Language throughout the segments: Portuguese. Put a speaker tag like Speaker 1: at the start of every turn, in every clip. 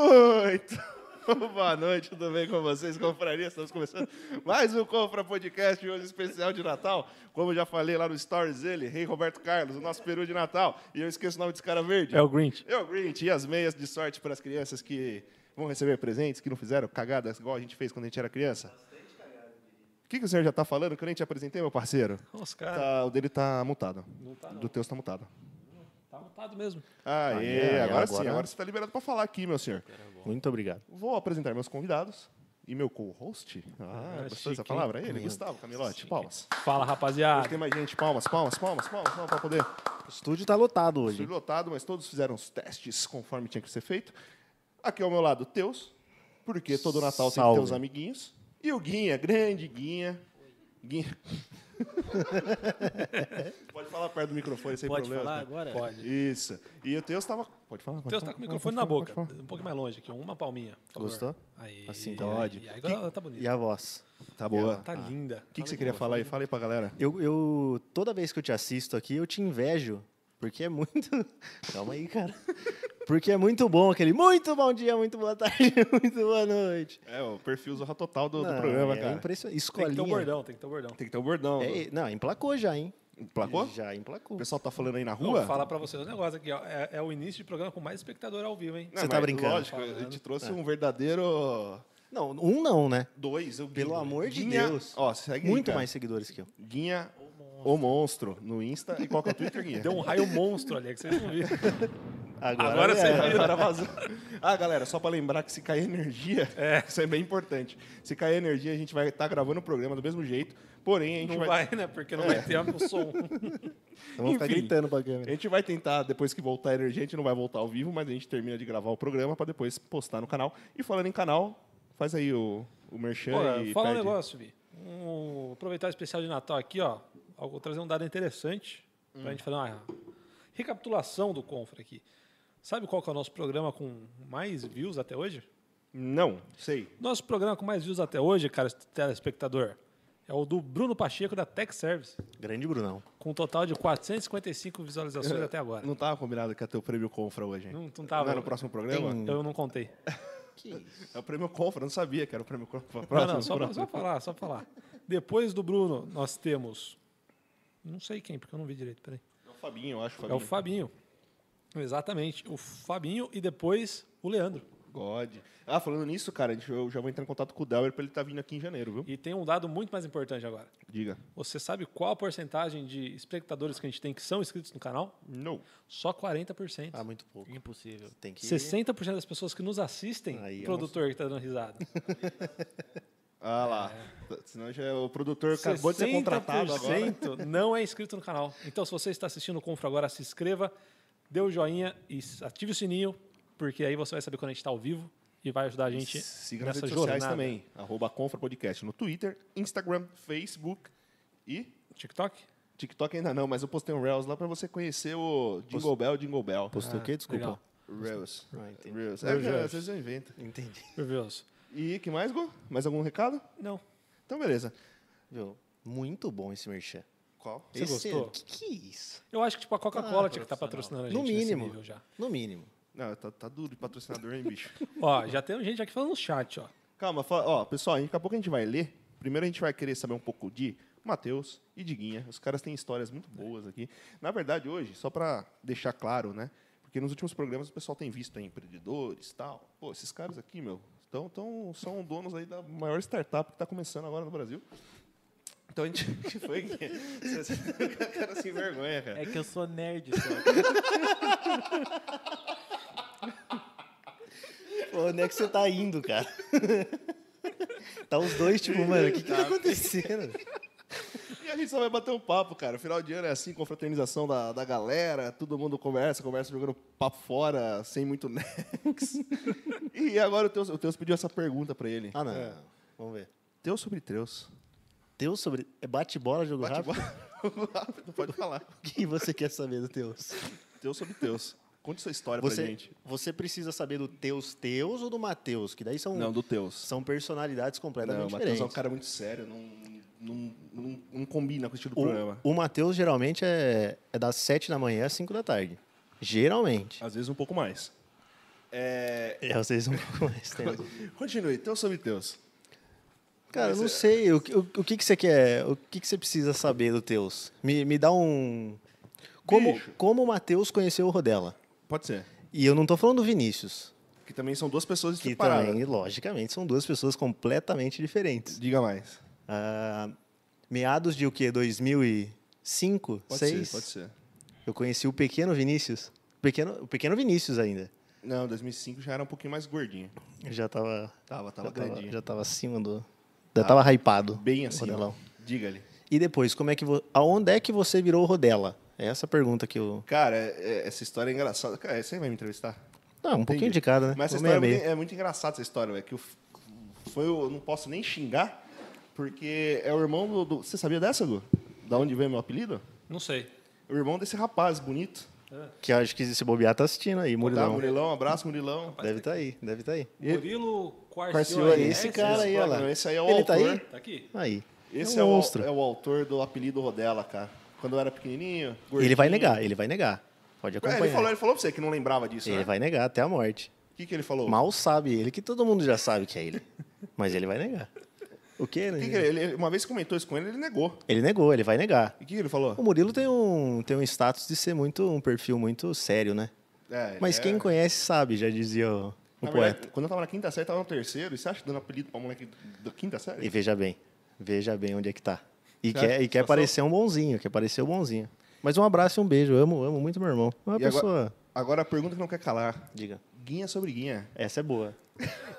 Speaker 1: Muito boa noite, tudo bem com vocês, confraria? Estamos começando mais um Confra Podcast, hoje especial de Natal. Como eu já falei lá no Stories, ele, Rei Roberto Carlos, o nosso peru de Natal. E eu esqueço o nome desse cara verde.
Speaker 2: É o Grinch.
Speaker 1: Eu, Grinch, e as meias de sorte para as crianças que vão receber presentes, que não fizeram cagadas igual a gente fez quando a gente era criança. O que, que o senhor já está falando que eu nem te apresentei, meu parceiro?
Speaker 2: Os caras.
Speaker 1: Tá, o dele tá mutado.
Speaker 2: tá, Ah. não.
Speaker 1: Do teu está mutado.
Speaker 2: Tá mutado mesmo.
Speaker 1: Aê,
Speaker 3: Aê,
Speaker 1: agora,
Speaker 3: agora-
Speaker 1: sim, agora você está liberado para falar aqui, meu senhor.
Speaker 3: Muito obrigado.
Speaker 1: Vou apresentar meus convidados e meu co-host. Ah,
Speaker 2: Ah,
Speaker 1: gostou
Speaker 2: chique,
Speaker 1: dessa
Speaker 2: hein?
Speaker 1: palavra? Ele, Gustavo Camilotti. Palmas.
Speaker 2: Fala, rapaziada.
Speaker 1: Tem mais gente. Palmas, palmas, palmas, palmas, palmas para poder.
Speaker 3: O estúdio tá lotado hoje.
Speaker 1: Estou lotado, mas todos fizeram os testes conforme tinha que ser feito. Aqui ao meu lado, Teus, porque todo Natal tem
Speaker 3: Salve.
Speaker 1: tem teus amiguinhos. E o Guinha, grande Guinha. Guinha. Pode falar perto do microfone sem
Speaker 4: Pode
Speaker 1: problema.
Speaker 4: falar agora?
Speaker 2: né? Pode.
Speaker 1: Isso. E o Teus estava. Pode falar. Pode
Speaker 2: Deus
Speaker 1: falar,
Speaker 2: tá com
Speaker 1: pode
Speaker 2: o microfone
Speaker 1: falar,
Speaker 2: na boca.
Speaker 1: pode falar.
Speaker 2: Um pouco mais longe aqui, uma palminha. por favor.
Speaker 3: Gostou?
Speaker 2: Aí.
Speaker 3: Assim, tá
Speaker 2: pode.
Speaker 3: ótimo.
Speaker 2: agora tá bonito.
Speaker 3: E a voz?
Speaker 1: Tá boa.
Speaker 2: Tá linda.
Speaker 1: O que, que você queria falar aí? Fala aí pra galera.
Speaker 3: Eu, eu- toda vez que eu te assisto aqui, eu te invejo, porque é muito. Calma aí, cara. Porque é muito bom aquele muito bom dia, muito boa tarde, muito boa noite.
Speaker 1: É, o perfil zorra total do, do
Speaker 3: Não,
Speaker 1: programa,
Speaker 3: é
Speaker 1: cara.
Speaker 3: Impressionante.
Speaker 2: Tem que ter o
Speaker 3: Escolinha.
Speaker 2: bordão, tem que ter o bordão.
Speaker 1: Tem que ter o bordão.
Speaker 3: É, não, emplacou já, hein?
Speaker 1: Placou?
Speaker 3: Já emplacou.
Speaker 1: O pessoal tá falando aí na
Speaker 2: Vou
Speaker 1: rua?
Speaker 2: falar pra vocês um negócio aqui, ó. É, é o início de programa com mais espectador ao vivo, hein?
Speaker 1: Não,
Speaker 3: Você tá
Speaker 1: mas
Speaker 3: brincando.
Speaker 1: Lógico, a gente trouxe um verdadeiro.
Speaker 3: Não, um não, né?
Speaker 1: Dois, eu
Speaker 3: Pelo amor de
Speaker 1: Guinha-
Speaker 3: Deus.
Speaker 1: Ó, segue aí,
Speaker 3: Muito
Speaker 1: cara.
Speaker 3: mais seguidores que eu.
Speaker 1: Guinha o monstro no Insta e qual que é o Twitter, Guinha?
Speaker 2: Deu um raio monstro ali, é que vocês não viram. Agora
Speaker 1: Agora
Speaker 2: você
Speaker 1: é,
Speaker 2: vira.
Speaker 1: agora vazou. Ah, galera, só pra lembrar que se cair energia, isso é bem importante. Se cair energia, a gente vai estar gravando o programa do mesmo jeito, porém a gente
Speaker 2: Não
Speaker 1: vai...
Speaker 2: vai, né? Porque não vai ter o som.
Speaker 3: Então vou ficar
Speaker 1: Enfim.
Speaker 3: gritando pra
Speaker 1: A
Speaker 3: câmera.
Speaker 1: gente vai tentar, depois que voltar a energia, a gente não vai voltar ao vivo, mas a gente termina de gravar o programa para depois postar no canal. E falando em canal, faz aí o, o merchan
Speaker 2: Pô,
Speaker 1: e
Speaker 2: fala um
Speaker 1: pede.
Speaker 2: negócio, Vi. Um- aproveitar o especial de Natal aqui, ó. Eu Vou trazer um dado interessante
Speaker 1: Hum.
Speaker 2: pra gente fazer uma recapitulação do Confra aqui. Sabe qual que é o nosso programa com mais views até hoje?
Speaker 1: Não, sei.
Speaker 2: Nosso programa com mais views até hoje, cara, telespectador, é o do Bruno Pacheco da Tech Service,
Speaker 3: Grande Brunão.
Speaker 2: com um total de 455 visualizações até agora.
Speaker 1: Não estava combinado que ia ter o prêmio Confra hoje, hein?
Speaker 2: Não- não tava.
Speaker 1: é no próximo programa?
Speaker 3: Tem-
Speaker 2: Eu não contei.
Speaker 3: Que isso?
Speaker 1: É o prêmio Confra, eu não sabia que era o prêmio Confra.
Speaker 2: Não,
Speaker 1: Próximo,
Speaker 2: não, só, pra-
Speaker 1: próximo.
Speaker 2: só falar, só falar. Depois do Bruno, nós temos. Não sei quem, porque eu não vi direito, peraí.
Speaker 1: É o Fabinho, eu acho.
Speaker 2: É o
Speaker 1: Fabinho.
Speaker 2: Fabinho. Exatamente. O Fabinho e depois o Leandro.
Speaker 1: God. Ah, falando nisso, cara, a gente- eu já vou entrar em contato com o Dauer pra ele estar vindo aqui em janeiro, viu?
Speaker 2: E tem um dado muito mais importante agora.
Speaker 1: Diga.
Speaker 2: Você sabe qual a porcentagem de espectadores que a gente tem que são inscritos no canal?
Speaker 1: Não.
Speaker 2: Só 40%.
Speaker 3: Ah, muito pouco.
Speaker 4: Impossível.
Speaker 3: Tem que
Speaker 2: 60% das pessoas que nos assistem,
Speaker 3: Aí eu
Speaker 2: produtor que tá dando risada.
Speaker 1: Ah lá. Senão já é o produtor acabou de ser contratado agora.
Speaker 2: 60% não é inscrito no canal. Então, se você está assistindo o Confra agora, se inscreva, dê o joinha e ative o sininho, porque aí você vai saber quando a gente está ao vivo e vai ajudar a gente
Speaker 1: Siga nas
Speaker 2: nessa
Speaker 1: redes
Speaker 2: jornada.
Speaker 1: sociais também. Arroba Confra Podcast no Twitter, Instagram, Facebook e
Speaker 2: TikTok?
Speaker 1: TikTok ainda não, mas eu postei um Reels lá pra você conhecer o Jingle Bell, Jingle Bell.
Speaker 3: Postou o quê? Desculpa.
Speaker 2: Legal.
Speaker 1: Reels.
Speaker 3: Ah, entendi.
Speaker 1: Reels. É, cara, às vezes eu invento.
Speaker 3: Entendi.
Speaker 2: Maravilhoso.
Speaker 1: E que mais, Gu? Mais algum recado?
Speaker 2: Não.
Speaker 1: Então, beleza.
Speaker 3: Viu? Muito bom esse merchan.
Speaker 1: Qual?
Speaker 2: Você
Speaker 3: Esse-
Speaker 2: gostou?
Speaker 3: Que que é isso?
Speaker 2: Eu acho que tipo a Coca-Cola
Speaker 4: Ah,
Speaker 2: tinha que estar patrocinando
Speaker 4: profissional.
Speaker 2: a gente
Speaker 3: No
Speaker 2: nesse
Speaker 3: mínimo.
Speaker 2: nível já.
Speaker 3: No mínimo.
Speaker 1: Não, tá, tá duro de patrocinador, hein, bicho?
Speaker 2: Ó, já tem um gente aqui falando no chat, ó.
Speaker 1: Calma, fa- ó, pessoal, daqui a pouco a gente vai ler. Primeiro a gente vai querer saber um pouco de Matheus e de Guinha. Os caras têm histórias muito boas aqui. Na verdade, hoje, só para deixar claro, né? Porque nos últimos programas o pessoal tem visto aí empreendedores e tal. Pô, esses caras aqui, meu, tão, tão, são donos aí da maior startup que está começando agora no Brasil. Então a gente. que foi, Guinha? O cara se envergonha, cara.
Speaker 4: É que eu sou nerd só.
Speaker 3: Pô, onde é que você tá indo, cara? tá os dois, tipo, mano, o que, que tá acontecendo?
Speaker 1: E a gente só vai bater um papo, cara. Final de ano é assim, confraternização da, da galera, todo mundo conversa, conversa jogando papo fora, sem muito nex. e agora o Teus, o Teus pediu essa pergunta pra ele.
Speaker 3: Ah, não. Vamos ver.
Speaker 1: Teus sobre Teus. Tá
Speaker 3: Teus sobre. É bate-bola, jogo rápido?
Speaker 1: Rápido, pode falar.
Speaker 3: O que você quer saber do Teus?
Speaker 1: Teus sobre Teus. Conte sua história pra
Speaker 3: Você,
Speaker 1: gente.
Speaker 3: você precisa saber do Teus Teus ou do Mateus? Que daí são,
Speaker 1: do Teus.
Speaker 3: são personalidades completamente
Speaker 1: Não, o Matheus
Speaker 3: diferentes.
Speaker 1: é um é cara muito sério, não, não, não, não combina com o estilo do programa.
Speaker 3: o o Mateus geralmente é, é das 7 da manhã às 5 da tarde. Geralmente.
Speaker 1: Ah. Às vezes um pouco mais. É,
Speaker 3: É, vocês um pouco mais tempo.
Speaker 1: continue, teus sobre teus.
Speaker 3: Cara, eu
Speaker 1: Mas
Speaker 3: não
Speaker 1: é-
Speaker 3: sei. O, que- o, o que, que você quer? O que, que você precisa saber do Teus? Me, me dá um. Como,
Speaker 1: Bicho.
Speaker 3: como o Matheus conheceu o Rodela?
Speaker 1: Pode ser.
Speaker 3: E eu não tô falando do Vinícius.
Speaker 1: Que também são duas pessoas
Speaker 3: Que
Speaker 1: separadas.
Speaker 3: também, logicamente, são duas pessoas completamente diferentes.
Speaker 1: Diga mais.
Speaker 3: Ah, meados de o quê? 2005?
Speaker 1: Pode
Speaker 3: 6?
Speaker 1: ser, pode ser.
Speaker 3: Eu conheci o pequeno Vinícius. Pequeno, o pequeno Vinícius ainda.
Speaker 1: Não, 2005 já era um pouquinho mais gordinho.
Speaker 3: Eu já tava.
Speaker 1: Tava,
Speaker 3: Já
Speaker 1: tava
Speaker 3: tava,
Speaker 1: grandinho.
Speaker 3: já tava acima do. Já tava hypado.
Speaker 1: Bem assim.
Speaker 3: Rodelão.
Speaker 1: Diga-lhe.
Speaker 3: E depois, como é que vo... aonde é que você virou rodela? É essa a pergunta que eu.
Speaker 1: Cara, é- é- essa história é engraçada. Cara, você vai me entrevistar?
Speaker 3: Ah, um pouquinho de cada, né?
Speaker 1: Mas essa
Speaker 3: Vou meio
Speaker 1: história
Speaker 3: a
Speaker 1: é
Speaker 3: meio.
Speaker 1: muito, é muito engraçada, essa história, velho. Que eu, f- foi, o- eu não posso nem xingar, porque é o irmão do. do- você sabia dessa, Gu? Da onde veio meu apelido?
Speaker 2: Não sei.
Speaker 1: O irmão desse rapaz bonito.
Speaker 3: Que eu acho que esse bobear tá assistindo aí,
Speaker 1: Tá,
Speaker 3: Murilão.
Speaker 1: Murilão, abraço, Murilão.
Speaker 3: deve tá aí, deve tá aí.
Speaker 1: E-
Speaker 2: Murilo Quarcione.
Speaker 1: Quarcione,
Speaker 3: esse cara aí, olha lá.
Speaker 1: Esse aí é o
Speaker 3: Ele tá
Speaker 1: autor.
Speaker 3: aí?
Speaker 2: Tá aqui?
Speaker 3: Aí.
Speaker 1: Esse
Speaker 3: um
Speaker 1: é, o,
Speaker 3: monstro.
Speaker 1: é o autor do apelido Rodela, cara. Quando eu era pequenininho.
Speaker 3: Ele
Speaker 1: gordinho.
Speaker 3: vai negar, ele vai negar. Pode
Speaker 1: É,
Speaker 3: acompanhar.
Speaker 1: ele, falou, ele falou pra você que não lembrava disso,
Speaker 3: Ele
Speaker 1: né?
Speaker 3: vai negar até a morte.
Speaker 1: O que, que ele falou?
Speaker 3: Mal sabe ele, que todo mundo já sabe que é ele. Mas ele vai negar. O quê, né?
Speaker 1: O que que ele, ele- uma vez comentou isso com ele, ele negou.
Speaker 3: Ele negou, ele vai negar.
Speaker 1: E o que, que ele falou?
Speaker 3: O Murilo tem um, tem um status de ser muito um perfil muito sério, né?
Speaker 1: É, ele
Speaker 3: Mas
Speaker 1: é-
Speaker 3: quem conhece sabe, já dizia o, o
Speaker 1: Na
Speaker 3: poeta.
Speaker 1: verdade, quando eu tava na quinta série, eu tava no terceiro. E você acha dando apelido pra moleque da quinta série?
Speaker 3: E veja bem, veja bem onde é que tá. E
Speaker 1: Tá,
Speaker 3: quer, e quer
Speaker 1: situação.
Speaker 3: parecer um bonzinho, quer parecer um bonzinho. Mas um abraço e um beijo, amo, amo muito meu irmão. é Uma
Speaker 1: E agora-
Speaker 3: pessoa.
Speaker 1: Agora a pergunta que não quer calar.
Speaker 3: Diga.
Speaker 1: Guinha sobre guinha.
Speaker 3: Essa é boa.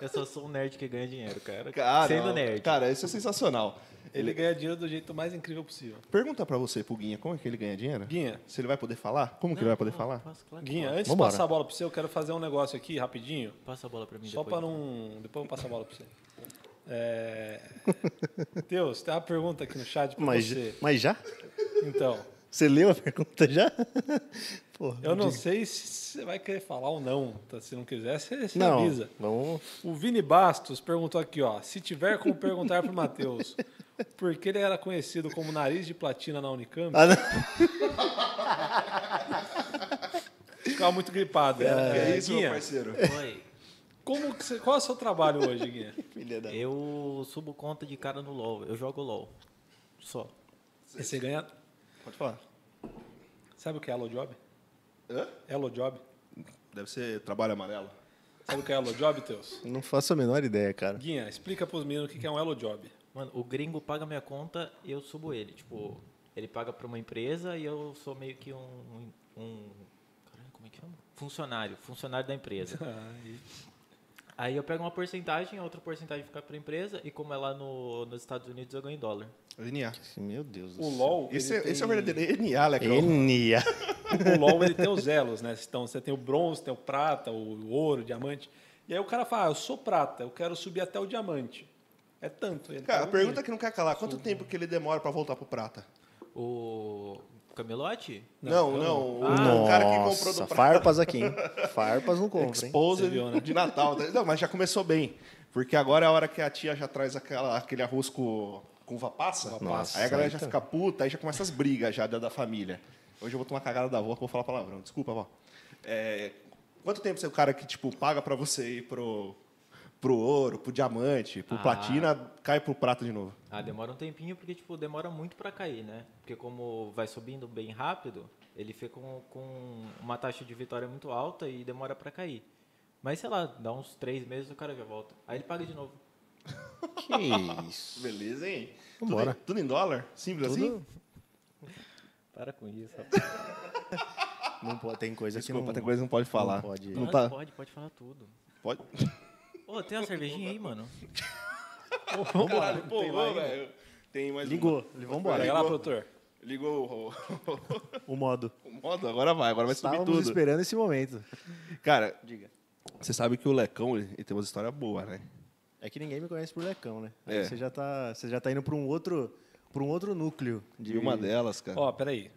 Speaker 4: Eu só sou um nerd que ganha dinheiro, cara.
Speaker 1: Cara,
Speaker 4: Sendo nerd.
Speaker 1: Ah, Cara, isso é sensacional.
Speaker 2: Ele ganha dinheiro do jeito mais incrível possível.
Speaker 1: Pergunta pra você, pro Guinha, como é que ele ganha dinheiro?
Speaker 2: Guinha.
Speaker 1: Se ele vai poder falar? Como que ele vai poder falar?
Speaker 4: Passa, claro que
Speaker 2: Guinha,
Speaker 4: pode.
Speaker 2: antes
Speaker 3: Vambora.
Speaker 2: de passar a bola pra você, eu quero fazer um negócio aqui rapidinho.
Speaker 4: Passa a bola pra mim
Speaker 2: Só
Speaker 4: depois.
Speaker 2: para não. Depois eu passo a bola para você. É... Deus, tem uma pergunta aqui no chat para
Speaker 3: Mas,
Speaker 2: você.
Speaker 3: mas já?
Speaker 2: Então,
Speaker 3: Você leu a pergunta já? Porra,
Speaker 2: eu não sei se você vai querer falar ou não. Tá? Se não quiser, você, você
Speaker 3: Não,
Speaker 2: avisa.
Speaker 3: vamos.
Speaker 2: O Vini Bastos perguntou aqui, ó. Se tiver como perguntar pro Matheus por que ele era conhecido como nariz de platina na Unicamp,
Speaker 3: Ah, não.
Speaker 2: ficava muito gripado. É,
Speaker 1: é isso, meu
Speaker 2: Guinha,
Speaker 1: parceiro.
Speaker 4: Oi.
Speaker 2: como que você- qual é o seu trabalho hoje, Guinha?
Speaker 3: Filha da.
Speaker 4: Eu subo conta de cara no LoL. Eu jogo LoL. Só.
Speaker 2: E Você ganha.
Speaker 1: Pode falar.
Speaker 2: Sabe o que é Hello Job?
Speaker 1: Hã?
Speaker 2: Hello Job?
Speaker 1: Deve ser trabalho amarelo.
Speaker 2: Sabe o que é Hello Job, Teus?
Speaker 3: Não faço a menor ideia, cara.
Speaker 2: Guinha, explica pros meninos o que que é um Hello Job.
Speaker 4: Mano, o gringo paga minha conta e eu subo ele. Tipo, ele paga pra uma empresa e eu sou meio que um. um caralho, como é que chama? Funcionário. Funcionário da empresa. Aí eu pego uma porcentagem, a outra porcentagem fica pra empresa e como é lá no, nos Estados Unidos, eu ganho em dólar.
Speaker 1: NA.
Speaker 3: Assim, Meu Deus do
Speaker 2: O
Speaker 3: céu.
Speaker 2: LoL,
Speaker 1: Esse é,
Speaker 2: ele
Speaker 1: esse é o
Speaker 2: tem-
Speaker 1: verdadeiro NA, Lecão.
Speaker 3: Enia.
Speaker 2: o LoL ele tem os elos, né? Então você tem o bronze, tem o prata, o ouro, o diamante. E aí o cara fala, ah, eu sou prata, eu quero subir até o diamante. É tanto. Ele
Speaker 1: Cara, a
Speaker 2: paga um
Speaker 1: pergunta
Speaker 2: dinheiro.
Speaker 1: que não quer calar, quanto tempo que ele demora pra voltar pro prata?
Speaker 4: O Camelote?
Speaker 1: Não,
Speaker 2: eu
Speaker 1: não, o-
Speaker 3: Nossa,
Speaker 1: Ah, o cara que comprou do prata.
Speaker 3: farpas aqui, hein? Farpas não compra, hein?
Speaker 1: Exposed
Speaker 2: Você viu, né?
Speaker 1: de Natal. tá Não, mas já começou bem. Porque agora é a hora que a tia já traz aquela, aquele arroz com, com uva passa.
Speaker 3: Nossa,
Speaker 1: aí a galera
Speaker 3: aí
Speaker 1: já
Speaker 3: tá.
Speaker 1: fica puta, aí já começa as brigas já da, da família. Hoje eu vou tomar cagada da avó que eu vou falar palavrão. Desculpa, avó. É, quanto tempo você é o cara que, tipo, paga pra você ir pro, pro ouro, pro diamante, pro
Speaker 4: Ah.
Speaker 1: platina, cai pro prata de novo?
Speaker 4: Ah, demora um tempinho porque, tipo, demora muito pra cair, né? Porque como vai subindo bem rápido, ele fica com, com uma taxa de vitória muito alta e demora pra cair. Mas, sei lá, dá uns três meses o cara já volta. Aí ele paga de novo.
Speaker 3: Que isso.
Speaker 1: Beleza, hein?
Speaker 3: Vambora.
Speaker 1: Tudo, em- tudo em dólar? Simples assim?
Speaker 3: Tudo...
Speaker 4: Para com isso, rapaz.
Speaker 3: Não pode, tem coisa
Speaker 1: Desculpa,
Speaker 3: é que não...
Speaker 1: tem coisa que não pode falar.
Speaker 3: Não pode.
Speaker 1: Não
Speaker 4: Pode, né?
Speaker 1: tá-
Speaker 4: pode, pode falar tudo.
Speaker 1: pode?
Speaker 4: Ô, tem uma cervejinha aí, mano?
Speaker 1: Caralho, pô, ô, velho. né? Tem mais
Speaker 3: Ligou,
Speaker 1: uma.
Speaker 3: vambora.
Speaker 2: Pega lá,
Speaker 1: Ligou,
Speaker 2: produtor.
Speaker 1: ligou o,
Speaker 3: O modo.
Speaker 1: o modo, agora vai, agora vai subir
Speaker 3: Estávamos
Speaker 1: tudo.
Speaker 3: esperando esse momento.
Speaker 1: Cara, Você sabe que o Lecão, ele ele tem uma história boa, né?
Speaker 3: É que ninguém me conhece por Lecão, né? Aí
Speaker 1: É.
Speaker 3: você já tá, você já tá indo para um outro, para um outro núcleo de
Speaker 1: E uma delas, cara.
Speaker 2: Ó, peraí.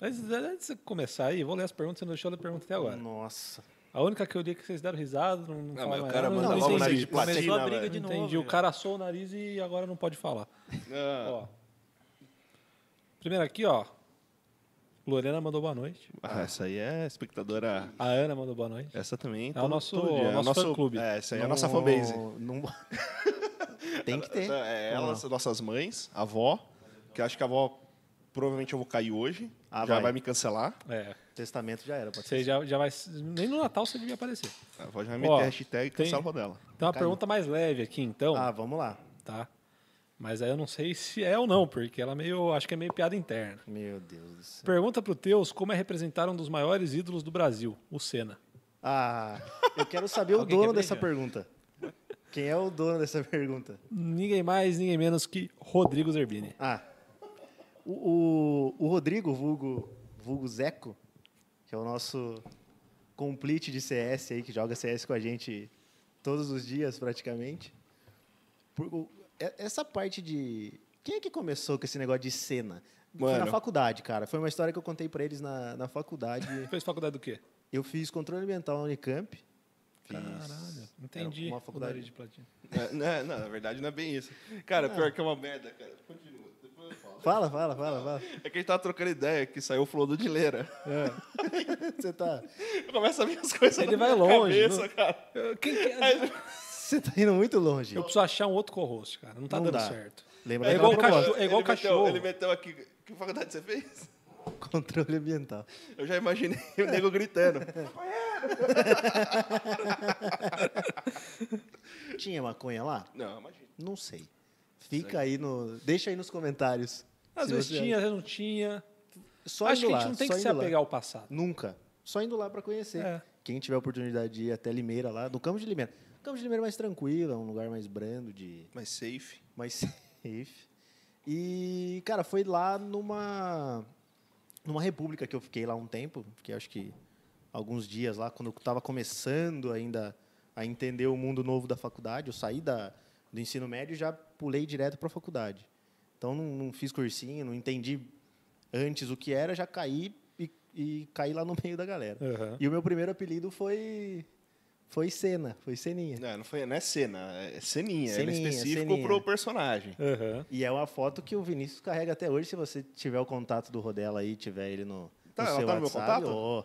Speaker 2: Antes, antes de começar aí, vou ler as perguntas, você não deixou eu ler pergunta até agora.
Speaker 3: Nossa.
Speaker 2: A única que eu li é que vocês deram risada, não, não,
Speaker 1: Não,
Speaker 2: falaram
Speaker 1: mas o
Speaker 2: mais
Speaker 1: cara
Speaker 2: nada,
Speaker 1: manda
Speaker 2: não,
Speaker 1: logo
Speaker 2: entendi.
Speaker 1: o nariz de
Speaker 4: Começou
Speaker 1: platina,
Speaker 4: a briga
Speaker 1: velho.
Speaker 4: de
Speaker 2: Não
Speaker 4: novo.
Speaker 2: entendi. O
Speaker 4: velho.
Speaker 2: cara assou o nariz e agora não pode falar.
Speaker 1: Ah,
Speaker 2: Ó. Primeiro aqui, ó. Lorena mandou boa noite.
Speaker 1: Ah, essa aí é espectadora.
Speaker 2: A Ana mandou boa noite.
Speaker 1: Essa também.
Speaker 2: É o nosso-
Speaker 1: dia.
Speaker 2: nosso fã-clube.
Speaker 1: É, essa aí é a nossa fanbase.
Speaker 3: Não- Tem que ter.
Speaker 1: É, elas, nossas mães, a avó, que eu acho que a avó provavelmente eu vou cair hoje.
Speaker 3: Ah,
Speaker 1: já vai.
Speaker 3: vai.
Speaker 1: me cancelar.
Speaker 2: É.
Speaker 3: Testamento já era. Pode
Speaker 2: Você
Speaker 3: ser.
Speaker 2: já, já vai. Nem no Natal você devia aparecer.
Speaker 1: A avó já vai meter
Speaker 2: Ó,
Speaker 1: a hashtag
Speaker 2: tem-
Speaker 1: cancela a avó dela.
Speaker 2: Tem uma
Speaker 3: Caiu.
Speaker 2: pergunta mais leve aqui, então,
Speaker 3: Ah, vamos lá.
Speaker 2: tá? Mas aí eu não sei se é ou não, porque ela meio. Acho que é meio piada interna.
Speaker 3: Meu Deus do céu.
Speaker 2: Pergunta pro Teus como é representar um dos maiores ídolos do Brasil, o Senna.
Speaker 3: Ah, eu quero saber o
Speaker 4: Alguém
Speaker 3: dono
Speaker 4: quer
Speaker 3: dessa pergunta. Quem é o dono dessa pergunta?
Speaker 2: Ninguém mais, ninguém menos que Rodrigo Zerbini.
Speaker 3: Ah, o, o, o Rodrigo, vulgo, vulgo Zeco, que é o nosso complete de CS aí, que joga CS com a gente todos os dias praticamente. Por- o- é- essa parte de... Quem é que começou com esse negócio de cena? Foi na
Speaker 1: Mano.
Speaker 3: faculdade, cara. Foi uma história que eu contei pra eles na, na faculdade.
Speaker 2: Fez faculdade do quê?
Speaker 3: Eu fiz controle ambiental na Unicamp. Fiz
Speaker 2: Caralho, entendi. o
Speaker 3: Uma
Speaker 2: nariz
Speaker 3: faculdade.
Speaker 2: de platina.
Speaker 1: É, não, não, na verdade não é bem isso. Cara, pior que é uma merda, cara. Continua. Depois eu falo.
Speaker 3: Fala, fala, fala, fala.
Speaker 1: É que a gente tava trocando ideia que saiu o Flor do Dileira.
Speaker 3: É. Você tá,
Speaker 1: Começa a vir as coisas
Speaker 2: Ele
Speaker 1: na
Speaker 2: vai
Speaker 1: minha
Speaker 2: longe,
Speaker 1: cabeça,
Speaker 2: não-
Speaker 1: cara.
Speaker 2: Eu, É. quem que-
Speaker 3: você tá indo muito longe.
Speaker 2: eu preciso achar um outro co-host, cara. Não tá
Speaker 3: Não
Speaker 2: dando
Speaker 3: dá.
Speaker 2: certo.
Speaker 3: Lembra
Speaker 2: É igual
Speaker 3: daquela
Speaker 2: o
Speaker 3: proposta?
Speaker 2: cachorro. É igual
Speaker 1: ele meteu-
Speaker 2: cachorro.
Speaker 1: ele meteu aqui. Que faculdade você fez?
Speaker 3: Controle ambiental.
Speaker 1: Eu já imaginei o nego gritando.
Speaker 3: Tinha maconha lá?
Speaker 1: Não, imagina.
Speaker 3: Não sei. Fica aí no. Deixa aí nos comentários.
Speaker 2: Às
Speaker 3: Se
Speaker 2: vezes
Speaker 3: você-
Speaker 2: tinha, às vezes não tinha.
Speaker 3: Só
Speaker 2: Acho
Speaker 3: indo
Speaker 2: que a
Speaker 3: lá,
Speaker 2: gente não tem
Speaker 3: só
Speaker 2: que se
Speaker 3: indo lá.
Speaker 2: apegar ao passado.
Speaker 3: Nunca. Só indo lá pra conhecer.
Speaker 2: É.
Speaker 3: Quem tiver oportunidade de ir até Limeira lá, no Campo de Limeira. O Campo de Limeira é mais tranquilo, é um lugar mais brando, de
Speaker 1: Mas safe.
Speaker 3: mais safe. E, cara, foi lá numa numa república que eu fiquei lá um tempo, fiquei acho que alguns dias lá, quando eu estava começando ainda a entender o mundo novo da faculdade. Eu saí da, do ensino médio e já pulei direto para a faculdade. Então, não, não fiz cursinho, não entendi antes o que era, já caí e, e caí lá no meio da galera.
Speaker 2: Aham.
Speaker 3: E o meu primeiro apelido foi foi Cena, foi Ceninha.
Speaker 1: Não, não, foi, não é cena, é ceninha. Ele é
Speaker 3: Ceninha,
Speaker 1: específico
Speaker 3: ceninha.
Speaker 1: pro personagem.
Speaker 2: Aham.
Speaker 3: E é uma foto que o Vinícius carrega até hoje. Se você tiver o contato do Rodela aí, tiver ele no,
Speaker 1: Tá,
Speaker 3: no
Speaker 1: ela
Speaker 3: seu
Speaker 1: tá no meu
Speaker 3: WhatsApp,
Speaker 1: contato?
Speaker 3: ó,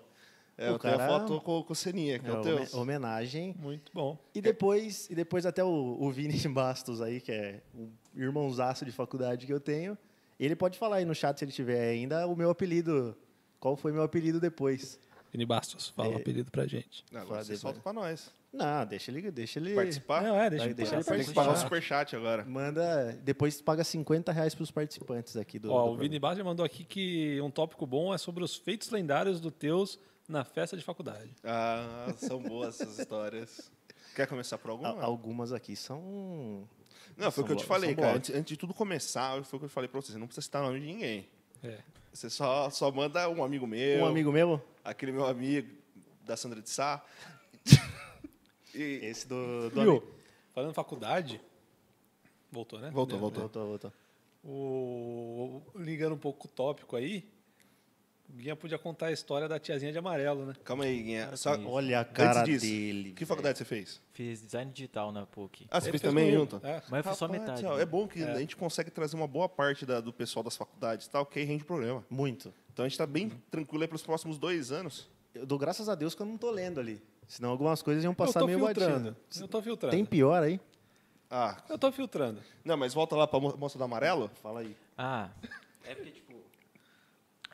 Speaker 1: É,
Speaker 3: O
Speaker 1: eu tenho a
Speaker 3: cara-
Speaker 1: foto com, com o ceninha, que é,
Speaker 3: é
Speaker 1: o
Speaker 3: home-
Speaker 1: teu.
Speaker 3: homenagem.
Speaker 2: Muito bom.
Speaker 1: É.
Speaker 3: E depois, e depois até o, o Vini Bastos aí, que é um irmãozaço de faculdade que eu tenho, ele pode falar aí no chat se ele tiver ainda o meu apelido. Qual foi meu apelido depois?
Speaker 2: Vini Bastos, fala o apelido pra gente.
Speaker 1: Agora você
Speaker 3: Fazer,
Speaker 1: solta pra nós.
Speaker 3: Não, deixa ele, deixa ele
Speaker 1: Participar?
Speaker 2: é. Não, é, deixa,
Speaker 3: Vai,
Speaker 2: eu
Speaker 3: deixa
Speaker 2: parar
Speaker 3: ele
Speaker 2: pra
Speaker 1: Tem que
Speaker 3: participar.
Speaker 1: pagar o
Speaker 2: pensar.
Speaker 1: superchat agora.
Speaker 3: manda, depois paga 50 reais para os participantes aqui do.
Speaker 2: Ó,
Speaker 3: do
Speaker 2: o Vini Bastos já mandou aqui que um tópico bom é sobre os feitos lendários do Teus na festa de faculdade.
Speaker 1: Ah, são boas essas histórias. Quer começar por alguma?
Speaker 3: programa. Al- algumas aqui são um,
Speaker 1: Não, foi o que eu
Speaker 3: São
Speaker 1: te
Speaker 3: bo-
Speaker 1: falei,
Speaker 3: são
Speaker 1: cara.
Speaker 3: boas.
Speaker 1: Antes, antes de tudo começar, foi o que eu falei pra você. Você não precisa citar o nome de ninguém.
Speaker 2: É.
Speaker 1: Você só, só manda um amigo meu,
Speaker 3: Um amigo meu?
Speaker 1: aquele meu amigo da Sandra de Sá. E-
Speaker 3: Esse do. do
Speaker 2: Viu? Falando em faculdade. Voltou, né?
Speaker 1: Voltou,
Speaker 3: Voltou,
Speaker 1: voltou.
Speaker 3: voltou, voltou.
Speaker 2: O... Ligando um pouco o tópico aí, o Guinha podia contar a história da tiazinha de amarelo, né?
Speaker 1: Calma aí, Guinha. Só,
Speaker 4: sim.
Speaker 3: Olha a
Speaker 1: antes
Speaker 3: cara
Speaker 1: disso,
Speaker 3: dele.
Speaker 1: que faculdade você fez?
Speaker 4: Fiz design digital na PUC.
Speaker 1: Ah, você
Speaker 2: Ele
Speaker 1: fez também
Speaker 2: comigo.
Speaker 1: junto?
Speaker 2: É.
Speaker 4: Mas foi só
Speaker 1: Rapaz,
Speaker 4: metade.
Speaker 1: ó,
Speaker 4: né?
Speaker 1: É bom que a gente consegue trazer uma boa parte da- do pessoal das faculdades e tal, que aí rende programa.
Speaker 3: Muito.
Speaker 1: Então a gente tá bem
Speaker 3: Uhum.
Speaker 1: tranquilo aí pros próximos dois anos.
Speaker 3: Eu dou graças a Deus que eu não tô lendo ali. Senão algumas coisas iam
Speaker 2: Eu
Speaker 3: passar
Speaker 2: tô
Speaker 3: meio
Speaker 2: filtrando.
Speaker 3: batido.
Speaker 2: Eu tô filtrando.
Speaker 3: Tem pior aí?
Speaker 1: Ah,
Speaker 2: Eu tô filtrando.
Speaker 1: não, mas volta lá pra mo- moça do amarelo.
Speaker 3: Fala aí.
Speaker 4: Ah, é porque, tipo,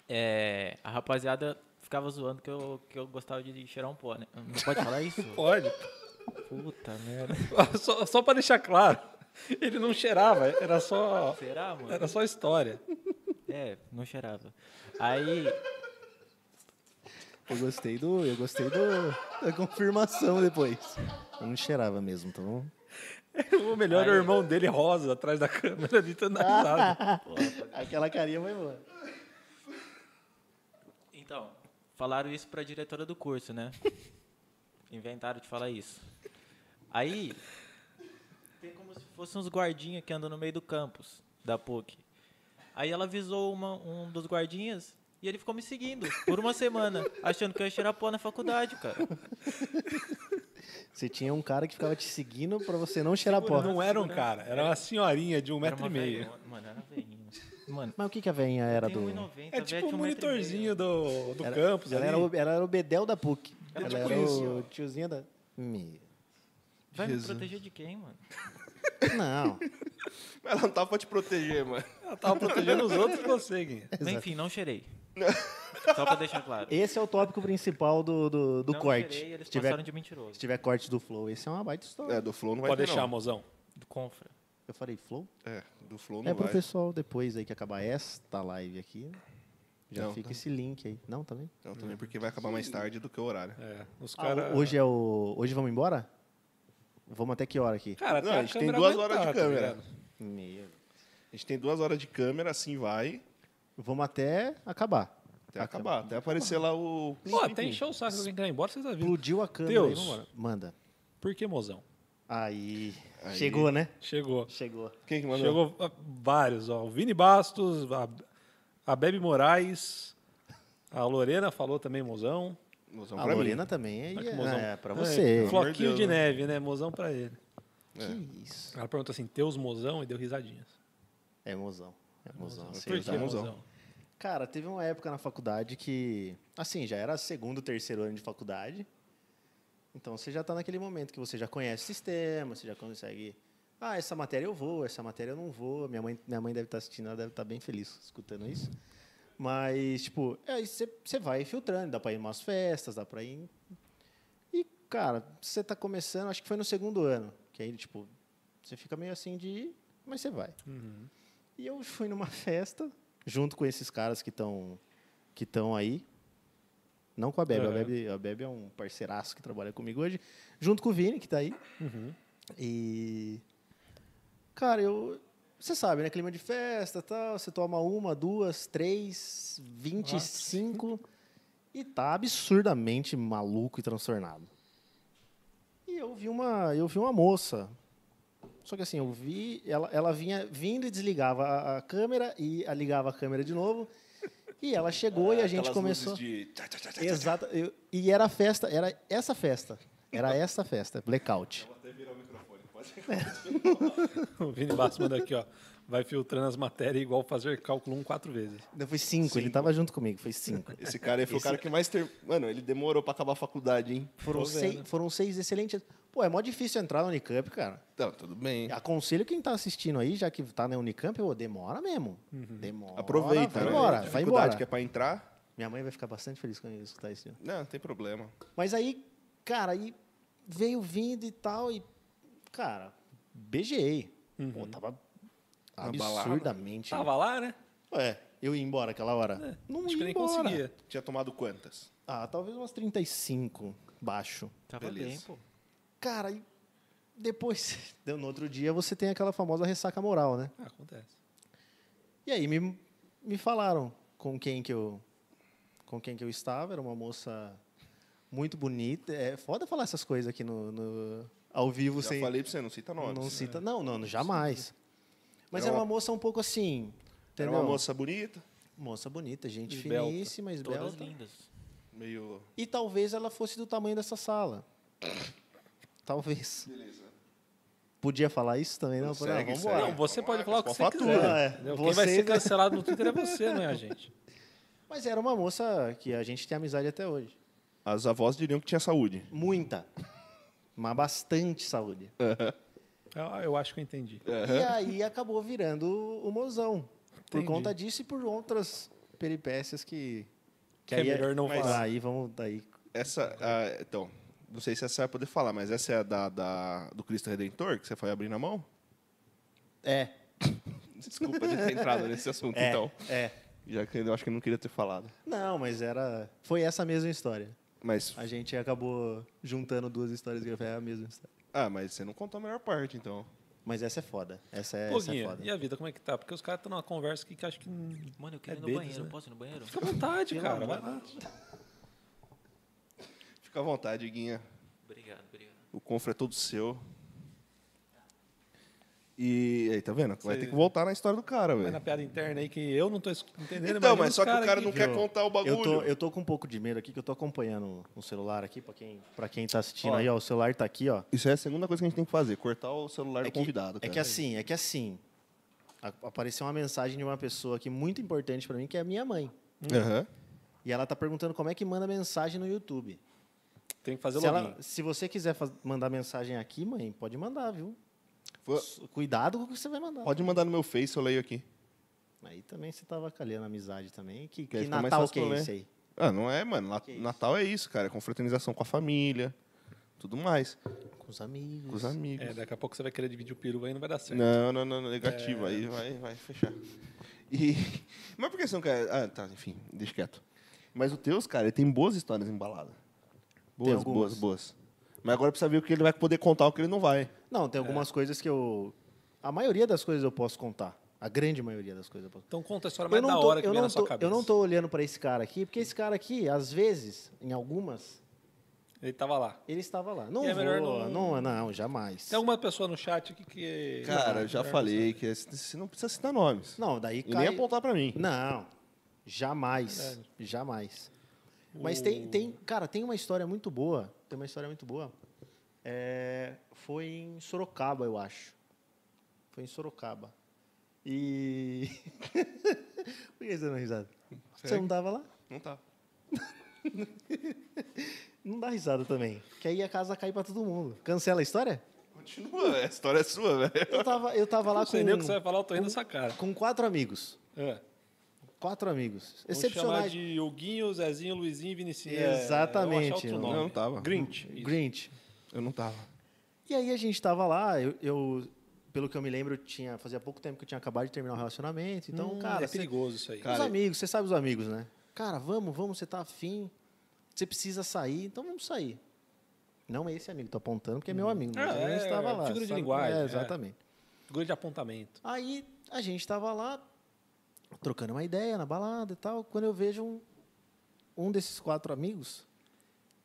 Speaker 4: é, a rapaziada ficava zoando que eu, que eu gostava de cheirar um pó, né? Não pode falar isso?
Speaker 2: Pode.
Speaker 4: Puta merda.
Speaker 2: só, só pra deixar claro, ele não cheirava, era só.
Speaker 4: Será, mano?
Speaker 2: Era só história.
Speaker 4: É, não cheirava. Aí,
Speaker 3: Eu gostei do. Eu gostei do, da confirmação depois. Eu não cheirava mesmo, então.
Speaker 2: O melhor é o
Speaker 4: Aí-
Speaker 2: irmão dele, Rosa, atrás da câmera, ali dando risada.
Speaker 3: Aquela carinha foi boa.
Speaker 4: Então, falaram isso pra diretora do curso, né? Inventaram de falar isso. Aí, tem como se fossem uns guardinhas que andam no meio do campus da PUC. Aí ela avisou uma- um dos guardinhas e ele ficou me seguindo por uma semana, achando que eu ia cheirar pó na faculdade, cara.
Speaker 2: Um
Speaker 3: Você tinha um cara que ficava te seguindo pra você não cheirar pó.
Speaker 2: é. Não era um cara, era uma senhorinha de um metro
Speaker 4: Era
Speaker 2: e
Speaker 4: uma
Speaker 2: meio.
Speaker 4: velhona- Mano, era uma velhinha. Mano,
Speaker 3: Mas o que, que a veinha era
Speaker 4: tem
Speaker 3: do.
Speaker 4: 1,90.
Speaker 2: É tipo um monitorzinho do, do
Speaker 3: Era-
Speaker 2: campus
Speaker 3: Ela
Speaker 2: ali.
Speaker 3: era, o- ela era o Bedel da PUC.
Speaker 4: Era
Speaker 3: Ela
Speaker 4: tipo
Speaker 3: era
Speaker 4: isso.
Speaker 3: o tiozinho da. Me-
Speaker 4: Vai me
Speaker 2: Jesus.
Speaker 4: proteger de quem, mano?
Speaker 3: Não.
Speaker 1: Mas ela não tava pra te proteger, mano.
Speaker 2: Ela tava protegendo os outros e você, Guinha.
Speaker 4: Mas, enfim, não cheirei. Só pra deixar claro.
Speaker 3: Esse é o tópico principal do, do, do
Speaker 4: não
Speaker 3: corte.
Speaker 4: Cheirei, eles
Speaker 3: se, tiver,
Speaker 4: passaram de mentiroso.
Speaker 3: se tiver corte do Flow, esse é uma baita história.
Speaker 1: É, do Flow não vai
Speaker 2: Pode
Speaker 1: ter,
Speaker 2: deixar,
Speaker 1: não.
Speaker 2: mozão.
Speaker 4: Do Confra.
Speaker 3: Eu falei, Flow?
Speaker 1: É, do Flow não
Speaker 3: É pro
Speaker 1: vai.
Speaker 3: pessoal depois aí que acabar esta live aqui. Já
Speaker 1: Não,
Speaker 3: fica
Speaker 1: não.
Speaker 3: esse link aí. Não, tá também?
Speaker 1: Não, também porque vai acabar mais tarde do que o horário.
Speaker 2: É, os
Speaker 3: Ah,
Speaker 2: caras...
Speaker 3: Hoje é o. Hoje vamos embora? Vamos até que hora aqui?
Speaker 2: Cara,
Speaker 1: Não,
Speaker 2: até
Speaker 1: a gente tem
Speaker 2: câmera
Speaker 1: duas horas
Speaker 2: aguentar,
Speaker 1: de
Speaker 2: tá
Speaker 1: câmera.
Speaker 2: ligado?
Speaker 3: Meu.
Speaker 1: A gente tem duas horas de câmera, assim vai,
Speaker 3: Vamos até acabar.
Speaker 1: até acabar. Até aparecer lá o...
Speaker 2: Pô, até encheu o saco. Quem quer ir embora, vocês avisam.
Speaker 3: Explodiu a câmera.
Speaker 2: Deus.
Speaker 3: aí, vambora. Manda.
Speaker 2: Por que, mozão?
Speaker 3: Aí.
Speaker 1: Aí.
Speaker 3: Chegou, né?
Speaker 2: Chegou.
Speaker 3: Chegou.
Speaker 1: Quem que mandou?
Speaker 2: Chegou ah, vários, ó. O Vini Bastos, a, a Bebe Moraes, a Lorena falou também, mozão.
Speaker 1: Mozão
Speaker 3: A
Speaker 1: Então pra mim.
Speaker 3: Lorena também aí
Speaker 2: Olha que
Speaker 3: é,
Speaker 2: mozão.
Speaker 3: é pra você.
Speaker 2: É,
Speaker 1: amor de
Speaker 2: floquinho
Speaker 1: Deus,
Speaker 2: de
Speaker 1: né?
Speaker 2: neve, né? Mozão pra ele.
Speaker 3: Que isso.
Speaker 2: Ela perguntou assim, teus mozão? E deu risadinhas.
Speaker 3: É mozão. É mozão.
Speaker 1: Por
Speaker 3: Você
Speaker 2: Por
Speaker 1: que
Speaker 2: que,
Speaker 3: usa-
Speaker 1: mozão?
Speaker 2: mozão?
Speaker 3: Cara, teve uma época na faculdade que, assim, já era segundo, terceiro ano de faculdade. Então você já está naquele momento que você já conhece o sistema, você já consegue. Ah, essa matéria eu vou, essa matéria eu não vou. Minha mãe, minha mãe deve estar assistindo, ela deve estar bem feliz escutando isso. Mas, tipo, aí você você vai filtrando, dá para ir em umas festas, dá para ir. em- E, cara, você está começando, acho que foi no segundo ano, que aí, tipo, você fica meio assim de. Mas você vai. E eu fui numa festa junto com esses caras que estão que estão aí. Não com a Bebe, a
Speaker 2: Aham.
Speaker 3: Bebe, a Bebe é um parceiraço que trabalha comigo hoje, junto com o Vini que tá aí. E cara, eu você sabe, né, clima de festa, tal, você toma uma, duas, três, vinte e cinco e tá absurdamente maluco e transtornado. E eu vi uma, eu vi uma moça. Só que assim, eu vi, ela, ela vinha vindo e desligava a, a câmera e a- ligava a câmera de novo. E ela chegou e a gente
Speaker 1: Aquelas
Speaker 3: começou.
Speaker 1: luzes de tchá, tchá, tchá, tchá.
Speaker 3: Exato. eu- e era a festa, era essa festa. Era essa festa, blackout.
Speaker 1: Vou até virar o microfone, pode?
Speaker 2: O Vini Bastos manda aqui, ó. Vai filtrando as matérias igual fazer cálculo um quatro vezes.
Speaker 3: Não, Foi cinco, ele tava junto comigo, foi cinco.
Speaker 1: Esse cara aí foi o cara que mais ter... Mano, ele demorou pra acabar a faculdade, hein?
Speaker 3: Foram, seis, foram seis excelentes. Pô, é mó difícil entrar na Unicamp, cara.
Speaker 1: Então, tudo bem.
Speaker 3: Aconselho quem tá assistindo aí, já que tá na Unicamp, ô, demora mesmo. Demora.
Speaker 1: Aproveita,
Speaker 3: vai
Speaker 1: né?
Speaker 3: embora, vai
Speaker 1: Dificuldade
Speaker 3: igual.
Speaker 1: que é pra entrar,
Speaker 3: Minha mãe vai ficar bastante feliz quando eu escutar isso. né?
Speaker 1: não, não tem problema.
Speaker 3: Mas aí, cara, aí veio vindo e tal, e, cara, beijei. Pô, tava
Speaker 1: Abalado.
Speaker 3: absurdamente.
Speaker 2: Tava lá, né?
Speaker 3: Ué, eu ia embora aquela hora. Não
Speaker 2: Acho que
Speaker 3: ia
Speaker 2: eu nem
Speaker 3: embora.
Speaker 2: conseguia.
Speaker 1: Tinha tomado quantas?
Speaker 3: Ah, talvez umas 35 baixo.
Speaker 4: Tava bem,
Speaker 1: Beleza.
Speaker 4: pô.
Speaker 3: Cara, e depois, deu no outro dia, você tem aquela famosa ressaca moral, né?
Speaker 2: Ah, acontece.
Speaker 3: E aí me, me falaram com quem que eu com quem que eu estava, era uma moça muito bonita. É foda falar essas coisas aqui no, no- ao vivo
Speaker 1: Já
Speaker 3: sem
Speaker 1: falei pra você, não cita nomes. né?
Speaker 3: não cita. Não, não, jamais. Mas
Speaker 1: Era
Speaker 3: era
Speaker 1: uma-
Speaker 3: uma moça um pouco assim,
Speaker 1: Era
Speaker 3: entendeu?
Speaker 1: uma moça bonita,
Speaker 3: Moça bonita, gente
Speaker 2: Esbelta.
Speaker 3: finíssima,
Speaker 4: Todas
Speaker 3: esbelta.
Speaker 4: lindas.
Speaker 1: meio...
Speaker 3: E talvez ela fosse do tamanho dessa sala. Talvez.
Speaker 1: Beleza.
Speaker 3: Podia falar isso também, não?
Speaker 1: Consegue,
Speaker 3: Não, vambora.
Speaker 1: Cara,
Speaker 2: Não, você
Speaker 1: vamos
Speaker 2: pode
Speaker 1: lá,
Speaker 2: falar o que
Speaker 1: com
Speaker 2: você
Speaker 1: fatura.
Speaker 2: quiser.
Speaker 3: É,
Speaker 2: entendeu? Quem
Speaker 3: você-
Speaker 2: vai ser cancelado no Twitter é você, não é a gente.
Speaker 3: Mas era uma moça que a gente tem amizade até hoje.
Speaker 1: As avós diriam que tinha saúde.
Speaker 3: Muita. Mas bastante saúde.
Speaker 2: Ah, eu acho que eu entendi.
Speaker 3: E aí acabou virando o mozão. Por
Speaker 2: Entendi.
Speaker 3: conta disso e por outras peripécias que.
Speaker 2: Que é melhor não
Speaker 3: mas
Speaker 2: falar.
Speaker 3: Aí vamos. Daí.
Speaker 1: Essa, ah, então, não sei se essa vai poder falar, mas essa é a da, da- do Cristo Redentor, que você foi abrir na mão?
Speaker 3: É.
Speaker 1: Desculpa de ter entrado nesse assunto,
Speaker 3: É,
Speaker 1: então.
Speaker 3: é.
Speaker 1: Já que eu acho que eu não queria ter falado.
Speaker 3: Não, mas era. Foi essa mesma história.
Speaker 1: Mas,
Speaker 3: A gente acabou juntando duas histórias que foi a mesma história.
Speaker 1: ah, mas você não contou a melhor parte, então.
Speaker 3: Mas essa é foda. Essa é,
Speaker 2: Pô,
Speaker 3: essa é
Speaker 2: Guinha,
Speaker 3: foda.
Speaker 2: e a vida, como é que tá? Porque os caras estão numa conversa aqui que acho que. hum,
Speaker 4: Mano, eu
Speaker 2: É
Speaker 4: queria ir no
Speaker 2: deles,
Speaker 4: banheiro.
Speaker 2: né?
Speaker 4: Posso ir no banheiro?
Speaker 2: Fica à vontade,
Speaker 3: Pelo
Speaker 2: cara.
Speaker 3: amor
Speaker 2: Vai lá.
Speaker 1: Fica à vontade, Guinha.
Speaker 4: Obrigado, obrigado.
Speaker 1: O confra é todo seu. E aí, tá vendo? Vai ter que voltar na história do cara,
Speaker 2: Vai na
Speaker 1: velho.
Speaker 2: piada interna aí que eu não tô es- entendendo.
Speaker 1: Então,
Speaker 2: imagina
Speaker 1: mas
Speaker 2: os
Speaker 1: só que o
Speaker 2: cara
Speaker 1: cara
Speaker 2: que-
Speaker 1: não quer contar o bagulho.
Speaker 3: Eu tô, eu tô com um pouco de medo aqui, que eu tô acompanhando no celular aqui, pra quem, pra quem tá assistindo
Speaker 1: Ó.
Speaker 3: aí, ó. O celular tá aqui, ó.
Speaker 1: Isso é a segunda coisa que a gente tem que fazer, cortar o celular
Speaker 3: É
Speaker 1: do
Speaker 3: que,
Speaker 1: convidado,
Speaker 3: é
Speaker 1: cara.
Speaker 3: que assim, é que assim. a- apareceu uma mensagem de uma pessoa aqui muito importante para mim, que é a minha mãe.
Speaker 1: Aham.
Speaker 3: E ela tá perguntando como é que manda mensagem no YouTube.
Speaker 2: Tem que fazer
Speaker 3: se,
Speaker 2: login.
Speaker 3: ela- se você quiser faz- mandar mensagem aqui, mãe, pode mandar, viu?
Speaker 1: Vou-
Speaker 3: S- Cuidado com o que você vai mandar.
Speaker 1: Pode mandar no meu Face, eu leio aqui.
Speaker 3: Aí também você tava calhando a amizade também. Que,
Speaker 1: Que aí
Speaker 3: que
Speaker 1: fica mais
Speaker 3: Natal
Speaker 1: fácil
Speaker 3: que é
Speaker 1: pra
Speaker 3: esse aí?
Speaker 1: Ah, não é, mano. Nat-
Speaker 3: Que isso?
Speaker 1: Natal é isso, cara. É confraternização com a família, tudo mais.
Speaker 3: Com os amigos.
Speaker 1: Com os amigos.
Speaker 2: É, daqui a pouco você vai querer dividir o peru aí não vai dar certo.
Speaker 1: Não, não, não, não,
Speaker 3: É.
Speaker 1: negativo. Aí vai, vai fechar. E... Mas por que você não quer. Ah, tá, enfim, deixa quieto. Mas o Teus, cara, ele tem boas histórias embaladas. Boas, boas,
Speaker 3: algumas.
Speaker 1: boas. Mas agora precisa ver o que ele vai poder contar o que ele não vai.
Speaker 3: Não, tem algumas coisas que eu. A maioria das coisas eu posso contar. A grande maioria das coisas eu posso
Speaker 2: Então conta a história
Speaker 3: Eu
Speaker 2: mais da
Speaker 3: não, tô,
Speaker 2: hora que
Speaker 3: eu,
Speaker 2: vem
Speaker 3: não
Speaker 2: na sua
Speaker 3: tô,
Speaker 2: cabeça.
Speaker 3: eu não tô olhando para esse cara aqui, porque esse cara aqui, às vezes, em algumas,
Speaker 2: Ele tava lá.
Speaker 3: ele estava lá. Não
Speaker 2: E é
Speaker 3: vou,
Speaker 2: melhor
Speaker 3: não...
Speaker 2: não- Então,
Speaker 3: Não, jamais.
Speaker 2: Tem alguma pessoa no chat aqui que.
Speaker 1: Cara, eu
Speaker 2: eu
Speaker 1: já falei que você não precisa citar nomes.
Speaker 3: é, Não, daí
Speaker 1: E nem
Speaker 3: cai...
Speaker 1: apontar pra mim.
Speaker 3: Não, jamais,
Speaker 2: é Verdade.
Speaker 3: jamais. Mas tem, tem, cara, tem uma história muito boa, tem uma história muito boa. É, foi em Sorocaba, eu acho. Foi em Sorocaba. E... Por que você não risada? Você não tava lá?
Speaker 1: Não tá.
Speaker 3: Não dá risada também. Que aí a casa cai pra todo mundo. Cancela a história?
Speaker 1: Continua, a história é sua, velho.
Speaker 3: Eu tava, eu tava lá
Speaker 2: Não sei nem o que você vai
Speaker 3: com,
Speaker 2: falar, eu tô rindo da sua cara.
Speaker 3: com quatro amigos.
Speaker 2: É.
Speaker 3: Quatro amigos.
Speaker 2: Vamos chamar
Speaker 3: Excepcionais.
Speaker 2: de Huguinho, Zezinho, Luizinho, Vinicinho. É,
Speaker 3: Exatamente,
Speaker 2: eu achar outro
Speaker 3: não. tá.
Speaker 2: nome.
Speaker 1: Não, não tava.
Speaker 2: Grinch. isso.
Speaker 3: Grinch.
Speaker 1: Eu não tava.
Speaker 3: E aí a gente tava lá, eu, eu- pelo que eu me lembro, eu tinha, fazia pouco tempo que eu tinha acabado de terminar o relacionamento. Então,
Speaker 2: Hum,
Speaker 3: cara,
Speaker 2: é
Speaker 3: cê-
Speaker 2: perigoso isso aí.
Speaker 1: Cara,
Speaker 3: os amigos, você sabe os amigos, né? Cara, vamos, vamos, você tá afim. Você precisa sair, então vamos sair. Não é esse amigo, tô apontando porque é meu amigo, mas
Speaker 2: Ah,
Speaker 3: eu
Speaker 2: é,
Speaker 3: estava lá.
Speaker 2: figura de
Speaker 3: sabe?
Speaker 2: linguagem, é.
Speaker 3: É, exatamente.
Speaker 2: Figura de apontamento.
Speaker 3: Aí a gente tava lá trocando uma ideia na balada e tal, quando eu vejo um, um desses quatro amigos,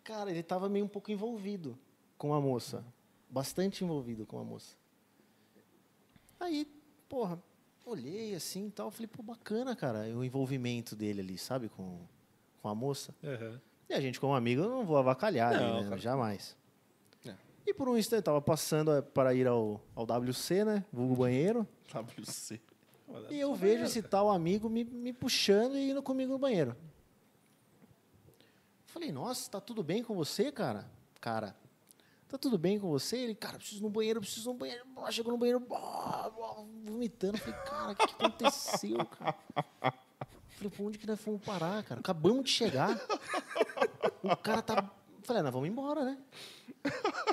Speaker 3: cara, ele tava meio um pouco envolvido com a moça, bastante envolvido com a moça. Aí, porra, olhei assim e tal, falei, pô, bacana, cara, o envolvimento dele ali, sabe, com, com a moça.
Speaker 2: Aham.
Speaker 3: E a gente, como amigo, eu não vou avacalhar ele,
Speaker 2: Não,
Speaker 3: né?
Speaker 2: claro.
Speaker 3: Jamais.
Speaker 1: É.
Speaker 3: E por um instante, eu tava passando eh, para ir ao, ao WC, né, vulgo banheiro,
Speaker 1: WC.
Speaker 3: e eu vejo esse tal amigo me, me puxando e indo comigo no banheiro. Falei, nossa, tá tudo bem com você, cara? Cara, tá tudo bem com você? Ele, cara, preciso ir no banheiro, preciso ir no banheiro. Bó, Chegou no banheiro, bó, bó, vomitando. Falei, cara, o que, que aconteceu, cara? Falei, pra onde que nós fomos parar, cara? Acabamos de chegar. O cara tá. Falei, ah, nós vamos embora, né?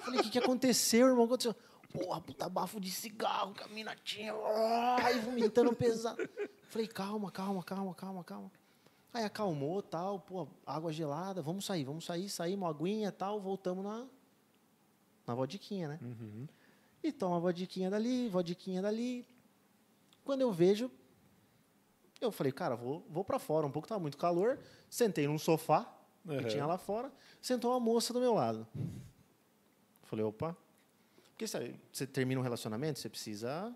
Speaker 3: Falei, o que, que aconteceu, irmão? O que aconteceu? Porra, puta bafo de cigarro, que a mina tinha. Ai, vomitando pesado. Falei, calma, calma, calma, calma, calma. Aí acalmou, tal, pô, água gelada, vamos sair, vamos sair, sair, uma aguinha, tal, voltamos na na vodiquinha, né? E toma vodiquinha dali, vodiquinha dali. Quando eu vejo, eu falei, cara, vou, vou para fora um pouco, tá muito calor. Sentei num sofá
Speaker 2: Uhum.
Speaker 3: que tinha lá fora, sentou uma moça do meu lado. Falei, opa. Porque sabe, você termina um relacionamento, você precisa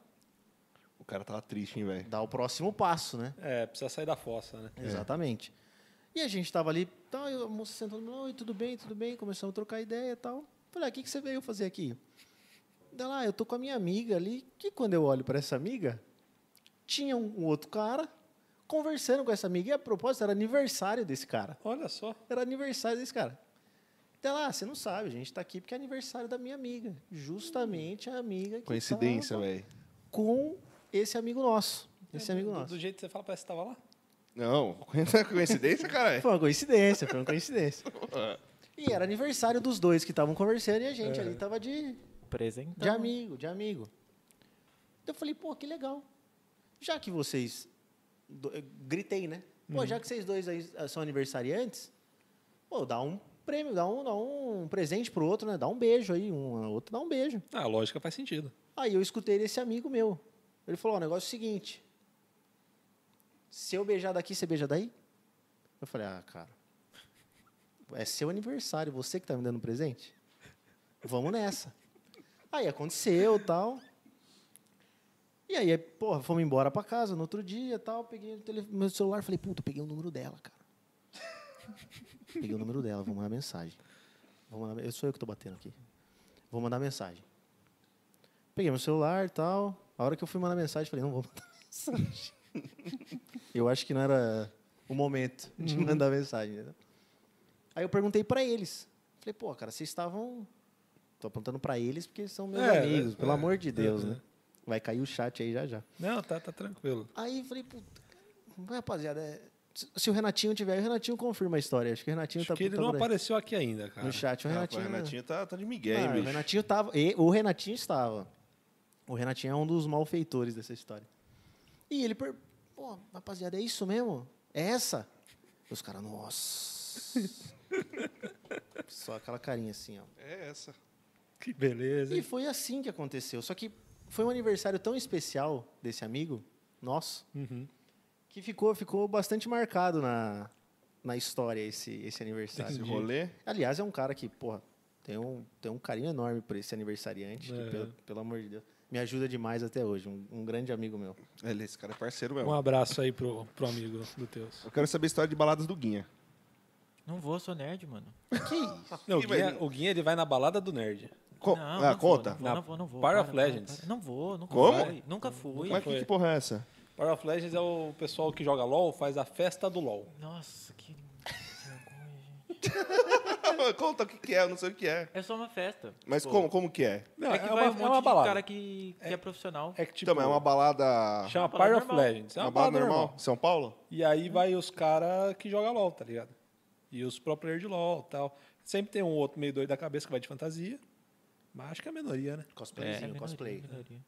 Speaker 1: O cara tava triste, hein, velho.
Speaker 3: dar o próximo passo, né?
Speaker 2: É, precisa sair da fossa, né?
Speaker 3: Exatamente. E a gente tava ali, tal, e a moça sentou, oi, tudo bem, tudo bem, começamos a trocar ideia e tal. Falei, ah, o que, que você veio fazer aqui? Ela, ah, eu tô com a minha amiga ali, que quando eu olho para essa amiga, tinha um, um outro cara conversando com essa amiga, e a propósito era aniversário desse cara.
Speaker 2: Olha só.
Speaker 3: Era aniversário desse cara. Ela, ah, você não sabe, a gente tá aqui porque é aniversário da minha amiga. Justamente a amiga que
Speaker 1: Coincidência, né?"
Speaker 3: tava
Speaker 1: velho.
Speaker 3: Com esse amigo nosso. Esse amigo
Speaker 2: do,
Speaker 3: nosso.
Speaker 2: Do jeito que você fala, parece que você tava lá.
Speaker 1: Não, coincidência, caralho.
Speaker 3: É. Foi uma coincidência, foi uma coincidência. E era aniversário dos dois que estavam conversando e a gente ali tava de, de
Speaker 4: Apresentando.
Speaker 3: amigo, de amigo. Eu falei, pô, que legal. Já que vocês. do- eu gritei, né? Pô, já que vocês dois aí ah, são aniversariantes, pô, dá um prêmio, dá um, dá um presente pro outro, né? Dá um beijo aí, um ao outro dá um beijo.
Speaker 2: Ah, a lógica faz sentido.
Speaker 3: Aí eu escutei desse amigo meu. Ele falou: ó, o negócio é o seguinte. Se eu beijar daqui, você beija daí? Eu falei: ah, cara. É seu aniversário, você que tá me dando presente? Vamos nessa. Aí aconteceu tal. E aí, porra, fomos embora pra casa no outro dia tal. Peguei o tele- meu celular falei: puta, peguei o número dela, cara. peguei o número dela, vou mandar mensagem. Vou mandar, eu sou eu que tô batendo aqui. Vou mandar mensagem. Peguei meu celular e tal. A hora que eu fui mandar mensagem, falei, não vou mandar. Eu acho que não era o momento de
Speaker 2: Uhum.
Speaker 3: mandar mensagem. né? Aí eu perguntei pra eles. Falei, pô, cara, vocês estavam. Tô apontando pra eles porque são meus
Speaker 2: É,
Speaker 3: amigos,
Speaker 2: é,
Speaker 3: pelo
Speaker 2: é.
Speaker 3: amor de Deus,
Speaker 2: Uhum.
Speaker 3: né? Vai cair o chat aí já já.
Speaker 2: Não, tá, tá tranquilo.
Speaker 3: Aí eu falei, puta, vai, rapaziada, é, se- se o Renatinho tiver, aí, o Renatinho confirma a história. Acho que o Renatinho
Speaker 2: Acho
Speaker 3: tá
Speaker 2: que ele
Speaker 3: tá
Speaker 2: não
Speaker 3: por aí.
Speaker 2: apareceu aqui ainda, cara.
Speaker 3: no chat. O
Speaker 1: Ah, pô,
Speaker 3: Renatinho,
Speaker 1: o Renatinho tá, tá de migué,
Speaker 3: Ah,
Speaker 1: hein,
Speaker 3: o
Speaker 1: bicho?
Speaker 3: Renatinho tava. e- o Renatinho estava. O Renatinho é um dos malfeitores dessa história. E ele per... Pô, rapaziada, é isso mesmo? É essa? Os caras, nossa. Só aquela carinha assim, ó.
Speaker 1: É essa.
Speaker 2: Que beleza,
Speaker 3: E
Speaker 2: hein?
Speaker 3: foi assim que aconteceu. Só que foi um aniversário tão especial desse amigo nosso
Speaker 2: Uhum.
Speaker 3: que ficou, ficou bastante marcado na, na história esse, esse aniversário.
Speaker 1: Esse rolê.
Speaker 3: Aliás, é um cara que, porra, tem um, tem um carinho enorme por esse aniversariante, que,
Speaker 2: É.
Speaker 3: pelo, pelo amor de Deus, me ajuda demais até hoje. Um, um grande amigo meu.
Speaker 1: Ele, esse cara é parceiro
Speaker 2: Um
Speaker 1: mesmo.
Speaker 2: abraço aí pro, pro amigo do Teus.
Speaker 1: Eu quero saber a história de baladas do Guinha.
Speaker 4: Não vou, sou nerd, mano. Ah,
Speaker 2: Não, o,
Speaker 1: Ih, mas-
Speaker 2: Guinha, o Guinha, ele vai na balada do nerd.
Speaker 1: Co-
Speaker 4: não,
Speaker 1: ah,
Speaker 4: não vou,
Speaker 1: conta.
Speaker 4: Não vou,
Speaker 2: Na
Speaker 4: não vou, não vou.
Speaker 2: Power
Speaker 4: para,
Speaker 2: of
Speaker 4: para,
Speaker 2: Legends.
Speaker 4: para. Não vou, nunca
Speaker 1: Como?
Speaker 4: fui. Nunca fui.
Speaker 1: Mas
Speaker 2: foi.
Speaker 1: que, que porra é essa?
Speaker 2: Power of Legends é o pessoal que joga LOL, faz a festa do LOL.
Speaker 4: Nossa, que vergonha, gente.
Speaker 1: Conta o que, que é, eu não sei o que é.
Speaker 4: É só uma festa.
Speaker 1: Mas
Speaker 4: Pô,
Speaker 1: como, como que é?
Speaker 2: Não,
Speaker 4: é
Speaker 2: é,
Speaker 4: que
Speaker 2: uma,
Speaker 4: vai um monte
Speaker 2: é uma balada.
Speaker 4: de cara que, que é, profissional.
Speaker 2: É que tipo,
Speaker 1: Então, mas é uma balada.
Speaker 2: chama
Speaker 4: uma balada
Speaker 2: Power of
Speaker 4: normal.
Speaker 2: Legends. É
Speaker 1: uma balada normal?
Speaker 2: normal.
Speaker 1: São Paulo?
Speaker 2: E aí vai os caras que jogam LOL, tá ligado? E os pro players de LOL e tal. Sempre tem um outro meio doido da cabeça que vai de fantasia. Mas acho que é a minoria, né?
Speaker 4: É
Speaker 3: Cosplayzinho,
Speaker 4: minoria,
Speaker 3: um cosplay.
Speaker 4: minoria.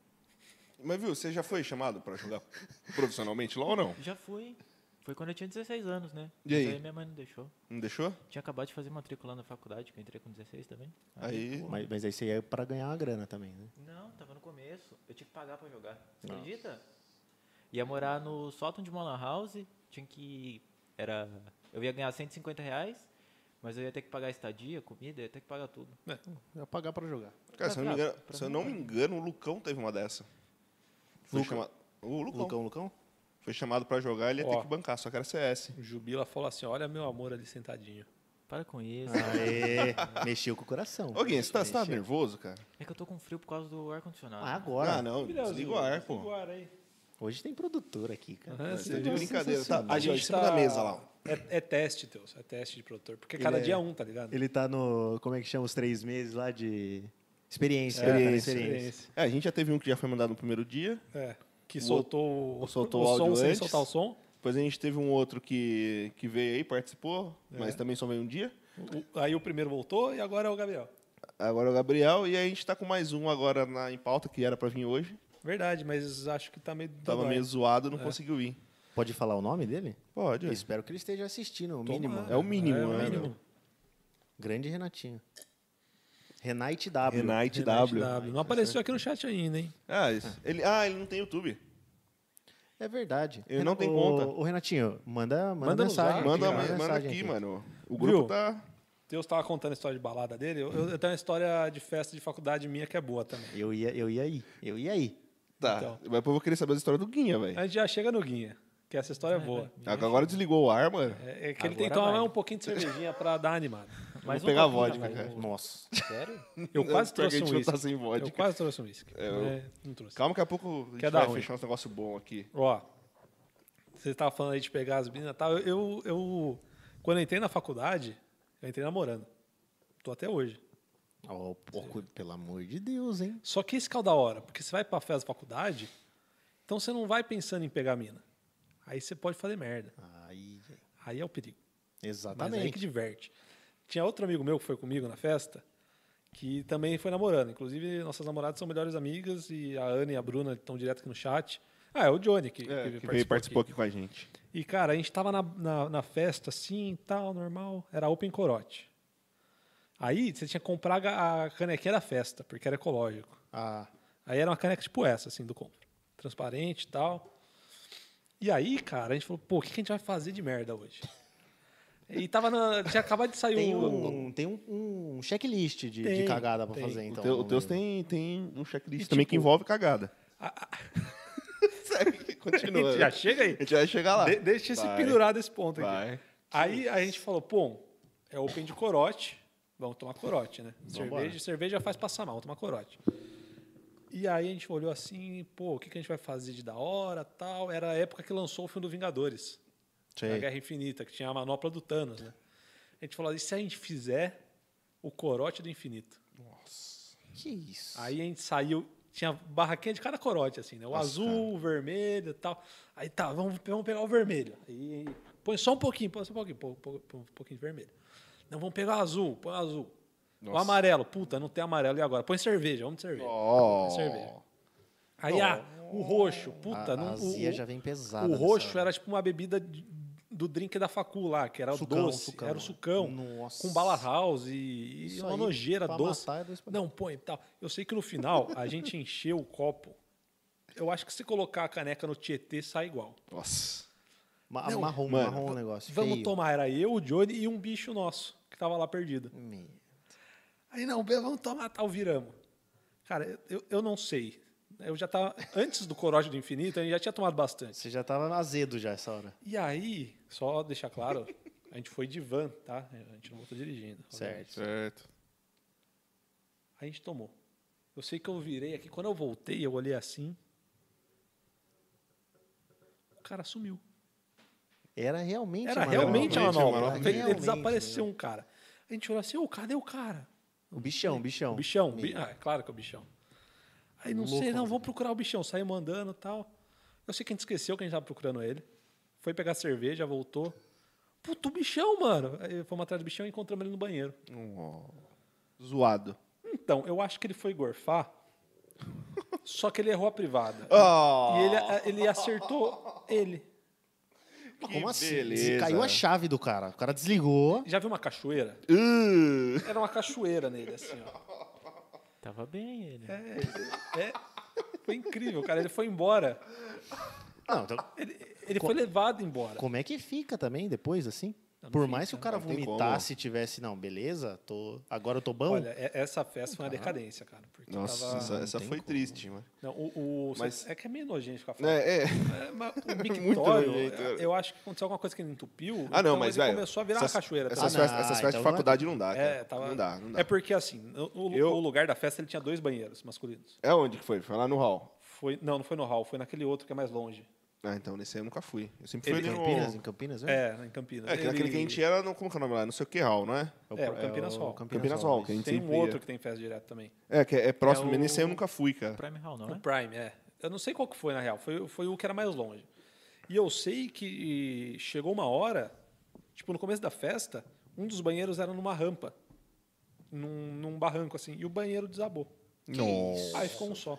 Speaker 1: Mas viu, você já foi chamado pra jogar profissionalmente lá ou não?
Speaker 4: Já fui. Foi quando eu tinha 16 anos, né?
Speaker 1: E
Speaker 4: Mas
Speaker 1: aí?
Speaker 4: minha mãe não deixou.
Speaker 1: Não deixou?
Speaker 4: Tinha acabado de fazer matrícula na faculdade, que eu entrei com 16 também.
Speaker 1: Aí.
Speaker 3: Mas, mas aí você é pra ganhar uma grana também, né?
Speaker 4: Não, tava no começo. Eu tinha que pagar pra jogar. Você acredita? Ia morar no sótão de uma lan house. Tinha que... Era... Eu ia ganhar 150 reais, mas eu ia ter que pagar estadia, comida, ia ter que pagar tudo.
Speaker 3: É pagar pra jogar.
Speaker 1: Cara, se eu não me
Speaker 4: pra-
Speaker 1: engano,
Speaker 4: pra
Speaker 1: se eu não me engano, o Lucão teve uma dessa. Foi
Speaker 3: Lucão?
Speaker 1: chamado- O Lucão.
Speaker 3: Lucão, Lucão?
Speaker 1: Foi chamado pra jogar, ele ia
Speaker 2: Ó.
Speaker 1: ter que bancar, só que era CS.
Speaker 2: O Jubila fala assim: olha meu amor ali sentadinho.
Speaker 4: Para com isso.
Speaker 3: Aê, mexeu com o coração.
Speaker 1: Ô, Guinha, você tá, você tá
Speaker 3: Mexeu.
Speaker 1: nervoso, cara?
Speaker 4: É que eu tô com frio por causa do ar-condicionado.
Speaker 3: Ah,
Speaker 1: Ah,
Speaker 3: agora.
Speaker 1: não, desliga o ar, pô.
Speaker 3: Hoje tem produtor aqui, cara.
Speaker 2: Aham,
Speaker 1: Você tá de
Speaker 2: Nossa,
Speaker 1: brincadeira. Tá,
Speaker 2: A
Speaker 1: aí, ó, em
Speaker 2: gente
Speaker 1: cima
Speaker 2: tá-
Speaker 1: da mesa lá. ó.
Speaker 2: É, é teste, Teus. É teste de produtor. Porque
Speaker 3: Ele
Speaker 2: cada
Speaker 3: é-
Speaker 2: dia é um, tá ligado?
Speaker 3: Ele tá no. Como é que chama? Os três meses lá de. Experiência.
Speaker 2: É,
Speaker 3: né? Tá
Speaker 1: É,
Speaker 3: na
Speaker 1: a gente já teve um que já foi mandado no primeiro dia.
Speaker 2: É, que
Speaker 1: O
Speaker 2: soltou o,
Speaker 1: outro soltou o
Speaker 2: som
Speaker 1: áudio
Speaker 2: sem
Speaker 1: antes.
Speaker 2: soltar o som.
Speaker 1: Depois a gente teve um outro que, que veio aí, participou,
Speaker 2: É.
Speaker 1: mas também só veio um dia.
Speaker 2: O- aí o primeiro voltou e agora é o Gabriel.
Speaker 1: Agora é o Gabriel e a gente tá com mais um agora na, em pauta, que era pra vir hoje.
Speaker 2: Verdade, mas acho que tá É. meio.
Speaker 1: Tava
Speaker 2: dodói.
Speaker 1: meio zoado, não conseguiu vir.
Speaker 3: Pode falar o nome dele?
Speaker 1: Pode.
Speaker 3: Eu espero que ele esteja assistindo, o
Speaker 2: Tomara.
Speaker 3: mínimo.
Speaker 1: É o mínimo,
Speaker 2: É o
Speaker 1: né,
Speaker 2: mínimo.
Speaker 1: meu?
Speaker 3: Grande Renatinho. Renate W.
Speaker 1: Renate
Speaker 2: Renate
Speaker 1: W.
Speaker 2: W. Não apareceu aqui no chat ainda, hein?
Speaker 1: Ah, isso. Ele, ah, ele não tem YouTube.
Speaker 3: É verdade.
Speaker 1: Ele não tem
Speaker 3: Ô-
Speaker 1: conta.
Speaker 3: Ô, Renatinho, manda, manda,
Speaker 2: Manda no
Speaker 3: mensagem.
Speaker 2: zap,
Speaker 1: Manda,
Speaker 3: aqui,
Speaker 1: manda,
Speaker 3: mensagem
Speaker 1: Ah, aqui, mano. O
Speaker 2: Viu?
Speaker 1: grupo tá.
Speaker 2: Deus tava contando a história de balada dele. Eu, eu- eu tenho uma história de festa de faculdade minha que é boa também.
Speaker 3: Eu ia, eu ia aí. Eu ia aí.
Speaker 1: Tá.
Speaker 2: Então. É,
Speaker 1: Mas depois eu vou querer saber a história do Guinha, velho.
Speaker 2: A gente já chega no Guinha, que essa história é boa.
Speaker 1: Agora desligou o ar, mano.
Speaker 2: É, é que ele tem
Speaker 4: Agora
Speaker 2: que tomar
Speaker 4: vai.
Speaker 2: mais um pouquinho de cervejinha pra dar animado.
Speaker 4: Mas um
Speaker 1: vou pegar
Speaker 4: pouquinho,
Speaker 1: vodka,
Speaker 4: velho.
Speaker 1: cara.
Speaker 3: Nossa.
Speaker 4: Sério?
Speaker 2: Eu
Speaker 1: Pior que
Speaker 2: quase
Speaker 1: a
Speaker 2: trouxe
Speaker 1: gente
Speaker 2: um
Speaker 1: não tá
Speaker 2: uísque.
Speaker 1: sem
Speaker 2: Eu
Speaker 1: vodka.
Speaker 2: quase trouxe um uísque.
Speaker 1: eu-
Speaker 2: É, Não trouxe.
Speaker 1: Calma, que a pouco a gente
Speaker 2: Quer dar um
Speaker 1: vai
Speaker 2: ruim.
Speaker 1: fechar uns negócios bons aqui.
Speaker 2: Ó, você tava falando aí de pegar as meninas e tal. Eu, eu, eu- quando eu entrei na faculdade, eu entrei namorando. Tô até hoje.
Speaker 3: Ó, pô, cu- pelo amor de Deus, hein?
Speaker 2: Só que esse que é o da hora, porque você vai pra festa da faculdade, então você não vai pensando em pegar a mina. Aí você pode fazer merda.
Speaker 3: Aí,
Speaker 2: Aí é o perigo. Mas aí
Speaker 3: exatamente.
Speaker 2: que diverte. Tinha outro amigo meu que foi comigo na festa, que também foi namorando. Inclusive, nossas namoradas são melhores amigas e a Ana e a Bruna estão direto aqui no chat. Ah, é o Johnny que,
Speaker 1: É,
Speaker 2: que
Speaker 1: que veio e participou aqui com a gente.
Speaker 2: E, cara, a gente tava na, na, na festa assim, tal, normal. Era open corote. Aí você tinha que comprar a ga- a canequinha da festa, porque era ecológico.
Speaker 3: Ah,
Speaker 2: Aí era uma caneca tipo essa, assim, do compra. Transparente e tal. E aí, cara, a gente falou, pô, o que que a gente vai fazer de merda hoje? E tava na. Tinha acabado de sair
Speaker 3: tem
Speaker 2: o.
Speaker 3: um, tem um, um checklist de,
Speaker 2: Tem,
Speaker 3: de cagada pra
Speaker 2: tem.
Speaker 3: fazer, então.
Speaker 1: o teu, o
Speaker 3: no
Speaker 1: Teus tem,
Speaker 3: mínimo.
Speaker 1: tem um checklist
Speaker 2: E,
Speaker 1: também
Speaker 2: tipo,
Speaker 1: que envolve cagada.
Speaker 2: a-
Speaker 1: Segue, continua.
Speaker 2: já chega aí.
Speaker 1: A gente vai chegar lá.
Speaker 2: De- deixa esse
Speaker 1: Vai,
Speaker 2: pendurado esse ponto aqui.
Speaker 1: Vai.
Speaker 2: Aí a gente falou, pô, é open de corote, vamos tomar corote, né? Cerveja, cerveja já faz passar mal, vamos tomar corote. E aí a gente olhou assim, pô, o que, que a gente vai fazer de da hora, tal. Era a época que lançou o filme do Vingadores, da Guerra Infinita, que tinha a manopla do Thanos, né? A gente falou, e se a gente fizer o corote do infinito?
Speaker 3: Que isso?
Speaker 2: Aí a gente saiu, tinha barraquinha de cada corote, assim, né? O
Speaker 3: Nossa,
Speaker 2: azul,
Speaker 3: cara.
Speaker 2: o vermelho e tal. Aí tá, vamos, vamos pegar o vermelho. Aí põe só um pouquinho, põe só um pouquinho, põe, põe- põe um pouquinho de vermelho. Não, vamos pegar o azul, põe o azul. O
Speaker 1: Nossa.
Speaker 2: amarelo, puta, não tem amarelo e agora? Põe cerveja, vamos de cerveja.
Speaker 1: Ó.
Speaker 2: Põe cerveja. Aí ah, o roxo, puta,
Speaker 3: a,
Speaker 2: não,
Speaker 3: a
Speaker 2: o-
Speaker 3: azia
Speaker 2: o,
Speaker 3: já vem pesada.
Speaker 2: o
Speaker 3: nessa
Speaker 2: roxo
Speaker 3: hora.
Speaker 2: era tipo uma bebida de- do drink da facu lá, que era o
Speaker 3: Sucão,
Speaker 2: doce,
Speaker 3: sucão.
Speaker 2: era o sucão,
Speaker 3: Nossa.
Speaker 2: com bala house e, e
Speaker 3: Isso
Speaker 2: uma
Speaker 3: aí,
Speaker 2: nojeira
Speaker 3: pra
Speaker 2: doce.
Speaker 3: matar, é dois pra-
Speaker 2: Não, põe tal. Eu sei que no final a gente encheu o copo. Eu acho que se colocar a caneca no Tietê sai igual.
Speaker 1: Nossa.
Speaker 3: Ma-
Speaker 2: Não,
Speaker 3: marrom,
Speaker 1: mano,
Speaker 3: marrom o negócio.
Speaker 2: Vamos
Speaker 3: feio.
Speaker 2: tomar, era eu, o Johnny e um bicho nosso que tava lá perdido.
Speaker 3: Me-
Speaker 2: Aí não, be- vamos tomar tal, viramos. Cara, eu, eu não sei. Eu já tava. Antes do Corote do Infinito, eu já tinha tomado bastante.
Speaker 3: Você já tava azedo já essa hora.
Speaker 2: E aí, só deixar claro, a gente foi de van, tá? A gente não voltou dirigindo. obviamente.
Speaker 1: Certo.
Speaker 2: A gente tomou. Eu sei que eu virei aqui, quando eu voltei, eu olhei assim. O cara sumiu.
Speaker 3: Era realmente
Speaker 2: Era
Speaker 3: a manopla.
Speaker 2: realmente a manopla.
Speaker 1: manopla.
Speaker 2: Ele- Ele
Speaker 3: Realmente,
Speaker 2: desapareceu um cara. A gente olhou assim, ô, cadê o cara?
Speaker 3: O bichão, o bichão.
Speaker 2: O bichão.
Speaker 3: Me-
Speaker 2: bi- Ah, é claro que é o bichão. Aí não
Speaker 3: Louco,
Speaker 2: sei, não,
Speaker 3: mano.
Speaker 2: vou procurar o bichão. Saímos andando e tal. Eu sei que a gente esqueceu que a gente tava procurando ele. Foi pegar cerveja, voltou. Puta, o bichão, mano. Aí fomos atrás do bichão e encontramos ele no banheiro.
Speaker 1: Ó. Zoado.
Speaker 2: Então, eu acho que ele foi gorfar, só que ele errou a privada.
Speaker 1: Ó.
Speaker 2: E ele, ele acertou ele.
Speaker 3: Mas
Speaker 1: Que
Speaker 3: Como assim?
Speaker 1: beleza.
Speaker 3: Caiu a chave do cara. O cara desligou.
Speaker 2: Já viu uma cachoeira?
Speaker 1: Uh.
Speaker 2: Era uma cachoeira nele, assim, ó.
Speaker 4: Tava bem ele.
Speaker 2: É, foi incrível, cara. Ele foi embora.
Speaker 3: Não, então,
Speaker 2: Ele, ele foi levado embora.
Speaker 3: como é que fica também depois, assim?
Speaker 2: Não, não
Speaker 3: Por
Speaker 2: fica,
Speaker 3: mais que o cara
Speaker 1: não tem
Speaker 3: vomitasse e tivesse, não, beleza, tô, agora eu tô bom.
Speaker 2: Olha, é- essa festa
Speaker 1: Ah.
Speaker 2: foi uma decadência, cara. Porque
Speaker 1: Nossa,
Speaker 2: tava-
Speaker 1: essa, essa
Speaker 3: tem
Speaker 1: foi
Speaker 3: como.
Speaker 1: triste, mano.
Speaker 2: Não, o, o-
Speaker 1: Mas-
Speaker 2: É que é meio nojento ficar falando.
Speaker 1: É, é.
Speaker 2: É, mas o
Speaker 1: Muito
Speaker 2: Mictório,
Speaker 1: nojento, né?
Speaker 2: eu- eu acho que aconteceu alguma coisa que ele entupiu.
Speaker 1: Ah, não,
Speaker 2: então
Speaker 1: mas,
Speaker 2: ele
Speaker 1: velho.
Speaker 2: começou a virar
Speaker 1: essas-
Speaker 2: uma cachoeira. tá
Speaker 1: Essas
Speaker 2: ligado?
Speaker 3: Ah,
Speaker 1: festas, essas
Speaker 3: então
Speaker 1: festas de
Speaker 3: não é-
Speaker 1: faculdade não dá.
Speaker 2: É,
Speaker 1: cara.
Speaker 2: tava...
Speaker 1: Não dá, não dá.
Speaker 2: É porque assim, o, o-
Speaker 1: Eu-
Speaker 2: o lugar da festa ele tinha dois banheiros masculinos.
Speaker 1: É onde que foi? Foi lá no hall.
Speaker 2: Foi, não, não foi no hall, foi naquele outro que é mais longe.
Speaker 1: Ah, então nesse aí eu nunca fui. Eu sempre fui
Speaker 2: Ele-
Speaker 1: ali
Speaker 3: em
Speaker 1: no.
Speaker 3: Campinas, em Campinas, né?
Speaker 2: É, em Campinas.
Speaker 1: É, que naquele que a gente era, no, como que é o nome lá? Não sei o que hall, não é?
Speaker 2: É, o Campinas Hall.
Speaker 1: Campinas é. Hall, que a gente
Speaker 2: Tem um
Speaker 1: sempre ia.
Speaker 2: outro que tem festa direto também.
Speaker 1: É, que é, é próximo,
Speaker 4: É
Speaker 1: mas
Speaker 4: o-
Speaker 1: nesse aí eu nunca fui, cara.
Speaker 4: Prime Hall, não
Speaker 2: O
Speaker 4: é?
Speaker 2: Prime, é. Eu não sei qual que foi, na real. Foi, foi o que era mais longe. E eu sei que chegou uma hora, tipo, no começo da festa, um dos banheiros era numa rampa. Num, num barranco, assim. E o banheiro desabou.
Speaker 1: Nossa.
Speaker 2: Aí ficou um só.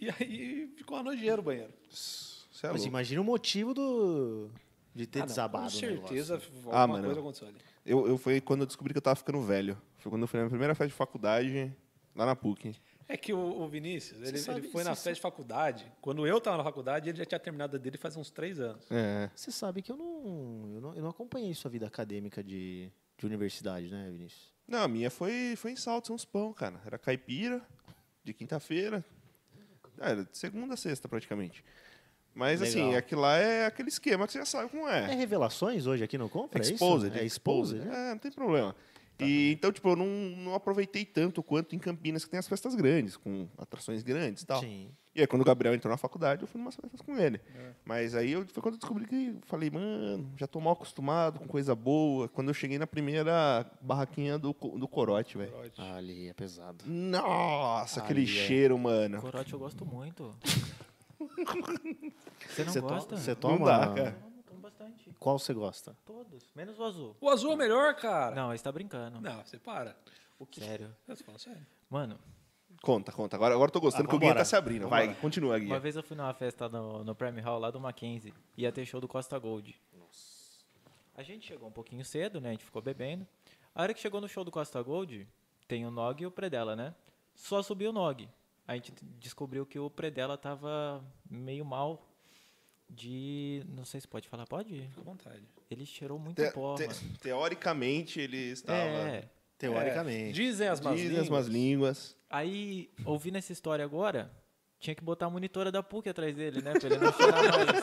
Speaker 2: E aí ficou uma nojeira o banheiro.
Speaker 1: Você é
Speaker 3: Mas
Speaker 1: louco.
Speaker 3: imagina o motivo do... de ter
Speaker 2: Ah, não,
Speaker 3: desabado
Speaker 2: Com
Speaker 3: o negócio.
Speaker 2: certeza
Speaker 1: Ah,
Speaker 2: alguma
Speaker 1: mano.
Speaker 2: coisa aconteceu ali.
Speaker 1: Eu, eu foi quando eu descobri que eu tava ficando velho. Foi quando eu fui na minha primeira festa de faculdade, lá na PUC.
Speaker 2: É que o, o Vinícius, ele,
Speaker 3: sabe-
Speaker 2: ele foi
Speaker 3: você
Speaker 2: na festa
Speaker 3: sabe-
Speaker 2: de faculdade. Quando eu estava na faculdade, ele já tinha terminado a dele faz uns três anos.
Speaker 1: É.
Speaker 3: Você sabe que eu não, eu não, eu não acompanhei sua vida acadêmica de, de universidade, né, Vinícius?
Speaker 1: Não, a minha foi, foi em salto, São Pão, cara. Era caipira, de quinta-feira. Ah, Era de segunda a sexta, praticamente. Mas,
Speaker 3: Legal.
Speaker 1: assim, aquilo lá é aquele esquema que você já sabe como
Speaker 3: É,
Speaker 1: é.
Speaker 3: revelações hoje aqui no Compra? é isso?
Speaker 1: Exposed.
Speaker 3: É Exposed, né? Tá.
Speaker 1: É, não tem problema. E, então, tipo, eu não, não aproveitei tanto quanto em Campinas, que tem as festas grandes, com atrações grandes e tal.
Speaker 3: Sim. É.
Speaker 1: E aí, quando o Gabriel entrou na faculdade, eu fui numas festas com ele. Mas aí eu, foi quando eu descobri que falei, mano, já tô mal acostumado com coisa boa. Quando eu cheguei na primeira barraquinha do, co- do corote, velho.
Speaker 3: Ali é pesado.
Speaker 1: Nossa, aquele
Speaker 3: Ali é.
Speaker 1: cheiro, mano.
Speaker 4: Corote eu gosto muito. Você não
Speaker 3: Você to-
Speaker 4: gosta?
Speaker 3: Você
Speaker 1: Não
Speaker 3: toma?
Speaker 1: dá, cara.
Speaker 4: Tomo, tomo bastante.
Speaker 3: Qual você gosta?
Speaker 4: Todos. Menos o azul.
Speaker 2: O azul é o melhor, cara.
Speaker 4: Não, você tá brincando.
Speaker 2: Não, você para.
Speaker 4: O que? Sério.
Speaker 2: Eu tô falando sério.
Speaker 4: Mano,
Speaker 1: Conta, conta. Agora, agora eu tô gostando
Speaker 3: Ah,
Speaker 1: que o Guia
Speaker 3: vambora.
Speaker 1: tá se abrindo. Vai, Gui, continua,
Speaker 4: uma
Speaker 1: Guia.
Speaker 4: vez eu fui numa festa no, no Prime Hall lá do Mackenzie. Ia ter show do Costa Gold. A gente chegou um pouquinho cedo, né? A gente ficou bebendo. A hora que chegou no show do Costa Gold, tem o Nog e o Predella, né? Só subiu o Nog. A gente t- descobriu que o Predella tava meio mal de... Não sei se pode falar. Pode?
Speaker 2: Fica à vontade.
Speaker 4: Ele cheirou muito
Speaker 1: Te-
Speaker 4: pó,
Speaker 1: te-
Speaker 4: mano.
Speaker 1: teoricamente, ele estava...
Speaker 4: É.
Speaker 2: É,
Speaker 3: Teoricamente.
Speaker 2: dizem as más
Speaker 1: Dizem
Speaker 2: línguas.
Speaker 1: as más línguas.
Speaker 4: Aí, ouvindo essa história agora, tinha que botar a monitora da PUC atrás dele, né? Pra ele não chorar mais.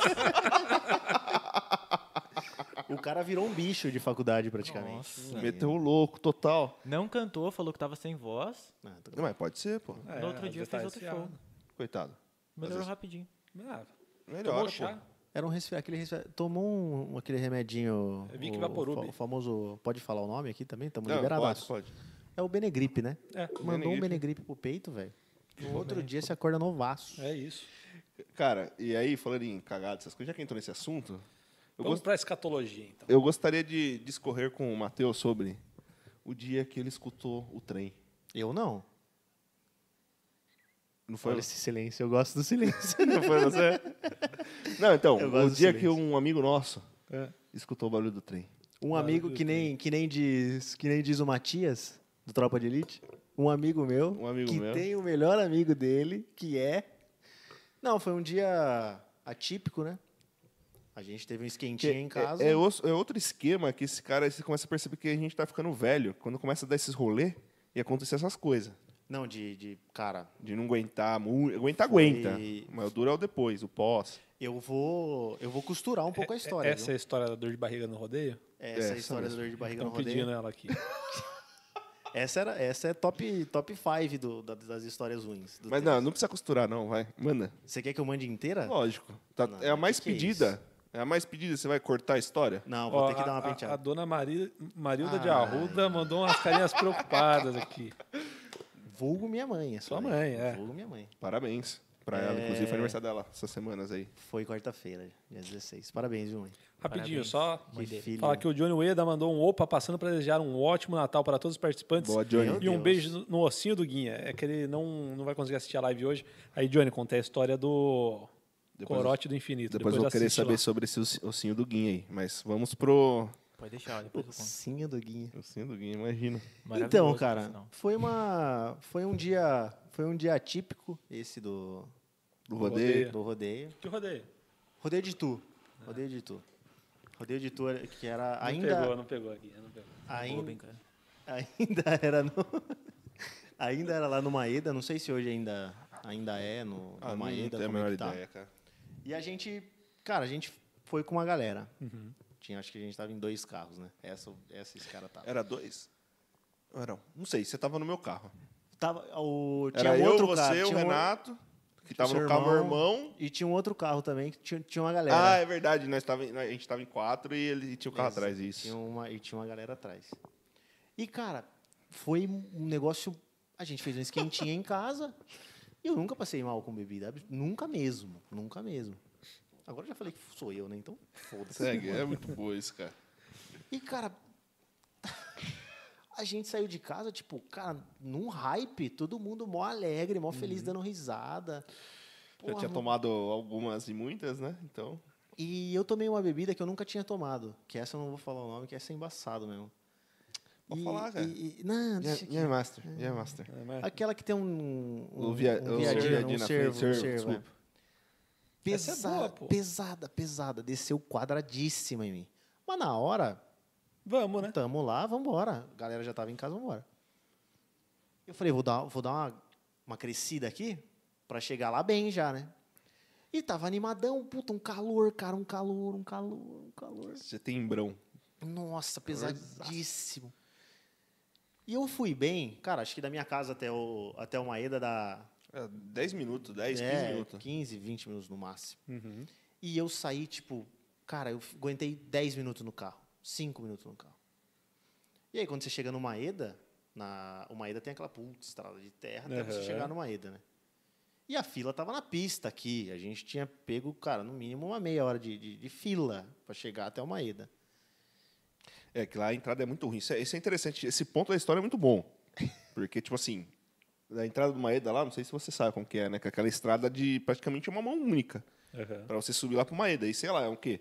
Speaker 3: O cara virou um bicho de faculdade, praticamente.
Speaker 4: Nossa.
Speaker 1: Meteu o louco, total.
Speaker 4: Não cantou, falou que tava sem voz.
Speaker 3: Ah, tá-
Speaker 1: Não, mas pode ser, pô.
Speaker 2: É,
Speaker 4: no outro
Speaker 2: às
Speaker 4: dia
Speaker 2: vezes tá
Speaker 4: fez outro show.
Speaker 2: resfriado.
Speaker 1: Coitado.
Speaker 4: Melhorou
Speaker 1: vezes-
Speaker 4: rapidinho.
Speaker 2: Ah,
Speaker 1: Melhor,
Speaker 2: tomou
Speaker 1: pô.
Speaker 2: chá.
Speaker 3: Era um resfriado, aquele resfriado. Tomou um- um- aquele remedinho.
Speaker 2: É Vic
Speaker 3: o-
Speaker 2: Vaporub.
Speaker 3: O, fa- o famoso. Pode falar o nome aqui também? Estamos
Speaker 1: Não,
Speaker 3: liberados.
Speaker 1: pode, pode.
Speaker 3: É o Benegripe, né?
Speaker 2: É,
Speaker 3: Mandou um
Speaker 1: Benegripe.
Speaker 3: Benegripe pro peito, velho. No outro dia você acorda novaço.
Speaker 2: é isso.
Speaker 1: Cara, e aí, falando em cagada, essas coisas, já que entrou nesse assunto, eu,
Speaker 2: Vamos
Speaker 1: gost-
Speaker 2: pra escatologia, então.
Speaker 1: eu gostaria de discorrer com o Matheus sobre o dia que ele escutou o trem.
Speaker 3: Eu não.
Speaker 1: Não foi,
Speaker 3: Olha esse silêncio, eu gosto do silêncio.
Speaker 1: não foi você? Não, então,
Speaker 3: Eu
Speaker 1: o
Speaker 3: gosto do
Speaker 1: dia
Speaker 3: silêncio.
Speaker 1: que um amigo nosso
Speaker 2: É.
Speaker 1: escutou o barulho do trem.
Speaker 3: Um amigo que nem, que, nem diz, que nem diz o Matias, do Tropa de Elite. Um amigo meu.
Speaker 1: Um amigo
Speaker 3: que
Speaker 1: meu.
Speaker 3: tem o melhor amigo dele, que é. Não, foi um dia atípico, né? A gente teve um esquentinho em casa.
Speaker 1: É, é os- é outro esquema que esse cara você começa a perceber que a gente tá ficando velho. Quando começa a dar esses rolê e acontecer essas coisas.
Speaker 3: Não, de, de. Cara,
Speaker 1: De não aguentar muito. Aguenta, aguenta. Mas o duro é o depois, o pós.
Speaker 3: eu vou. Eu vou costurar um pouco a história.
Speaker 2: Essa é
Speaker 3: viu?
Speaker 2: a história da dor de barriga no rodeio?
Speaker 3: Essa é
Speaker 1: essa
Speaker 3: a história da dor de barriga no
Speaker 2: Estão
Speaker 3: rodeio.
Speaker 2: pedindo né? ela aqui.
Speaker 3: Essa, era, essa é top 5 top five do- da- das histórias ruins. do
Speaker 1: Mas
Speaker 3: tempo.
Speaker 1: não, não precisa costurar, não, vai. Manda.
Speaker 3: Você quer que eu mande inteira?
Speaker 1: Lógico. Tá-
Speaker 3: Não,
Speaker 1: é a
Speaker 3: mas
Speaker 1: mais
Speaker 3: que que é
Speaker 1: pedida. É a mais pedida, você vai cortar a história?
Speaker 3: Não, vou
Speaker 2: Ó,
Speaker 3: ter que dar
Speaker 2: a-
Speaker 3: uma
Speaker 2: a- A,
Speaker 3: penteada. Ah.
Speaker 2: dona Mari- Marilda de
Speaker 3: Ai.
Speaker 2: Arruda mandou umas carinhas preocupadas aqui.
Speaker 3: Vulgo minha mãe. essa
Speaker 2: Sua
Speaker 3: daí.
Speaker 2: mãe, é.
Speaker 3: Vulgo minha mãe.
Speaker 1: Parabéns pra ela, inclusive
Speaker 3: É.
Speaker 1: foi aniversário dela essas semanas aí.
Speaker 3: Foi quarta-feira, dia 16. Parabéns, viu, mãe?
Speaker 2: Rapidinho,
Speaker 4: Parabéns,
Speaker 2: só
Speaker 4: mãe dele.
Speaker 3: filho.
Speaker 2: falar que o Johnny Ueda mandou um opa passando para desejar um ótimo Natal para todos os participantes.
Speaker 1: Boa, Johnny.
Speaker 2: E um
Speaker 3: Deus.
Speaker 2: beijo no ossinho do Guinha. É que ele não, não vai conseguir assistir a live hoje. Aí, Johnny, conta a história do
Speaker 1: Depois-
Speaker 2: Corote do Infinito.
Speaker 1: Depois, eu vou querer
Speaker 2: assiste
Speaker 1: saber
Speaker 2: lá.
Speaker 1: sobre esse ossi- ossinho do Guinho aí. Mas vamos pro.
Speaker 4: Pode deixar, depois eu conto.
Speaker 3: Sim, do Guinha.
Speaker 1: Ossinho do Guinho, imagina.
Speaker 4: Maravilhoso,
Speaker 3: Então,
Speaker 4: por
Speaker 3: cara,
Speaker 4: sinal.
Speaker 3: foi uma. Foi um dia. Foi um dia atípico esse do,
Speaker 1: Do
Speaker 2: rodeio.
Speaker 1: rodeio.
Speaker 3: do rodeio.
Speaker 2: Que rodeio?
Speaker 3: Rodeio de Tu. Rodeio de Tu. Rodeio de Tu, era- que era
Speaker 2: Não
Speaker 3: ainda.
Speaker 2: pegou, não pegou, Guinha. Não pegou.
Speaker 4: Boa,
Speaker 3: ainda
Speaker 4: bem, cara.
Speaker 3: Ainda era no. Ainda era lá no Maeda, não sei se hoje ainda, ainda é no, no
Speaker 1: Ah, não
Speaker 3: Maeda.
Speaker 1: tenho a
Speaker 3: como é
Speaker 1: menor
Speaker 3: que tá.
Speaker 1: ideia, cara.
Speaker 3: E a gente, cara, a gente foi com uma galera. Tinha, acho que a gente tava em dois carros, né? Essa, essa esse cara tava.
Speaker 1: Era dois? Ou Era um? Não sei, você tava no meu carro.
Speaker 3: tava o, tinha
Speaker 1: Era
Speaker 3: um
Speaker 1: eu,
Speaker 3: outro
Speaker 1: você,
Speaker 3: carro.
Speaker 1: o
Speaker 3: tinha um-
Speaker 1: Renato, que
Speaker 3: tinha
Speaker 1: tava
Speaker 3: seu
Speaker 1: no carro, meu irmão.
Speaker 3: E tinha um outro carro também, que tinha, tinha uma galera.
Speaker 1: Ah, é verdade, nós tava, em- a gente tava em quatro e ele tinha um o carro
Speaker 3: Isso.
Speaker 1: atrás,
Speaker 3: Tinha
Speaker 1: isso.
Speaker 3: uma, e tinha uma galera atrás. E, cara, foi um negócio. A gente fez um esquentinha em casa. E eu nunca passei mal com bebida. abs- Nunca mesmo. Nunca mesmo. Agora eu já falei que sou eu, né? Então, foda-se.
Speaker 1: Segue, é muito boa isso, cara.
Speaker 3: E, cara. A gente saiu de casa, tipo, cara, num hype, todo mundo mó alegre, mó feliz, dando risada.
Speaker 1: Eu
Speaker 3: Porra,
Speaker 1: Uhum. tinha tomado algumas e muitas, né? Então.
Speaker 3: E eu tomei uma bebida que eu nunca tinha tomado. Que essa eu não vou falar o nome, que essa é embaçado mesmo.
Speaker 1: Pode
Speaker 3: E-
Speaker 1: falar, cara.
Speaker 3: e- e- não, deixa aqui.
Speaker 1: Master, yeah, Master.
Speaker 2: É, mas-
Speaker 3: Aquela que tem um, um,
Speaker 1: O via-
Speaker 3: um
Speaker 1: o
Speaker 3: viadinho,
Speaker 1: viadinho
Speaker 3: um
Speaker 1: na
Speaker 3: servo,
Speaker 1: frente,
Speaker 3: um
Speaker 1: servo,
Speaker 3: servo,
Speaker 1: desculpa.
Speaker 3: é.
Speaker 2: Essa é
Speaker 3: Pesada,
Speaker 2: boa, pô.
Speaker 3: pesada, pesada. Desceu quadradíssima em mim. Mas na hora,
Speaker 2: Vamos, né?
Speaker 3: tamo lá, vambora. A galera já tava em casa, vambora. Eu falei, vou dar, vou dar uma, uma crescida aqui pra chegar lá bem já, né? E tava animadão, puta, um calor, cara, um calor, um calor, um calor.
Speaker 1: Você tem embrão.
Speaker 3: Nossa, pesadíssimo. E eu fui bem, cara, acho que da minha casa até o, até o Maeda dá,
Speaker 1: É, 10 minutos, 10,
Speaker 3: É,
Speaker 1: 15 minutos.
Speaker 3: 15, 20 minutos no máximo. E eu saí, tipo, cara, eu f- aguentei 10 minutos no carro, 5 minutos no carro. E aí, quando você chega no Maeda, na, o Maeda tem aquela puta estrada de terra até você
Speaker 2: Aham.
Speaker 3: chegar no Maeda, né? E a fila tava na pista aqui. A gente tinha pego, cara, no mínimo uma meia hora de, de- de fila para chegar até o Maeda.
Speaker 1: É que lá a entrada é muito ruim. Isso é, isso é interessante. Esse ponto da história é muito bom. Porque, tipo assim, a entrada do Maeda lá, não sei se você sabe como que é, né? Que é aquela estrada de praticamente uma mão única.
Speaker 2: Aham.
Speaker 1: Pra você subir lá pro Maeda. E sei lá, é o quê?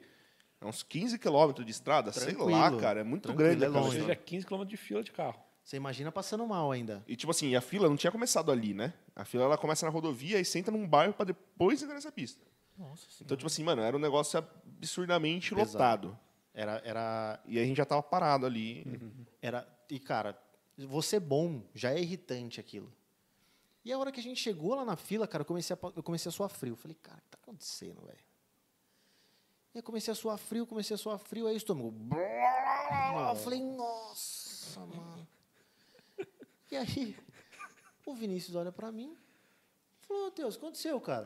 Speaker 1: É uns 15 quilômetros de estrada? sei lá,
Speaker 3: Tranquilo.
Speaker 1: cara. É muito
Speaker 3: Tranquilo,
Speaker 1: grande
Speaker 3: é
Speaker 1: aquela
Speaker 2: Ou
Speaker 3: longe.
Speaker 1: estrada.
Speaker 2: seja, 15 km de fila de carro.
Speaker 3: Você imagina passando mal ainda.
Speaker 1: E tipo assim, a fila não tinha começado ali, né? A fila ela começa na rodovia e senta num bairro pra depois entrar nessa pista.
Speaker 4: Nossa senhora.
Speaker 1: Então, tipo assim, mano, era um negócio absurdamente
Speaker 3: É Pesado.
Speaker 1: lotado.
Speaker 3: Era, era,
Speaker 1: E a gente já tava parado ali.
Speaker 3: Uhum. Era, e cara, você bom já é irritante aquilo. E a hora que a gente chegou lá na fila, cara, eu comecei a, pa- eu comecei a suar frio. Eu falei, cara, o que tá acontecendo, velho? E E aí comecei a suar frio, comecei a suar frio, aí o estômago. Eu falei, nossa, mano. E aí, o Vinícius olha pra mim falou, "Ô, Deus, o que aconteceu, cara?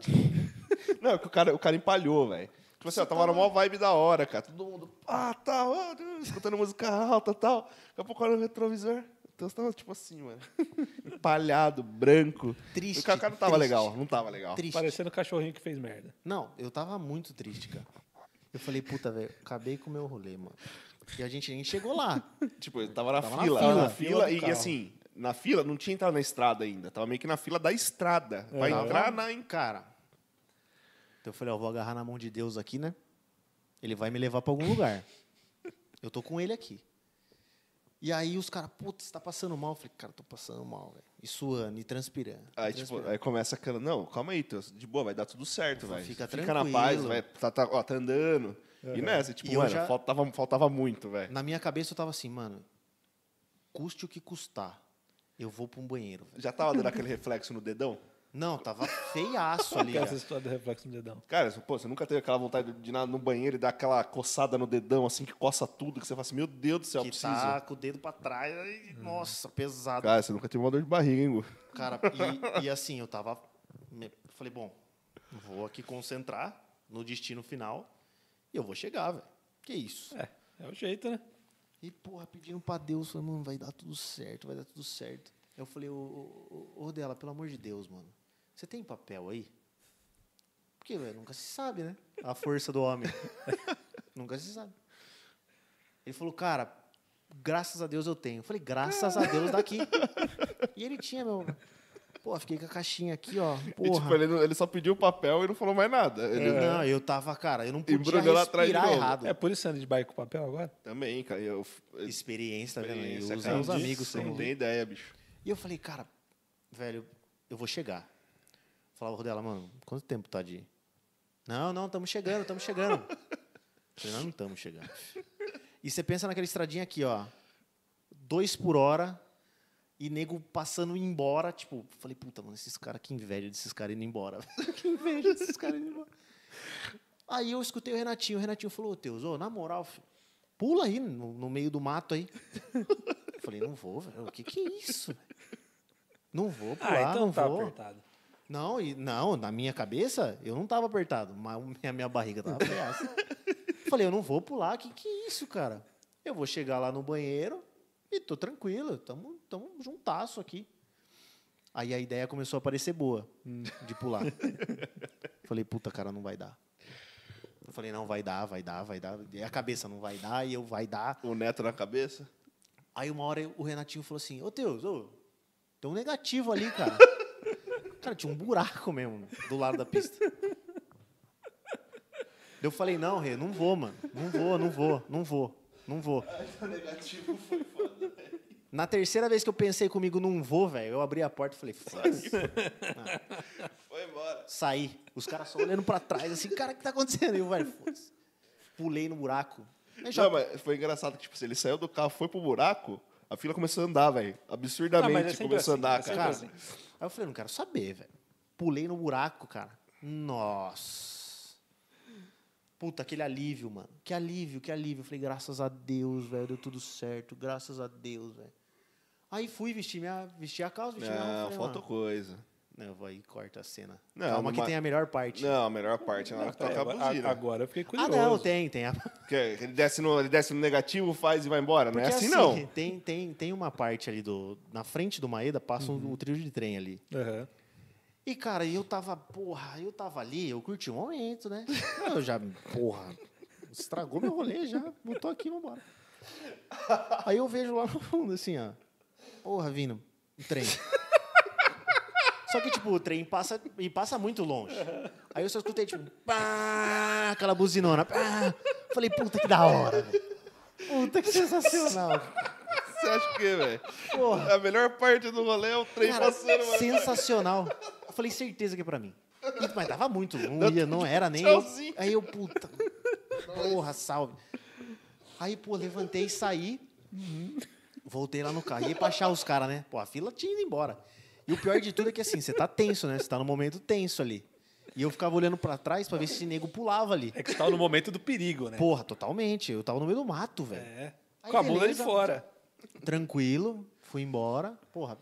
Speaker 1: Não, é que o cara, o cara empalhou, velho. Tipo assim, ó, tava na maior vibe da hora, cara. Todo mundo, ah, tal, ah, ah, escutando música alta tal. Daqui a pouco olha no retrovisor. Então você tava tipo assim, mano. Empalhado, branco.
Speaker 3: Triste,
Speaker 1: O cara, o cara não tava
Speaker 3: triste.
Speaker 1: legal, não tava legal.
Speaker 3: Triste.
Speaker 2: Parecendo o cachorrinho que fez merda.
Speaker 3: Não, eu tava muito triste, cara. Eu falei, puta, velho, acabei com o meu rolê, mano. E a gente nem chegou lá.
Speaker 1: Tipo, ele tava na
Speaker 3: Tava na
Speaker 1: fila.
Speaker 3: fila.
Speaker 1: Na
Speaker 2: Fila
Speaker 1: fila
Speaker 2: do
Speaker 1: e
Speaker 2: carro.
Speaker 1: assim, na fila não tinha entrado na estrada ainda. Tava meio que na fila da estrada. Pra
Speaker 3: Tava-
Speaker 1: entrar na. en-
Speaker 3: Cara. Então eu falei, ó, vou agarrar na mão de Deus aqui, né? Ele vai me levar pra algum lugar. Eu tô com ele aqui. E aí os caras, putz, você tá passando mal? Eu falei, cara, tô passando mal, velho. E suando, e transpirando. e
Speaker 1: Aí, tipo,
Speaker 3: transpirando.
Speaker 1: aí começa aquela. Não, calma aí, Teus. De boa, vai dar tudo certo, velho.
Speaker 3: fica
Speaker 1: na
Speaker 3: tranquilo.
Speaker 1: paz, vai. Tá, tá- ó, tá andando. E nessa, tipo,
Speaker 3: E eu
Speaker 1: mano,
Speaker 3: já-
Speaker 1: faltava, faltava muito, velho.
Speaker 3: Na minha cabeça eu tava assim, mano, custe o que custar, eu vou pra um banheiro, velho.
Speaker 1: Já tava dando aquele reflexo no dedão?
Speaker 3: Não, tava feiaço ali,
Speaker 2: Aquela
Speaker 3: cara.
Speaker 2: história do reflexo no dedão.
Speaker 1: Cara, pô, você nunca teve aquela vontade de ir na- no banheiro e dar aquela coçada no dedão, assim, que coça tudo, que você fala assim, meu Deus do céu, eu
Speaker 3: Que
Speaker 1: preciso.
Speaker 3: tá com o dedo pra trás, ai, nossa, pesado.
Speaker 1: Cara, você nunca teve uma dor de barriga, hein, Gu?
Speaker 3: Cara, e, e assim, eu tava. me- Falei, bom, vou aqui concentrar no destino final e eu vou chegar, velho. Que isso?
Speaker 2: É, é o jeito, né?
Speaker 3: E, porra, pedindo pra Deus, falei, mano, vai dar tudo certo, vai dar tudo certo. Eu falei, ô, ô, ô, ô, Dela, pelo amor de Deus, mano, você tem papel aí? Porque, velho, nunca se sabe, né? A força do homem. nunca se sabe. Ele falou, cara, graças a Deus eu tenho. Eu falei, graças a Deus daqui. e ele tinha, meu. Pô, fiquei com a caixinha aqui, ó. Porra. É,
Speaker 1: E, tipo, ele, não- ele só pediu o papel e não falou mais nada. Ele
Speaker 3: Não, eu tava, cara, eu não podia
Speaker 1: Embrulhou lá atrás de
Speaker 3: respirar
Speaker 1: novo.
Speaker 3: errado.
Speaker 2: É por isso que você anda de bike com papel agora?
Speaker 1: também, cara. Eu,
Speaker 3: Experiência, tá vendo? E
Speaker 1: experiência,
Speaker 3: usa
Speaker 1: cara,
Speaker 3: os
Speaker 1: disso,
Speaker 3: amigos,
Speaker 1: Você não
Speaker 3: seu-
Speaker 1: tem ideia, bicho.
Speaker 3: E eu falei, cara, velho, eu vou chegar. Falava o dela, mano, quanto tempo tá de. Não, não, estamos chegando, estamos chegando. Eu falei, não, não estamos chegando. E você pensa naquela estradinha aqui, ó. Dois por hora e nego passando embora. Tipo, falei, puta, mano, esses caras, que inveja desses caras indo embora. que inveja desses caras indo embora. Aí eu escutei o Renatinho. O Renatinho falou, ô, Teus, ô, na moral, filho, pula aí no, no meio do mato aí. Eu falei, não vou, velho. O que que é isso? velho? Não vou pular,
Speaker 2: Ah, então
Speaker 3: não
Speaker 2: tá
Speaker 3: vou.
Speaker 2: apertado.
Speaker 3: Não, e, não, na minha cabeça eu não tava apertado, mas o- a minha barriga tava apertada. Falei, eu não vou pular, que que é isso, cara? Eu vou chegar lá no banheiro e tô tranquilo, tamo, tamo juntasso aqui. Aí a ideia começou a parecer boa hum, de pular. Falei, puta, cara, não vai dar. Eu falei, não, vai dar, vai dar, vai dar. E a cabeça não vai dar, e eu vai dar.
Speaker 1: O neto na cabeça.
Speaker 3: Aí uma hora o Renatinho falou assim: Ô Teus, ô, tem um negativo ali, cara. cara, tinha um buraco mesmo do lado da pista. Eu falei: Não, Rê, não vou, mano. Não vou, não vou, não vou, não vou.
Speaker 1: negativo foi foda.
Speaker 3: Na terceira vez que eu pensei comigo, não vou, velho, eu abri a porta e falei: Foda-se.
Speaker 1: Foi embora.
Speaker 3: Saí. Os caras só olhando pra trás, assim, cara, o que tá acontecendo? E eu, velho, foda-se. Pulei no buraco. Aí já-
Speaker 1: Não, mas foi engraçado que, tipo, assim, ele saiu do carro, foi pro buraco, a fila começou a andar, velho.
Speaker 2: Não, mas é
Speaker 1: Absurdamente
Speaker 2: sempre
Speaker 1: começou a
Speaker 2: assim,
Speaker 1: andar,
Speaker 2: é sempre
Speaker 1: cara.
Speaker 2: assim.
Speaker 3: Aí eu falei, não quero saber, velho. Pulei no buraco, cara. Nossa. Puta, aquele alívio, mano. Que alívio, que alívio. Eu falei, graças a Deus, velho, deu tudo certo. Graças a Deus, velho. Aí fui vestir minha, vestir a calça, vestir minha roupa.
Speaker 1: Não,
Speaker 3: falei,
Speaker 1: falta
Speaker 3: mano,
Speaker 1: coisa.
Speaker 3: Não, eu vou aí, corta a cena.
Speaker 1: Não,
Speaker 3: Calma
Speaker 1: não
Speaker 3: que
Speaker 1: ma-
Speaker 3: tem a melhor parte.
Speaker 1: Não, a melhor parte é
Speaker 3: Tá
Speaker 1: na hora que
Speaker 2: É,
Speaker 1: toca a
Speaker 2: agora-
Speaker 1: buzina.
Speaker 2: agora eu fiquei
Speaker 3: ah,
Speaker 2: curioso.
Speaker 3: não, tem, tem. A...
Speaker 1: Que ele desce, no, ele desce no negativo, faz e vai embora. Não é
Speaker 3: Porque
Speaker 1: assim, não.
Speaker 3: Tem, tem, tem uma parte ali do... Na frente do Maeda passa
Speaker 1: Uhum.
Speaker 3: um, um trio de trem ali.
Speaker 2: Aham.
Speaker 3: E, cara, eu tava, porra, eu tava ali, eu curti o momento, né? Eu já, porra, estragou meu rolê já, botou aqui, vambora. Aí eu vejo lá no fundo, assim, ó. Porra, vindo, um trem. Só que, tipo, o trem passa e passa muito longe. Aí eu só escutei, tipo, pá, aquela buzinona, pá. Falei, puta que da hora, velho. Puta que sensacional.
Speaker 1: Você acha que, velho?
Speaker 3: Porra.
Speaker 1: A melhor parte do rolê é o trem
Speaker 3: Cara, assim,
Speaker 1: passando, mano.
Speaker 3: sensacional. Eu falei, certeza que é pra mim. E, mas tava muito, não
Speaker 1: Dá
Speaker 3: ia, não era nem. eu.
Speaker 1: tchauzinho.
Speaker 3: aí eu, puta. Porra, salve. Aí, pô, levantei e saí. Voltei lá no carro. E aí pra achar os caras, né? Pô, a fila tinha ido embora. E o pior de tudo é que assim, você tá tenso, né? Você tá no momento tenso ali. E eu ficava olhando pra trás pra ver se esse nego pulava ali.
Speaker 2: É que você tava no momento do perigo, né?
Speaker 3: Porra, totalmente. Eu tava no meio do mato, velho.
Speaker 2: É.
Speaker 3: Aí
Speaker 2: Com a bunda de
Speaker 3: beleza.
Speaker 2: fora.
Speaker 3: Tranquilo, fui embora. Porra,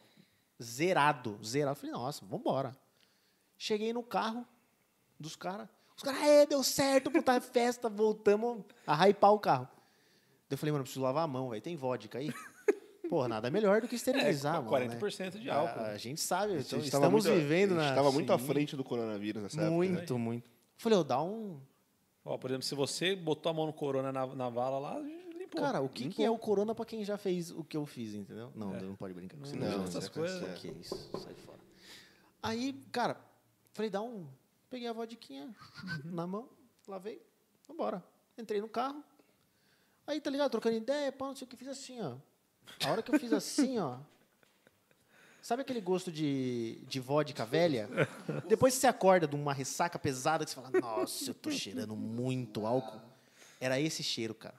Speaker 3: zerado, zerado. Falei, nossa, vambora. Cheguei no carro dos caras. Os caras, é, deu certo, puta é festa, voltamos a hypar o carro. Daí Eu falei, mano, preciso lavar a mão, velho. Tem vodka aí? Porra, nada melhor do que esterilizar,
Speaker 2: É,
Speaker 3: mano.
Speaker 2: 40%
Speaker 3: né?
Speaker 2: de álcool.
Speaker 3: A, a gente sabe,
Speaker 1: A
Speaker 3: então,
Speaker 1: gente tava
Speaker 3: estamos
Speaker 1: muito-
Speaker 3: vivendo
Speaker 1: A
Speaker 3: na.
Speaker 1: gente estava muito à
Speaker 3: Sim,
Speaker 1: frente do coronavírus nessa época. né?
Speaker 3: Muito, muito. Falei, eu dá um.
Speaker 2: Ó, por exemplo, se você botou a mão no corona na, na vala lá, limpou.
Speaker 3: Cara, o que, que é o corona pra quem já fez o que eu fiz, entendeu? Não,
Speaker 2: É.
Speaker 3: não pode brincar com isso.
Speaker 2: Não,
Speaker 3: não,
Speaker 2: essas
Speaker 3: isso é-
Speaker 2: coisas- né?
Speaker 3: isso é- que isso, sai de fora. Aí, cara, falei, dá um. Peguei a vodiquinha na mão, lavei, vambora. Entrei no carro. Aí, tá ligado? Trocando ideia, pá, não sei o que, fiz assim, ó. A hora que eu fiz assim, ó. Sabe aquele gosto de, de vodka velha? Depois que você acorda de uma ressaca pesada, que você fala, nossa, eu tô cheirando muito álcool. Era esse cheiro, cara.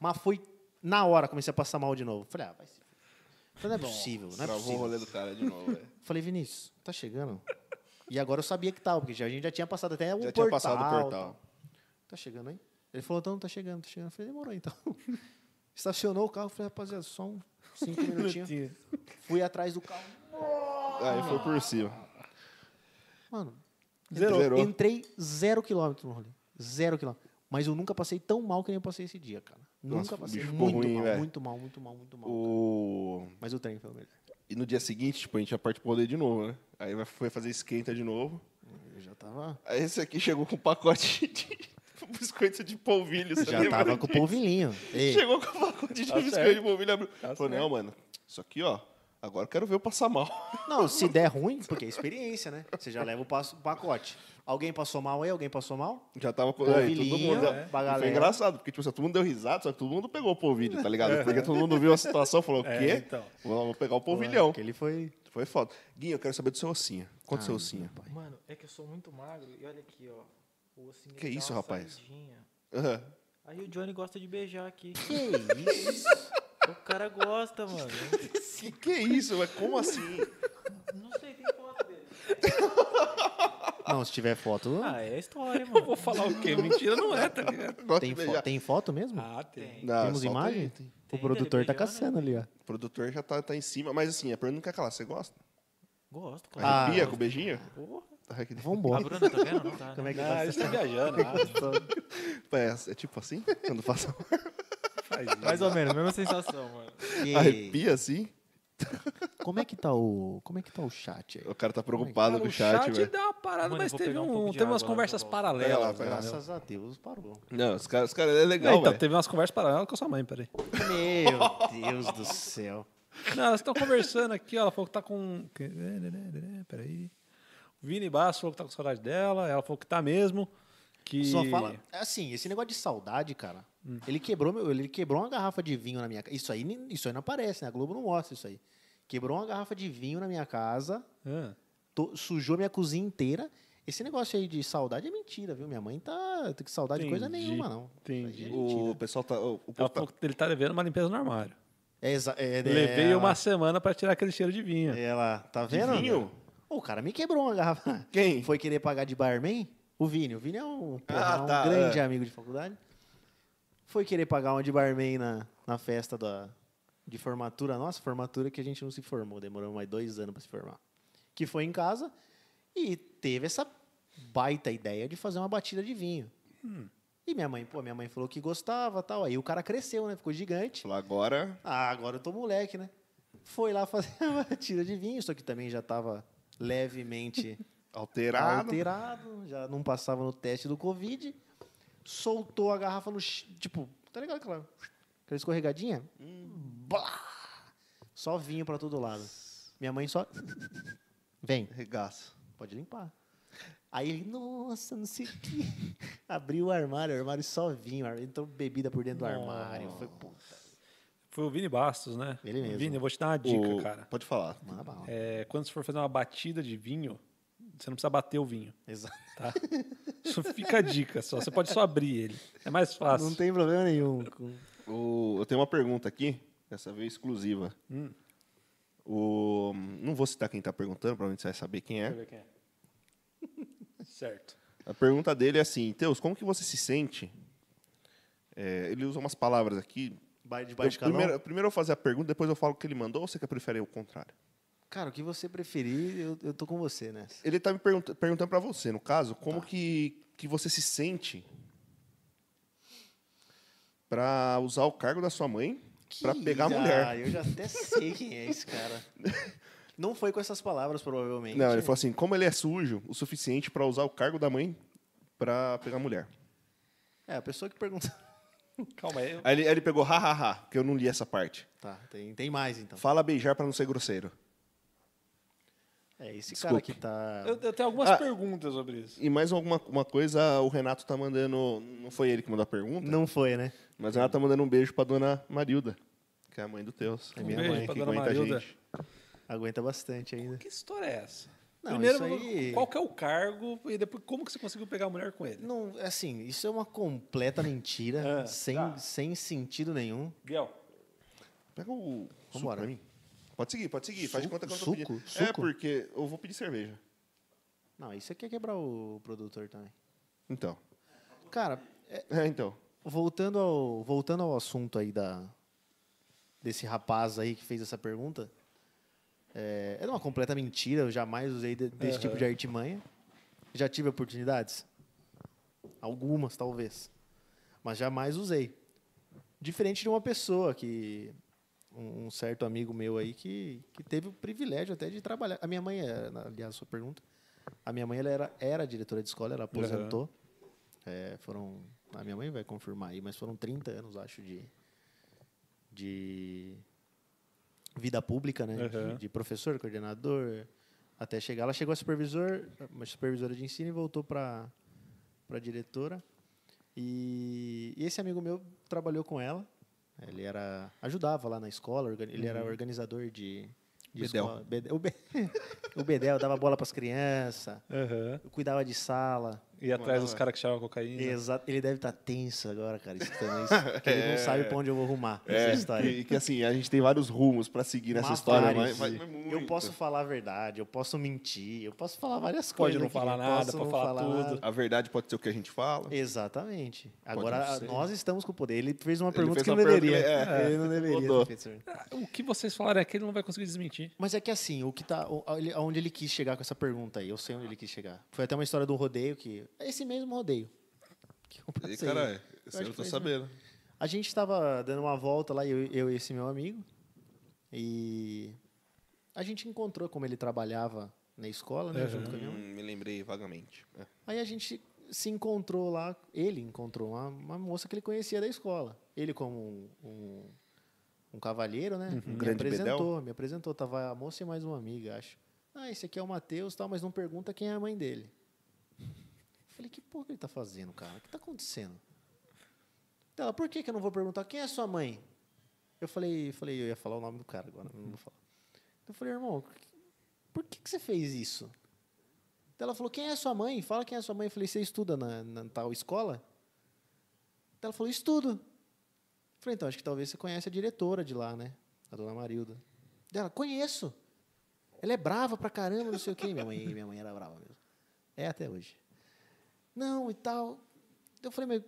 Speaker 3: Mas foi na hora, comecei a passar mal de novo. Falei, ah, vai se... fuder. Falei, não é possível, não é
Speaker 1: Travou o
Speaker 3: possível.
Speaker 1: rolê do cara de novo, velho.
Speaker 3: Falei, Vinícius, tá chegando? E agora eu sabia que tava, porque já, a gente já tinha passado até o
Speaker 1: Já
Speaker 3: portal.
Speaker 1: tinha passado o portal.
Speaker 3: Tá chegando, hein? Ele falou, então, tá chegando, tá chegando. Eu falei, demorou, então. Estacionou o carro, falei, rapaziada, só um cinco minutinhos.
Speaker 2: Minutinho.
Speaker 3: Fui atrás do carro.
Speaker 1: Aí foi por cima.
Speaker 3: Mano,
Speaker 1: Zerou. Zerou.
Speaker 3: entrei zero quilômetro no rolê. Zero quilômetro. Mas eu nunca passei tão mal que nem eu passei esse dia, cara.
Speaker 1: Nossa,
Speaker 3: nunca
Speaker 1: o
Speaker 3: passei
Speaker 1: bicho ficou
Speaker 3: muito,
Speaker 1: ruim,
Speaker 3: mal,
Speaker 1: velho.
Speaker 3: muito mal, muito mal, muito mal,
Speaker 1: O...
Speaker 3: Mas o trem foi o melhor.
Speaker 1: E no dia seguinte, tipo, a gente já parte pro rolê de novo, né? Aí vai- foi fazer esquenta de novo.
Speaker 3: Eu já tava.
Speaker 1: Aí esse aqui chegou com um pacote de biscoito de polvilho. você
Speaker 3: Já
Speaker 1: lembra
Speaker 3: tava com o
Speaker 1: disso?
Speaker 3: polvilhinho. Ei,
Speaker 1: Chegou com um pacote de
Speaker 2: Tá
Speaker 1: biscoito
Speaker 2: certo.
Speaker 1: de polvilho. Abriu.
Speaker 2: Tá
Speaker 1: Falou,
Speaker 2: certo.
Speaker 1: não, mano, isso aqui, ó, agora eu quero ver eu passar mal.
Speaker 3: Não, se der ruim, porque é experiência, né? Você já leva o passo- o pacote. Alguém passou mal aí? Alguém passou mal?
Speaker 1: Já tava com aí, todo
Speaker 3: Polvilhinho,
Speaker 1: mundo. né?
Speaker 3: é, pra
Speaker 1: E Foi
Speaker 3: galera.
Speaker 1: engraçado, porque tipo, assim, todo mundo deu risada, só que todo mundo pegou o polvilho, tá
Speaker 3: É.
Speaker 1: ligado? Porque todo mundo viu a situação e falou: o
Speaker 2: É,
Speaker 1: quê?
Speaker 2: então.
Speaker 1: Vou vou pegar o polvilhão.
Speaker 3: Ele foi.
Speaker 1: Foi foda. Guinho, eu quero saber do seu ossinho. Quanto seu ossinho?
Speaker 4: Mano, é que eu sou muito magro e olha aqui, ó. O ossinho
Speaker 1: Que
Speaker 4: ele dá
Speaker 1: isso,
Speaker 4: uma
Speaker 1: rapaz?
Speaker 4: saidinha.
Speaker 1: Aham.
Speaker 4: Aí o Johnny gosta de beijar aqui.
Speaker 3: Que isso?
Speaker 4: o cara gosta, mano.
Speaker 1: Que, que é isso? Mas como assim?
Speaker 4: Não sei, tem foto dele.
Speaker 3: Não, se tiver foto.
Speaker 4: Ah, é a história,
Speaker 2: Eu
Speaker 4: mano.
Speaker 2: vou falar o quê? Mentira não é, tá ligado?
Speaker 1: Gosto
Speaker 3: Tem,
Speaker 1: de
Speaker 3: fo-
Speaker 1: beijar.
Speaker 3: tem foto mesmo?
Speaker 2: Ah, tem.
Speaker 1: Não,
Speaker 3: Temos
Speaker 1: solta aí.
Speaker 3: imagem?
Speaker 4: Tem,
Speaker 3: O produtor tá
Speaker 4: ele beijando.
Speaker 3: caçando ali, ó.
Speaker 1: O produtor já tá, tá em cima. Mas assim, a pergunta não quer calar. Você gosta?
Speaker 4: Gosto, claro.
Speaker 3: Ah.
Speaker 1: Arrepia com o beijinho?
Speaker 4: Porra.
Speaker 1: Tá aqui dentro.
Speaker 4: A
Speaker 3: Vambora.
Speaker 4: Bruna tá vendo? Não tá, né?
Speaker 3: Como é que
Speaker 2: Ah,
Speaker 3: tá?
Speaker 2: eles estão viajando. Ah,
Speaker 1: É, é tipo assim? Quando passa
Speaker 2: faz isso.
Speaker 4: Mais ou menos, mesma sensação, mano.
Speaker 3: Que-
Speaker 1: arrepia assim?
Speaker 3: Como é que tá o. Como é que tá o chat aí?
Speaker 1: O cara tá preocupado
Speaker 2: Cara,
Speaker 1: com
Speaker 2: o
Speaker 1: o chat, velho.
Speaker 2: deu uma parada,
Speaker 4: Mano, eu
Speaker 2: mas
Speaker 4: vou
Speaker 2: teve,
Speaker 4: pegar um
Speaker 2: um,
Speaker 4: pouco de
Speaker 2: teve umas
Speaker 4: água,
Speaker 2: conversas
Speaker 4: eu
Speaker 1: Vai
Speaker 4: volto.
Speaker 1: lá,
Speaker 2: paralelas.
Speaker 1: vai
Speaker 2: né?
Speaker 1: lá.
Speaker 2: cara.
Speaker 3: Graças a Deus, parou.
Speaker 1: Não, os caras os cara, é
Speaker 2: É,
Speaker 1: legal,
Speaker 2: então,
Speaker 1: velho.
Speaker 2: teve umas conversas paralelas com a sua mãe, peraí.
Speaker 3: Meu Deus do céu.
Speaker 2: Não, elas estão conversando aqui, ó, ela falou que tá com. Peraí. O Vini Basso falou que tá com saudade dela, ela falou que tá mesmo. Que...
Speaker 3: Só fala. Assim, esse negócio de saudade, cara. Ele quebrou meu, ele quebrou uma garrafa de vinho na minha casa. Isso aí, nem- isso aí não aparece, né? A Globo não mostra isso aí. Quebrou uma garrafa de vinho na minha casa,
Speaker 2: Ah,
Speaker 3: to- sujou minha cozinha inteira. Esse negócio aí de saudade é mentira, viu? Minha mãe tá tem que saudade de coisa
Speaker 2: Entendi,
Speaker 3: nenhuma, não.
Speaker 2: entendi.
Speaker 3: Isso aí é
Speaker 1: O
Speaker 3: mentira.
Speaker 1: pessoal tá. O, o povo
Speaker 2: ela
Speaker 1: tá-
Speaker 2: falou que ele tá devendo uma limpeza no armário.
Speaker 3: É exa- é, é,
Speaker 2: Levei
Speaker 3: ela-
Speaker 2: uma semana pra tirar aquele cheiro de vinho.
Speaker 3: Ela, tá vendo?
Speaker 1: vinho?
Speaker 3: O cara me quebrou uma garrafa.
Speaker 1: Quem?
Speaker 3: Foi querer pagar de barman? O Vini. O Vini é um, porra,
Speaker 1: Ah,
Speaker 3: é um
Speaker 1: tá,
Speaker 3: grande
Speaker 1: é.
Speaker 3: amigo de faculdade. Foi querer pagar uma de barman na, na festa da, de formatura nossa, formatura que a gente não se formou, demorou mais dois anos para se formar. Que foi em casa e teve essa baita ideia de fazer uma batida de vinho.
Speaker 1: Hum.
Speaker 3: E minha mãe, pô, minha mãe falou que gostava tal. Aí o cara cresceu, né? Ficou gigante.
Speaker 1: Falou, agora.
Speaker 3: Ah, agora eu tô moleque, né? Foi lá fazer a batida de vinho, só que também já tava levemente
Speaker 1: Alterado.
Speaker 3: alterado, já não passava no teste do Covid. Soltou a garrafa no. ch- Tipo, tá ligado aquela, aquela escorregadinha?
Speaker 1: Hum.
Speaker 3: Blá! Só vinho pra todo lado. Minha mãe só. Vem,
Speaker 1: Regaço.
Speaker 3: pode limpar. Aí ele, nossa, não sei o que. Abriu o armário, o armário só vinho. Entrou bebida por dentro do armário. Foi puta.
Speaker 2: Foi o Vini Bastos, né?
Speaker 3: Ele mesmo.
Speaker 2: Vini, eu vou te dar uma dica,
Speaker 1: O-
Speaker 2: cara.
Speaker 1: Pode falar.
Speaker 3: Manda bala.
Speaker 2: É, quando você for fazer uma batida de vinho, você não precisa bater o vinho,
Speaker 3: Exato.
Speaker 2: tá? Isso fica a dica só. Você pode só abrir ele. É mais fácil.
Speaker 3: Não tem problema nenhum. com-
Speaker 1: O- eu tenho uma pergunta aqui, dessa vez exclusiva. tá O, não vou citar quem é. está perguntando, provavelmente você vai saber quem
Speaker 2: Deixa eu
Speaker 1: é.
Speaker 2: ver quem é. Certo.
Speaker 1: A pergunta dele é assim, Teus, como que você se sente? É, ele usa umas palavras aqui.
Speaker 3: Ba- De
Speaker 1: Eu,
Speaker 3: baixo canal.
Speaker 1: primeiro, primeiro eu vou fazer a pergunta, depois eu falo o que ele mandou, ou você que prefere o contrário?
Speaker 3: Cara, o que você preferir, eu, eu tô com você né?
Speaker 1: Ele tá me pergunta- perguntando para você, no caso, como que, que você se sente para usar o cargo da sua mãe para pegar a mulher.
Speaker 3: Ah, eu já até sei quem é esse cara. Não foi com essas palavras, provavelmente.
Speaker 1: Não, ele falou assim, como ele é sujo o suficiente para usar o cargo da mãe para pegar a mulher.
Speaker 3: É, a pessoa que pergunta.
Speaker 2: Calma aí. eu-
Speaker 1: Aí ele, aí ele pegou hahaha, porque eu não li essa parte.
Speaker 3: Tá, tem, tem mais então.
Speaker 1: Fala beijar para não ser grosseiro.
Speaker 3: É, esse
Speaker 1: Desculpe.
Speaker 3: cara que tá.
Speaker 2: Eu, eu tenho algumas
Speaker 1: Ah.
Speaker 2: perguntas sobre isso.
Speaker 1: E mais alguma uma coisa, o Renato tá mandando, não foi ele que mandou a pergunta,
Speaker 3: Não foi, né?
Speaker 1: mas o Renato tá mandando um beijo para dona Marilda, que é a mãe do Teus. É
Speaker 2: Um beijo pra dona Marilda.
Speaker 3: Aguenta bastante ainda.
Speaker 2: Que história é essa?
Speaker 3: Não,
Speaker 2: Primeiro,
Speaker 3: isso aí-
Speaker 2: qual que é o cargo e depois como que você conseguiu pegar a mulher com ele?
Speaker 3: Não, assim, isso é uma completa mentira,
Speaker 1: É.
Speaker 2: Ah,
Speaker 3: sem,
Speaker 2: tá.
Speaker 3: sem sentido nenhum.
Speaker 2: Biel,
Speaker 1: Pega o suco
Speaker 3: Vambora.
Speaker 1: pra mim. Pode seguir, pode seguir. Faz de
Speaker 3: Suco?
Speaker 1: conta que eu tô
Speaker 3: Suco?
Speaker 1: pedindo. É,
Speaker 3: Suco?
Speaker 1: porque eu vou pedir cerveja.
Speaker 3: Não, isso aqui é quebrar o produtor também.
Speaker 1: Então.
Speaker 3: Cara,
Speaker 1: É, então.
Speaker 3: voltando ao, voltando ao assunto aí da, desse rapaz aí que fez essa pergunta, é, era uma completa mentira, eu jamais usei de- desse tipo de artimanha. Já tive oportunidades? Algumas, talvez. Mas jamais usei. Diferente de uma pessoa que. Um, um certo amigo meu aí que, que teve o privilégio até de trabalhar. A minha mãe, era, na- aliás, sua pergunta. A minha mãe ela era, era diretora de escola, ela aposentou. É, foram. A minha mãe vai confirmar aí, mas foram 30 anos, acho, de. de vida pública, né?
Speaker 2: Uhum.
Speaker 3: De, de professor, coordenador, até chegar. Ela chegou a supervisor, uma supervisora de ensino e voltou para para diretora. E, e esse amigo meu trabalhou com ela. Ele era ajudava lá na escola, organi- ele era organizador de, de
Speaker 1: Bedel.
Speaker 3: escola. Bede- O, Be- o Bedel dava bola para as crianças, cuidava de sala.
Speaker 2: e atrás
Speaker 1: Mandava.
Speaker 2: dos caras que chegavam cocaína.
Speaker 3: Exa- Ele deve estar tenso agora, cara, escutando isso. Porque ele não sabe para onde eu vou arrumar essa história.
Speaker 1: que, que assim, a gente tem vários rumos pra seguir nessa
Speaker 3: Uma
Speaker 1: história, mas,
Speaker 3: várias.
Speaker 1: mas- mas muito.
Speaker 3: Eu posso falar a verdade, eu posso mentir, eu posso falar várias
Speaker 2: Pode
Speaker 3: coisas.
Speaker 2: não
Speaker 3: aqui,
Speaker 2: falar
Speaker 3: eu
Speaker 2: nada,
Speaker 3: posso
Speaker 2: pode
Speaker 3: não
Speaker 2: falar tudo.
Speaker 3: nada.
Speaker 1: A verdade pode ser o que a gente fala.
Speaker 3: Exatamente.
Speaker 1: não
Speaker 3: Agora
Speaker 1: ser.
Speaker 3: nós estamos com o poder. Ele fez uma
Speaker 1: Ele
Speaker 3: pergunta
Speaker 1: fez
Speaker 3: que
Speaker 1: uma
Speaker 3: não
Speaker 1: pergunta
Speaker 3: deveria.
Speaker 1: que ele- é,
Speaker 3: Ele não deveria.
Speaker 1: mudou.
Speaker 3: ter feito isso.
Speaker 2: Ah, O que vocês falarem aqui ele não vai conseguir desmentir.
Speaker 3: Mas é que assim, o que tá, o- ele- aonde ele quis chegar com essa pergunta aí, eu sei onde ele quis chegar. Foi até uma história do rodeio que é esse mesmo rodeio. Que eu
Speaker 1: E,
Speaker 3: passei.
Speaker 1: cara, isso
Speaker 3: acho
Speaker 1: eu,
Speaker 3: que
Speaker 1: tô
Speaker 3: foi isso
Speaker 1: sabendo.
Speaker 3: A gente estava dando uma volta lá, eu, eu e esse meu amigo, e a gente encontrou como ele trabalhava na escola, né, junto com a minha mãe.
Speaker 1: Hum, me lembrei vagamente. É.
Speaker 3: Aí a gente se encontrou lá, ele encontrou uma, uma moça que ele conhecia da escola. Ele como um, um, um cavalheiro, né? me
Speaker 1: grande
Speaker 3: apresentou, me apresentou. Tava a moça e mais uma amiga, acho. Ah, esse aqui é o Matheus, tal, mas não pergunta quem é a mãe dele. Eu falei, que porra que ele tá fazendo, cara? O que tá acontecendo? Ela, por que, que eu não vou perguntar quem é sua mãe? Eu falei, falei, eu ia falar o nome do cara agora, não vou falar. Eu falei, irmão, por que, que você fez isso? Daí Ela falou, quem é sua mãe? Fala quem é sua mãe. Eu falei, você estuda na, na tal escola? Daí Ela falou, estudo. Eu falei, então, acho que talvez você conhece a diretora de lá, né? A dona Marilda. Dela, conheço. Ela é brava pra caramba, não sei o quê. Minha mãe, minha mãe era brava mesmo. É até hoje. Não, e tal. Eu falei, mas...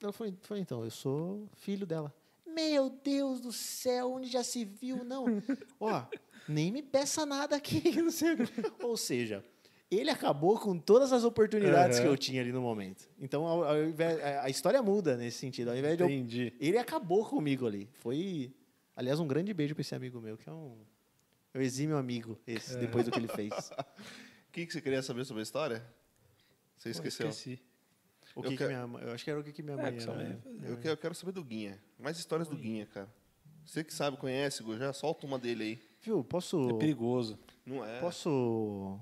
Speaker 3: Ela falou, falei, então, eu sou filho dela. Meu Deus do céu, onde já se viu? Não. Ó, nem me peça nada aqui, não sei o quê. Ou seja, ele acabou com todas as oportunidades
Speaker 2: Aham.
Speaker 3: que eu tinha ali no momento. Então, ao- ao invés- a, a história muda nesse sentido. Ao invés de eu
Speaker 2: Entendi.
Speaker 3: ele acabou comigo ali. Foi, aliás, um grande beijo pra esse amigo meu, que é um. Eu exime meu amigo, esse, depois do que ele fez.
Speaker 1: O que, que você queria saber sobre a história? Você
Speaker 2: Pô,
Speaker 1: esqueceu.
Speaker 2: Esqueci.
Speaker 3: O
Speaker 1: Eu
Speaker 3: que, que
Speaker 1: quero-
Speaker 3: minha mãe. Eu acho que era o que, que minha
Speaker 2: É,
Speaker 3: mãe
Speaker 2: que
Speaker 3: era.
Speaker 2: sua mãe
Speaker 3: né?
Speaker 1: Eu, que- eu quero saber do Guinha. Mais histórias do Guinha, cara. Você que sabe, conhece, Gu, já solta uma dele aí.
Speaker 3: Viu, posso.
Speaker 2: É perigoso.
Speaker 1: Não
Speaker 4: né?
Speaker 1: é?
Speaker 3: posso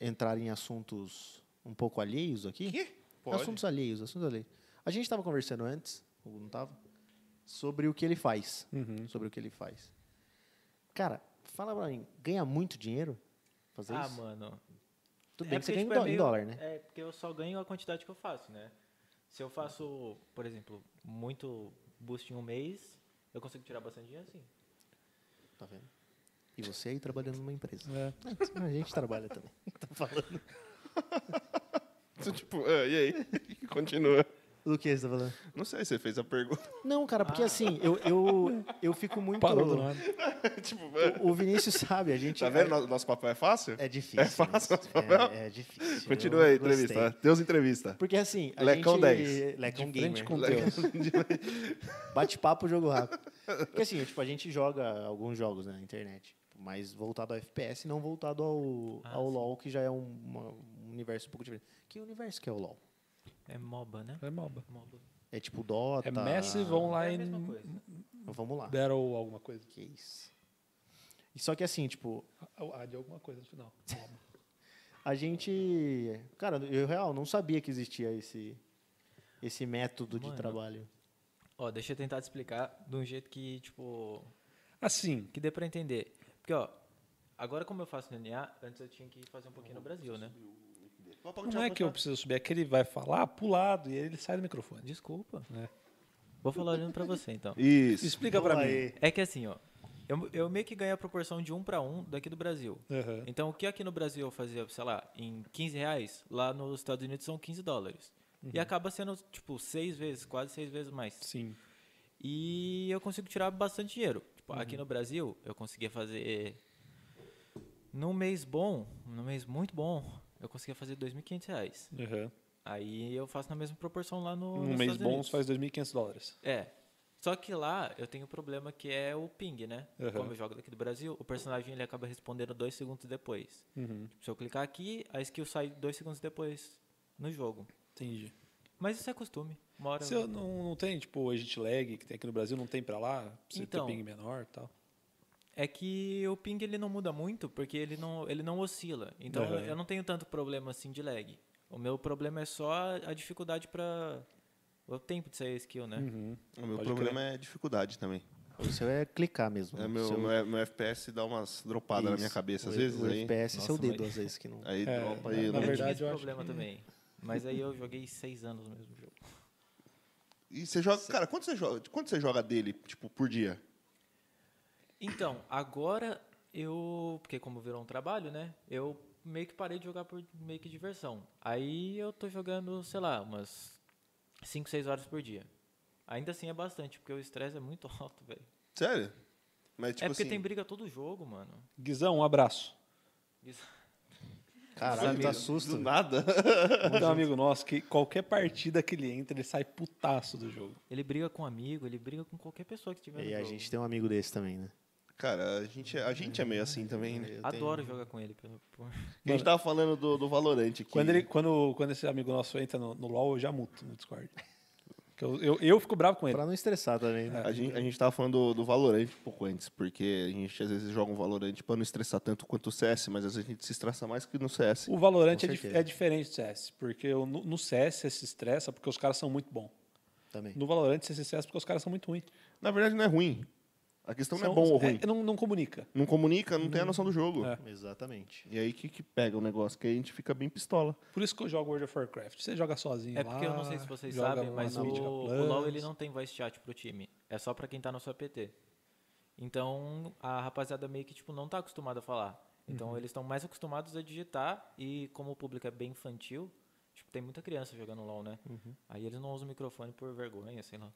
Speaker 3: entrar em assuntos um pouco alheios aqui?
Speaker 1: Quê? Pode.
Speaker 3: Assuntos alheios, assuntos alheios. A gente estava conversando antes, ou não estava? Sobre o que ele faz.
Speaker 4: Uhum.
Speaker 3: Sobre o que ele faz. Cara, fala pra mim, ganha muito dinheiro? Fazer
Speaker 4: Ah,
Speaker 3: isso?
Speaker 4: mano.
Speaker 3: Tudo
Speaker 4: É
Speaker 3: bem que você
Speaker 4: porque,
Speaker 3: ganha em
Speaker 4: tipo, é
Speaker 3: dó- em
Speaker 4: meio-
Speaker 3: dólar, né?
Speaker 4: É, porque eu só ganho a quantidade que eu faço, né? Se eu faço, por exemplo, muito boost em um mês, eu consigo tirar bastante dinheiro assim.
Speaker 3: Tá vendo? E você aí trabalhando numa empresa.
Speaker 2: É.
Speaker 3: A gente trabalha também. Tá falando.
Speaker 1: Então, tipo, ah, e aí? E Continua.
Speaker 3: Do que você tá falando?
Speaker 1: Não sei se você fez a pergunta.
Speaker 3: Não, cara, porque assim, eu, eu, eu fico muito.
Speaker 2: Parou né? do nada.
Speaker 1: tipo, mano,
Speaker 3: O Vinícius sabe, a gente.
Speaker 1: tá vendo? Nosso- Nosso papel é fácil?
Speaker 3: É difícil.
Speaker 1: É fácil,
Speaker 3: né?
Speaker 1: papel?
Speaker 3: É, é difícil.
Speaker 1: Continua aí,
Speaker 3: Eu
Speaker 1: entrevista.
Speaker 3: gostei.
Speaker 1: Deus entrevista.
Speaker 3: Porque assim, a
Speaker 1: Lecão
Speaker 3: gente...
Speaker 1: 10.
Speaker 3: Lecão
Speaker 2: De frente
Speaker 3: Gamer.
Speaker 2: com Deus.
Speaker 3: Bate-papo, jogo rápido. Porque assim, tipo, a gente joga alguns jogos né, na internet, mas voltado ao FPS, não voltado ao,
Speaker 4: Ah,
Speaker 3: ao
Speaker 4: sim.
Speaker 3: LoL, que já é um, uma- um universo um pouco diferente. Que universo que é o LoL?
Speaker 4: É MOBA, né?
Speaker 2: É MOBA.
Speaker 4: MOBA.
Speaker 3: É tipo Dota... Ah,
Speaker 2: É Massive
Speaker 4: É a
Speaker 2: Online
Speaker 4: mesma coisa.
Speaker 3: Vamos lá.
Speaker 2: Battle alguma coisa.
Speaker 3: Que isso. E Só que assim, tipo,
Speaker 2: Ah, de alguma coisa no final.
Speaker 3: a gente... Cara, eu, real, não sabia que existia esse, esse método de
Speaker 4: Mano.
Speaker 3: trabalho.
Speaker 4: Ó, deixa eu tentar te explicar de um jeito que, tipo,
Speaker 2: Assim,
Speaker 4: que dê pra entender. Porque, ó, agora como eu faço no NA, antes eu tinha que fazer um pouquinho no Brasil, né?
Speaker 2: não é que eu preciso subir, é que ele vai falar pro lado e ele sai do microfone.
Speaker 4: Desculpa.
Speaker 2: É.
Speaker 4: Vou falar olhando pra você, então.
Speaker 1: Isso.
Speaker 2: Explica pra
Speaker 3: Vamos
Speaker 2: mim.
Speaker 3: aí.
Speaker 4: É que assim, ó, eu, eu meio que ganhei a proporção de um pra um daqui do Brasil.
Speaker 2: Aham.
Speaker 4: Então, o que aqui no Brasil eu fazia, sei lá, em 15 reais, lá nos Estados Unidos são 15 dólares. E
Speaker 2: Uhum.
Speaker 4: acaba sendo, tipo, seis vezes, quase seis vezes mais.
Speaker 2: Sim.
Speaker 4: E eu consigo tirar bastante dinheiro. Tipo, aqui
Speaker 2: Uhum.
Speaker 4: no Brasil, eu conseguia fazer. Num mês bom, num mês muito bom, eu conseguia fazer 2.500 reais.
Speaker 2: Aham.
Speaker 4: Aí eu faço na mesma proporção lá no.
Speaker 2: Um
Speaker 4: nos
Speaker 2: mês
Speaker 4: Estados
Speaker 2: bom
Speaker 4: Unidos.
Speaker 2: você faz 2.500 dólares.
Speaker 4: É. Só que lá eu tenho um problema que é o ping, né?
Speaker 2: Aham.
Speaker 4: Como eu jogo daqui do Brasil, o personagem ele acaba respondendo dois segundos depois.
Speaker 2: Uhum.
Speaker 4: Tipo, se eu clicar aqui, a skill sai dois segundos depois no jogo.
Speaker 2: Entendi.
Speaker 4: Mas isso é costume. Uma hora. né?
Speaker 2: Você não, não tem, tipo, agent lag que tem aqui no Brasil, não tem pra lá? Você
Speaker 4: Então.
Speaker 2: tem ping menor e tal.
Speaker 4: É que o ping ele não muda muito porque ele não, ele não oscila. Então
Speaker 2: Aham.
Speaker 4: eu não tenho tanto problema assim de lag. O meu problema é só a- a dificuldade pra. o tempo de sair a skill,
Speaker 2: Uhum.
Speaker 4: né?
Speaker 1: O meu
Speaker 2: Pode
Speaker 1: problema é dificuldade também.
Speaker 3: O seu é clicar mesmo.
Speaker 1: É
Speaker 3: né?
Speaker 1: meu,
Speaker 3: O seu-
Speaker 1: meu, meu FPS dá umas dropadas na minha
Speaker 3: Isso.
Speaker 1: cabeça às
Speaker 3: O-
Speaker 1: vezes.
Speaker 3: O
Speaker 1: aí
Speaker 3: FPS é
Speaker 4: Nossa,
Speaker 3: o dedo,
Speaker 4: mas-
Speaker 3: às vezes, que não.
Speaker 1: aí né?
Speaker 2: É,
Speaker 1: dropa e não-
Speaker 2: na
Speaker 4: eu tinha
Speaker 2: verdade,
Speaker 4: esse
Speaker 2: eu acho
Speaker 4: problema
Speaker 2: que-
Speaker 4: também. Mas aí eu joguei seis anos no mesmo jogo.
Speaker 1: E você joga. Cara, quanto você joga, quanto você joga dele, tipo, por dia?
Speaker 4: Então, agora eu. Porque como virou um trabalho, né? Eu meio que parei de jogar por meio que diversão. Aí eu tô jogando, sei lá, umas 5, 6 horas por dia. Ainda assim é bastante, porque o estresse é muito alto, velho.
Speaker 1: Sério? Mas, tipo
Speaker 4: é porque
Speaker 1: assim,
Speaker 4: tem briga todo jogo, mano.
Speaker 2: Guizão, um abraço.
Speaker 4: Isso-
Speaker 1: foi
Speaker 4: tá
Speaker 3: Caralho,
Speaker 1: do-
Speaker 3: dá susto.
Speaker 1: Do nada.
Speaker 2: Tem um amigo nosso que qualquer partida que ele entra, ele sai putaço do jogo.
Speaker 4: Ele briga com um amigo, ele briga com qualquer pessoa que tiver no
Speaker 3: E a
Speaker 4: jogo.
Speaker 3: gente tem um amigo desse também, né?
Speaker 1: Cara, a gente, é- a gente é meio assim também, né?
Speaker 3: Eu tenho-
Speaker 4: Adoro jogar com ele. pelo- por-
Speaker 1: A gente tava falando do, do Valorant aqui.
Speaker 2: Quando, ele, quando, quando esse amigo nosso entra no, no LoL, eu já muto no Discord. Que Eu, eu, eu fico bravo com ele.
Speaker 3: Pra não estressar também,
Speaker 4: É.
Speaker 3: né?
Speaker 1: A gente, a gente tava falando do, do Valorant um pouco antes, porque a gente às vezes joga um Valorant pra não estressar tanto quanto o CS, mas às vezes a gente se estressa mais que no CS.
Speaker 2: O Valorant é,
Speaker 3: Com
Speaker 2: dif-
Speaker 3: certeza.
Speaker 2: é diferente do CS, porque o- no, no CS você se estressa porque os caras são muito bons.
Speaker 3: Também.
Speaker 2: No Valorant você se estressa porque os caras são muito ruins.
Speaker 1: Na verdade, não é ruim. A
Speaker 3: Então
Speaker 1: questão não é bom ou ruim.
Speaker 2: não, não comunica.
Speaker 1: Não comunica, não tem a noção do jogo.
Speaker 2: É.
Speaker 3: Exatamente.
Speaker 1: E aí, o que, que pega o negócio? Que aí a gente fica bem pistola.
Speaker 2: Por isso que eu jogo World of Warcraft. Você joga sozinho
Speaker 4: É
Speaker 2: lá,
Speaker 4: porque eu não sei se vocês
Speaker 2: joga
Speaker 4: sabem,
Speaker 2: lá
Speaker 4: mas
Speaker 2: na
Speaker 4: o,
Speaker 2: mídia
Speaker 4: o
Speaker 2: Plus.
Speaker 4: LoL ele não tem voice chat pro time. É só pra quem tá no seu PT. Então a rapaziada meio que tipo, não tá acostumada a falar. Então eles estão mais acostumados a digitar e como o público é bem infantil, tipo, tem muita criança jogando LoL, né? Aí eles não usam microfone por vergonha, sei lá.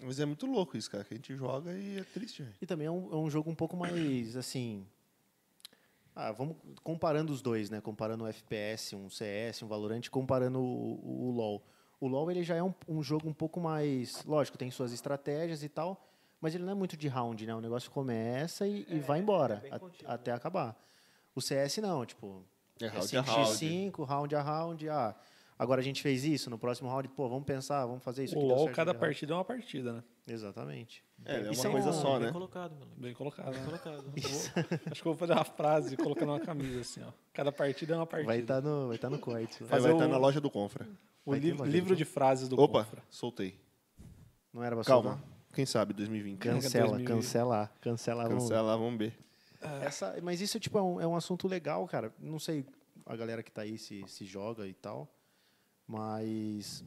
Speaker 1: Mas é muito louco isso, cara. Que a gente joga e é triste, velho.
Speaker 3: E também é um, é um jogo um pouco mais, assim... Ah, vamos comparando os dois, né? Comparando o FPS, um CS, um Valorant, comparando o, o- o LoL. O LoL ele já é um, um jogo um pouco mais, lógico, tem suas estratégias e tal, mas ele não é muito de round, né? O negócio começa e, e vai embora
Speaker 4: É, bem
Speaker 3: a-
Speaker 4: contínuo. né?
Speaker 3: até acabar. O CS não, tipo,
Speaker 1: É
Speaker 3: É 5x5, round a round. Ah, agora a gente fez isso, no próximo round, pô, vamos pensar, vamos fazer isso.
Speaker 2: O
Speaker 3: que deu
Speaker 2: LoL,
Speaker 3: certo,
Speaker 2: cada
Speaker 3: deu errado.
Speaker 2: partida é uma partida, né?
Speaker 3: Exatamente.
Speaker 1: É, é
Speaker 3: E
Speaker 1: uma
Speaker 3: são-
Speaker 1: coisa
Speaker 2: um
Speaker 1: só,
Speaker 4: bem
Speaker 1: né?
Speaker 4: colocado, meu amigo.
Speaker 2: Bem colocado. né?
Speaker 4: Bem colocado.
Speaker 2: Eu vou- acho que eu vou fazer uma frase e colocar numa camisa assim, ó. Cada partida é uma partida.
Speaker 3: Vai estar no, vai tá no corte. né?
Speaker 1: Aí
Speaker 2: Fazer
Speaker 1: vai
Speaker 2: o-
Speaker 1: estar na loja do Confra.
Speaker 2: o
Speaker 3: vai ter
Speaker 2: li-
Speaker 3: uma
Speaker 2: livro
Speaker 3: gente. né?
Speaker 2: de frases do
Speaker 1: Opa,
Speaker 2: Confra.
Speaker 1: soltei.
Speaker 3: Não era pra
Speaker 1: Calma.
Speaker 3: soltar?
Speaker 1: Quem sabe 2020.
Speaker 3: Cancela,
Speaker 2: 2000.
Speaker 3: cancela, cancela. vamos-
Speaker 1: Cancela, vamos ver.
Speaker 3: Essa, mas isso tipo, é, um, é um assunto legal, cara. Não sei a galera que tá aí se, se joga e tal, mas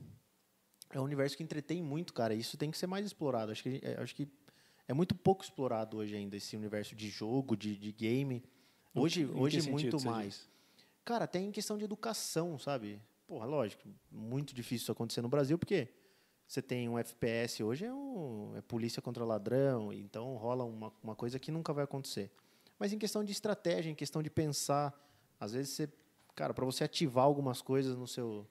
Speaker 3: é um universo que entretém muito, cara. Isso tem que ser mais explorado. Acho que, é, acho que é muito pouco explorado hoje ainda esse universo de jogo, de, de game. Hoje,
Speaker 2: Em que
Speaker 3: hoje
Speaker 2: sentido
Speaker 3: muito
Speaker 2: você
Speaker 3: mais.
Speaker 2: diz?
Speaker 3: Cara, até em questão de educação, sabe? Porra, lógico, muito difícil isso acontecer no Brasil, porque você tem um FPS hoje, é, um, é polícia contra ladrão, então rola uma, uma coisa que nunca vai acontecer. Mas em questão de estratégia, em questão de pensar, às vezes você, cara, para você ativar algumas coisas no seu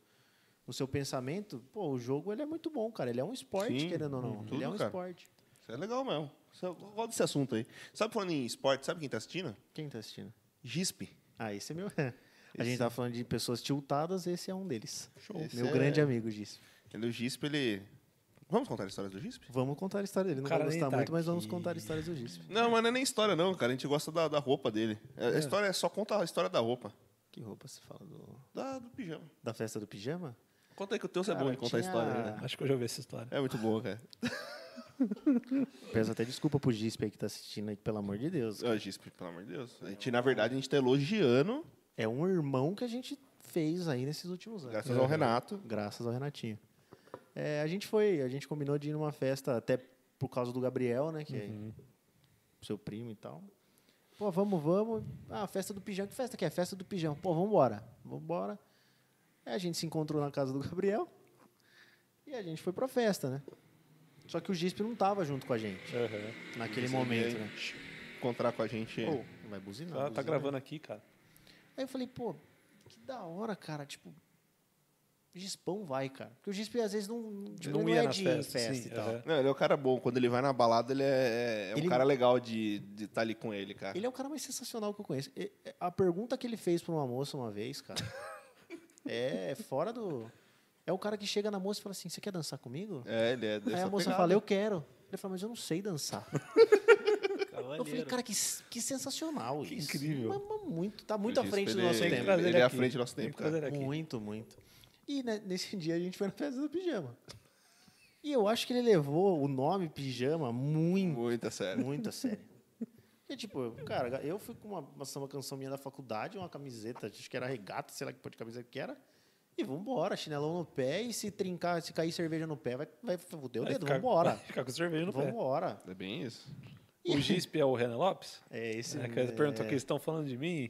Speaker 3: no seu pensamento, pô, o jogo ele é muito bom, cara. Ele é um esporte,
Speaker 1: Sim, uhum.
Speaker 3: querendo ou não.
Speaker 1: tudo,
Speaker 3: ele é um
Speaker 1: cara.
Speaker 3: esporte.
Speaker 1: Isso é legal mesmo. Isso é- Eu gosto desse assunto aí. Sabe, falando em esporte, sabe quem tá assistindo?
Speaker 3: Quem tá assistindo?
Speaker 1: Gispe.
Speaker 3: Ah, esse é meu. A gente tava falando de pessoas tiltadas, esse é um deles.
Speaker 1: Show. Esse
Speaker 3: meu
Speaker 1: é-
Speaker 3: grande amigo disse.
Speaker 1: Ele, o Gispe, ele... Vamos contar a história do Gispe?
Speaker 3: Vamos contar a história dele. Não
Speaker 2: Cara,
Speaker 3: vai
Speaker 2: nem
Speaker 3: gostar
Speaker 2: tá
Speaker 3: muito, mas vamos
Speaker 2: aqui.
Speaker 3: contar a história do Gisp.
Speaker 1: Não, mas não é nem história não, cara. A gente gosta da, da roupa dele. A- A história é só conta a história da roupa.
Speaker 3: Que roupa você fala do-
Speaker 1: Da, do pijama.
Speaker 3: da festa do pijama?
Speaker 1: Conta aí que o teu é
Speaker 3: Cara,
Speaker 1: bom de contar
Speaker 3: tinha-
Speaker 1: a história. Né?
Speaker 2: Acho que eu já ouvi essa história.
Speaker 1: É muito boa, cara.
Speaker 3: Peço até desculpa pro Gisp aí que tá assistindo aí, pelo amor de Deus.
Speaker 1: Ô, Gispe, pelo amor de Deus. A gente, na verdade, a gente tá elogiando
Speaker 3: É um irmão que a gente fez aí nesses últimos anos.
Speaker 1: graças ao Renato.
Speaker 3: Graças ao Renatinho. É, a gente foi, a gente combinou de ir numa festa, até por causa do Gabriel, né? Que é seu primo e tal. Pô, vamos, vamos. Ah, festa do pijão. Que festa que é? Festa do pijão. Pô, vambora. Vambora. Aí a gente se encontrou na casa do Gabriel e a gente foi pra festa, né? Só que o Gisp não tava junto com a gente
Speaker 2: Uhum.
Speaker 3: naquele
Speaker 1: Gisp
Speaker 3: momento,
Speaker 1: veio
Speaker 3: né?
Speaker 1: Encontrar com a gente.
Speaker 3: Pô, não vai buzinar.
Speaker 2: Tá, tá
Speaker 3: buzina.
Speaker 2: gravando aqui, cara.
Speaker 3: Aí eu falei, pô, que da hora, cara. Tipo, Gispão vai, cara. Porque o Gisp às vezes não, tipo,
Speaker 2: Não
Speaker 3: ele não
Speaker 2: ia
Speaker 3: é
Speaker 2: nas
Speaker 3: de
Speaker 2: festas,
Speaker 3: festa
Speaker 2: sim,
Speaker 3: e tal.
Speaker 2: aham.
Speaker 1: Não, ele é um cara bom. Quando ele vai na balada, ele é, é um
Speaker 3: Ele-
Speaker 1: cara legal de estar de tá ali com ele, cara.
Speaker 3: Ele é o cara mais sensacional que eu conheço. E- e- A pergunta que ele fez pra uma moça uma vez, cara, é fora do. É o cara que chega na moça e fala assim: Você quer dançar comigo?
Speaker 1: É, ele é dessa
Speaker 3: Aí a moça
Speaker 1: pegada.
Speaker 3: fala: Eu quero. Ele fala: Mas eu não sei dançar. Eu falei:
Speaker 4: Cavaleiro.
Speaker 3: Cara, que, s- que sensacional
Speaker 1: Que
Speaker 3: isso.
Speaker 1: incrível.
Speaker 3: Mas- mas muito, tá muito
Speaker 1: O
Speaker 3: à
Speaker 1: Gisp,
Speaker 3: frente do
Speaker 1: ele-
Speaker 3: nosso
Speaker 1: ele-
Speaker 3: tempo.
Speaker 1: Ele,
Speaker 2: Trazer ele
Speaker 1: é à
Speaker 2: aqui.
Speaker 1: frente do nosso
Speaker 2: Tem
Speaker 1: tempo,
Speaker 2: que
Speaker 1: cara.
Speaker 2: trazer ele aqui.
Speaker 3: Muito, muito. E né, nesse dia a gente foi na festa do pijama. E eu acho que ele levou o nome pijama muito,
Speaker 1: Muito, é sério.
Speaker 3: muito a sério. Porque, tipo, eu- cara, eu fui com uma, uma samba canção minha da faculdade, uma camiseta, acho que era regata, sei lá que pôr de camiseta que era. E vambora, chinelão no pé, e se trincar, se cair cerveja no pé, vai, vai foder o
Speaker 2: Vai
Speaker 3: dedo,
Speaker 2: ficar-
Speaker 3: vambora.
Speaker 2: vai Ficar com cerveja no pé.
Speaker 3: Vambora.
Speaker 1: É bem isso.
Speaker 2: O Gispe é o Renan Lopes?
Speaker 3: É esse.
Speaker 2: É, que ele perguntou que eles estão falando de mim.